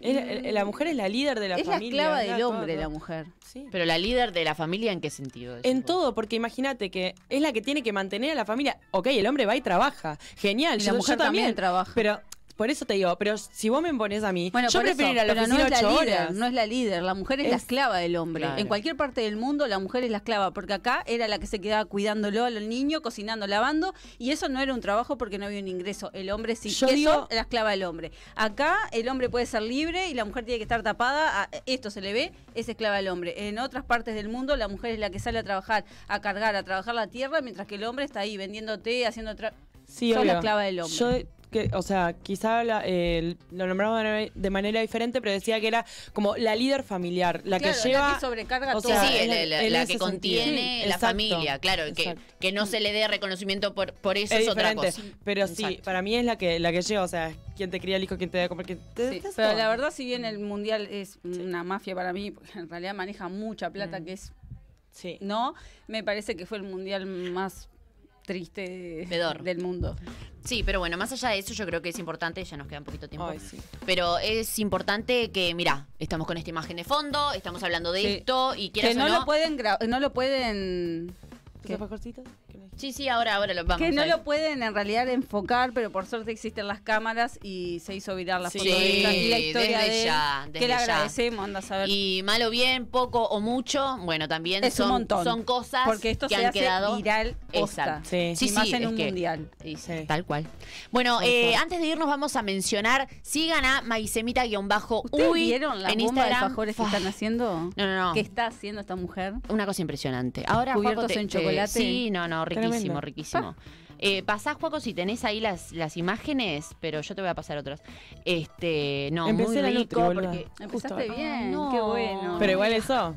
[SPEAKER 2] Es la- la, la mujer es la líder de la
[SPEAKER 6] Mm. es
[SPEAKER 2] familia.
[SPEAKER 6] la esclava
[SPEAKER 2] es
[SPEAKER 6] del hombre
[SPEAKER 2] todo,
[SPEAKER 6] la
[SPEAKER 2] todo.
[SPEAKER 6] mujer
[SPEAKER 2] Sí.
[SPEAKER 1] Pero la líder de la familia, ¿en qué sentido? decís
[SPEAKER 2] En
[SPEAKER 1] vos?
[SPEAKER 2] todo, porque imagínate que es la que tiene que mantener a la familia. Ok, el hombre va y trabaja. Genial,
[SPEAKER 6] y
[SPEAKER 2] yo,
[SPEAKER 6] la
[SPEAKER 2] yo
[SPEAKER 6] mujer también,
[SPEAKER 2] también.
[SPEAKER 6] trabaja
[SPEAKER 2] Pero por eso te digo, pero si vos me impones a mí,
[SPEAKER 6] bueno
[SPEAKER 2] yo
[SPEAKER 6] por eso,
[SPEAKER 2] prefiero ir a la
[SPEAKER 6] pero no
[SPEAKER 2] oficina
[SPEAKER 6] es la
[SPEAKER 2] ocho
[SPEAKER 6] líder
[SPEAKER 2] horas.
[SPEAKER 6] no es la líder la mujer es, la
[SPEAKER 2] Es-
[SPEAKER 6] esclava del hombre
[SPEAKER 1] Claro.
[SPEAKER 6] en cualquier parte del mundo la mujer es la esclava porque acá era la que se quedaba cuidándolo a los niños cocinando lavando y eso no era un trabajo porque no había un ingreso el hombre sí
[SPEAKER 2] Yo
[SPEAKER 6] eso
[SPEAKER 2] digo-
[SPEAKER 6] es la esclava del hombre acá el hombre puede ser libre y la mujer tiene que estar tapada a- eh, esto se le ve es esclava del hombre en otras partes del mundo la mujer es la que sale a trabajar a cargar a trabajar la tierra mientras que el hombre está ahí vendiéndote haciendo tra-
[SPEAKER 2] Sí,
[SPEAKER 6] Sos la
[SPEAKER 2] obvio.
[SPEAKER 6] esclava del hombre.
[SPEAKER 2] Yo que, o sea, quizá la- eh, lo nombramos de manera- de manera diferente, pero decía que era como la líder familiar, la
[SPEAKER 6] Claro,
[SPEAKER 2] que lleva...
[SPEAKER 6] la que sobrecarga
[SPEAKER 2] o
[SPEAKER 6] todo.
[SPEAKER 2] sea,
[SPEAKER 1] sí, sí, es
[SPEAKER 2] en
[SPEAKER 1] la,
[SPEAKER 2] el-
[SPEAKER 1] la-
[SPEAKER 2] en
[SPEAKER 1] la
[SPEAKER 2] ese
[SPEAKER 1] que
[SPEAKER 2] sentido.
[SPEAKER 1] contiene
[SPEAKER 2] Sí,
[SPEAKER 1] la
[SPEAKER 2] exacto,
[SPEAKER 1] familia, claro, que,
[SPEAKER 2] exacto.
[SPEAKER 1] que no se le dé reconocimiento por, por eso es,
[SPEAKER 2] es
[SPEAKER 1] otra
[SPEAKER 2] diferente,
[SPEAKER 1] cosa.
[SPEAKER 2] pero sí,
[SPEAKER 1] Exacto.
[SPEAKER 2] para mí es la que la que lleva, o sea, es quien te cría el hijo, quien te da de comer, quien te
[SPEAKER 6] Sí,
[SPEAKER 2] te hace
[SPEAKER 6] pero
[SPEAKER 2] todo.
[SPEAKER 6] la verdad, si bien
[SPEAKER 1] Mm.
[SPEAKER 6] el mundial es una mafia para mí, porque en realidad maneja mucha plata,
[SPEAKER 2] Mm.
[SPEAKER 6] que es
[SPEAKER 2] Sí.
[SPEAKER 6] no, me parece que fue el mundial más triste de-
[SPEAKER 1] Pedor.
[SPEAKER 6] del mundo.
[SPEAKER 1] Sí, pero bueno, más allá de eso, yo creo que es importante, ya nos queda un poquito de tiempo.
[SPEAKER 2] Ay, sí.
[SPEAKER 1] Pero es importante que, mira, estamos con esta imagen de fondo, estamos hablando de
[SPEAKER 6] Sí.
[SPEAKER 1] esto y quieras
[SPEAKER 6] Que no,
[SPEAKER 1] o no.
[SPEAKER 6] lo pueden gra- no lo pueden
[SPEAKER 2] ¿Tus alfajorcitos? ¿Qué me-
[SPEAKER 1] Sí, sí, ahora, ahora lo vamos.
[SPEAKER 6] que no
[SPEAKER 1] a-
[SPEAKER 6] lo pueden en realidad enfocar, pero por suerte existen las cámaras y se hizo viral la
[SPEAKER 1] Sí,
[SPEAKER 6] foto de esta y la
[SPEAKER 1] desde
[SPEAKER 6] historia de él,
[SPEAKER 1] ya, desde
[SPEAKER 6] que le
[SPEAKER 1] ya.
[SPEAKER 6] agradecemos, anda a saber.
[SPEAKER 1] Y malo bien, poco o mucho, bueno, también
[SPEAKER 6] es
[SPEAKER 1] son,
[SPEAKER 6] un montón.
[SPEAKER 1] son cosas
[SPEAKER 6] porque esto
[SPEAKER 1] que
[SPEAKER 6] se
[SPEAKER 1] han
[SPEAKER 6] hace
[SPEAKER 1] quedado.
[SPEAKER 6] viral posta.
[SPEAKER 1] Exacto.
[SPEAKER 2] Sí.
[SPEAKER 1] Sí,
[SPEAKER 6] y más en
[SPEAKER 1] es
[SPEAKER 6] un
[SPEAKER 1] que-
[SPEAKER 6] mundial.
[SPEAKER 1] Y sí,
[SPEAKER 2] Sí.
[SPEAKER 1] Tal cual. Bueno,
[SPEAKER 2] Tal
[SPEAKER 1] eh,
[SPEAKER 2] cual.
[SPEAKER 1] antes de irnos vamos a mencionar, sigan a
[SPEAKER 6] ¿Ustedes
[SPEAKER 1] maicemita-uy
[SPEAKER 6] vieron la
[SPEAKER 1] en
[SPEAKER 6] bomba de
[SPEAKER 1] Instagram.
[SPEAKER 6] alfajores que
[SPEAKER 1] Fua.
[SPEAKER 6] están haciendo?
[SPEAKER 1] No, no, no.
[SPEAKER 6] ¿Qué está haciendo esta mujer?
[SPEAKER 1] Una cosa impresionante. Ahora, Juaco,
[SPEAKER 6] Cubiertos
[SPEAKER 1] te-
[SPEAKER 6] en
[SPEAKER 1] te-
[SPEAKER 6] chocolate. Ah.
[SPEAKER 1] Sí, no, no, riquísimo,
[SPEAKER 2] Tremendo.
[SPEAKER 1] riquísimo. Eh, pasás, Juaco, si tenés ahí las, las imágenes, pero yo te voy a pasar otras. Este, no,
[SPEAKER 2] Empecé
[SPEAKER 1] muy
[SPEAKER 2] la Nutri,
[SPEAKER 1] rico
[SPEAKER 2] boluda.
[SPEAKER 1] porque...
[SPEAKER 2] Justo.
[SPEAKER 6] Empezaste bien,
[SPEAKER 1] no.
[SPEAKER 6] qué bueno.
[SPEAKER 2] Pero igual eso,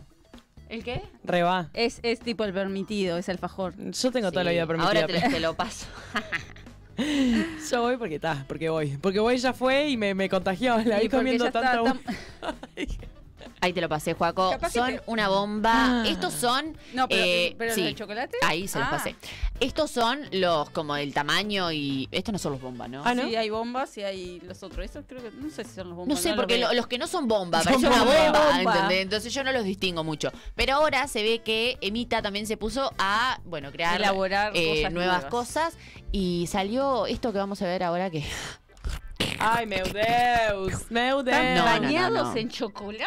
[SPEAKER 1] ¿El qué?
[SPEAKER 2] reba.
[SPEAKER 6] es, es tipo el permitido, es alfajor.
[SPEAKER 2] Yo tengo toda la
[SPEAKER 1] Sí,
[SPEAKER 2] vida permitida.
[SPEAKER 1] Ahora te, te lo paso.
[SPEAKER 2] Yo voy porque está, porque voy. Porque voy ya fue y me, me contagió. La
[SPEAKER 6] Y
[SPEAKER 2] vi
[SPEAKER 6] porque
[SPEAKER 2] comiendo
[SPEAKER 6] ya está
[SPEAKER 2] tanta
[SPEAKER 6] tan-
[SPEAKER 1] Ahí te lo pasé, Juaco.
[SPEAKER 6] Capaz que
[SPEAKER 1] Son
[SPEAKER 6] te-
[SPEAKER 1] una bomba.
[SPEAKER 2] Ah.
[SPEAKER 1] Estos son...
[SPEAKER 6] No, pero,
[SPEAKER 1] eh,
[SPEAKER 6] pero
[SPEAKER 1] sí.
[SPEAKER 6] el chocolate.
[SPEAKER 1] Ahí se los
[SPEAKER 6] Ah.
[SPEAKER 1] pasé. Estos son los, como el tamaño y... Estos no son los bombas, ¿no?
[SPEAKER 2] Ah, ¿no?
[SPEAKER 6] Sí, hay bombas y hay los otros. Esos creo que no sé si son los
[SPEAKER 1] No
[SPEAKER 6] bombas.
[SPEAKER 1] sé, porque lo-
[SPEAKER 6] los, veo.
[SPEAKER 1] los que no son bomba,
[SPEAKER 6] Son
[SPEAKER 1] parece una
[SPEAKER 6] bomba.
[SPEAKER 1] bomba,
[SPEAKER 6] Bomba.
[SPEAKER 1] ¿entendés? Entonces yo no los distingo mucho. Pero ahora se ve que Emita también se puso a, bueno, crear
[SPEAKER 6] elaborar
[SPEAKER 1] eh,
[SPEAKER 6] cosas
[SPEAKER 1] nuevas cosas y salió esto que vamos a ver ahora que...
[SPEAKER 2] Ay, meu Deus, meu
[SPEAKER 6] Están
[SPEAKER 2] Deus.
[SPEAKER 1] No, no, no,
[SPEAKER 6] bañados
[SPEAKER 1] no.
[SPEAKER 6] en chocolate.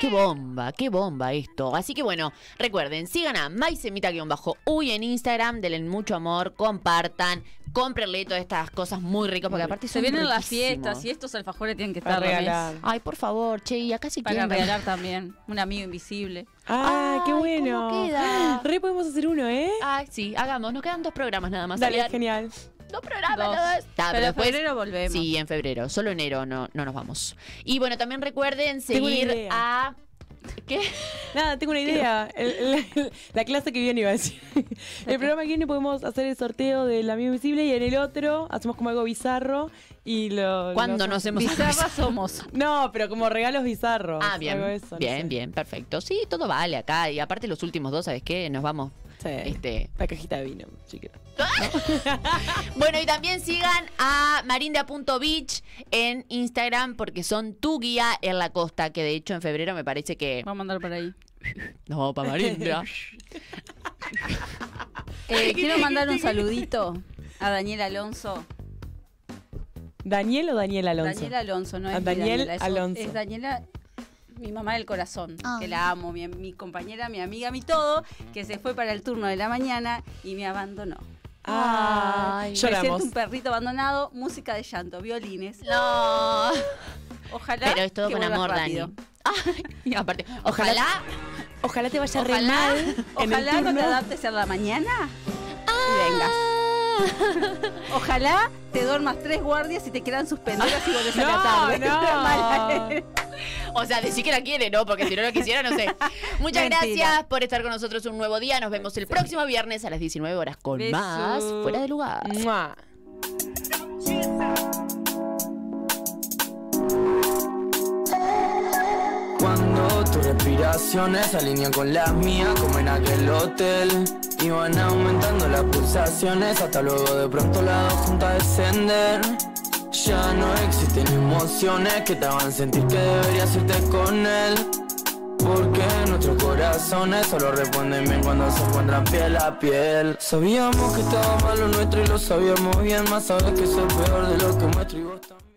[SPEAKER 1] ¡Qué bomba! ¡Qué bomba esto! Así que bueno, recuerden, sigan a maicemita-uy en Instagram, denle mucho amor, compartan, cómprenle todas estas cosas muy ricas porque aparte
[SPEAKER 6] Se
[SPEAKER 1] son
[SPEAKER 6] vienen las
[SPEAKER 1] riquísimos.
[SPEAKER 6] fiestas y estos alfajores tienen que
[SPEAKER 2] Para
[SPEAKER 6] estar
[SPEAKER 2] regalar.
[SPEAKER 1] Ay, por favor, che, y acá sí
[SPEAKER 6] Para
[SPEAKER 1] quieren...
[SPEAKER 6] regalar también. Un amigo invisible.
[SPEAKER 2] Ah, qué
[SPEAKER 1] Ay, ¿cómo
[SPEAKER 2] bueno.
[SPEAKER 1] queda?
[SPEAKER 2] Re podemos hacer uno, ¿eh?
[SPEAKER 1] Ay, sí, hagamos, nos quedan dos programas nada más.
[SPEAKER 2] Dale,
[SPEAKER 1] Adrián.
[SPEAKER 2] genial.
[SPEAKER 1] Dos programas
[SPEAKER 6] Dos.
[SPEAKER 1] nada más. Ta, Ah,
[SPEAKER 6] pero
[SPEAKER 1] pero
[SPEAKER 6] en
[SPEAKER 1] después-
[SPEAKER 6] febrero volvemos.
[SPEAKER 1] Sí, en febrero. Solo enero no, no nos vamos. Y bueno, también recuerden
[SPEAKER 2] Tengo una
[SPEAKER 1] seguir
[SPEAKER 2] idea.
[SPEAKER 1] a. ¿Qué?
[SPEAKER 2] Nada, tengo una idea. El- el- la clase que viene iba a decir. El programa que viene podemos hacer el sorteo del amigo visible y en el otro hacemos como algo bizarro y lo.
[SPEAKER 1] ¿Cuándo
[SPEAKER 2] lo-
[SPEAKER 1] nos hemos
[SPEAKER 6] Bizarra somos.
[SPEAKER 2] No, pero como regalos bizarros.
[SPEAKER 1] Ah, bien.
[SPEAKER 2] algo de eso, no
[SPEAKER 1] bien,
[SPEAKER 2] sé.
[SPEAKER 1] bien, perfecto. Sí, todo vale acá. Y aparte, los últimos dos, ¿sabes qué? Nos vamos.
[SPEAKER 2] Sí.
[SPEAKER 1] Este.
[SPEAKER 2] La cajita de vino, si quiero.
[SPEAKER 1] Bueno, y también sigan a marinda.beach en Instagram porque son tu guía en la costa. Que de hecho, en febrero me parece que.
[SPEAKER 6] Vamos a andar por ahí.
[SPEAKER 1] Nos vamos para Marinda.
[SPEAKER 6] Eh, quiero mandar un saludito a Daniel Alonso.
[SPEAKER 2] ¿Daniel o Daniel Alonso?
[SPEAKER 6] Daniel Alonso, no
[SPEAKER 2] A
[SPEAKER 6] es mi
[SPEAKER 2] Daniel
[SPEAKER 6] Daniela, es, o-
[SPEAKER 2] Alonso.
[SPEAKER 6] es Daniela, mi mamá del corazón,
[SPEAKER 1] Ah.
[SPEAKER 6] que la amo, mi, mi compañera, mi amiga, mi todo, que se fue para el turno de la mañana y me abandonó.
[SPEAKER 2] Ay,
[SPEAKER 6] Me
[SPEAKER 2] Ah, lloramos.
[SPEAKER 6] siento un perrito abandonado, música de llanto, violines.
[SPEAKER 1] No.
[SPEAKER 6] Ojalá.
[SPEAKER 1] Pero es todo
[SPEAKER 6] que
[SPEAKER 1] con
[SPEAKER 6] vuelvas
[SPEAKER 1] amor,
[SPEAKER 6] rápido.
[SPEAKER 1] Dani. Ay, y aparte, ojalá
[SPEAKER 2] Ojalá te vaya re
[SPEAKER 1] Ojalá-
[SPEAKER 2] mal en el
[SPEAKER 6] Ojalá no te
[SPEAKER 2] turno.
[SPEAKER 6] adaptes a la mañana
[SPEAKER 1] Ah.
[SPEAKER 6] y vengas. Ojalá te duermas tres guardias y te quedan suspendidas y volvés a la tarde.
[SPEAKER 2] No, no.
[SPEAKER 1] O sea, decir que la quiere, ¿no? Porque si no la quisiera, no sé. Muchas
[SPEAKER 6] Mentira.
[SPEAKER 1] gracias por estar con nosotros un nuevo día. Nos vemos el próximo viernes a las 19 horas con
[SPEAKER 6] Beso.
[SPEAKER 1] más Fuera de Lugar.
[SPEAKER 2] Mua.
[SPEAKER 9] Cuando tus respiraciones se alinean con las mías, como en aquel hotel. Y van aumentando las pulsaciones hasta luego de pronto la dos juntas descender. Ya no existen emociones que te hagan sentir que deberías irte con él. Porque nuestros corazones solo responden bien cuando se encuentran piel a piel. Sabíamos que estaba mal lo nuestro y lo sabíamos bien, más sabes que soy peor de lo que muestro y vos también.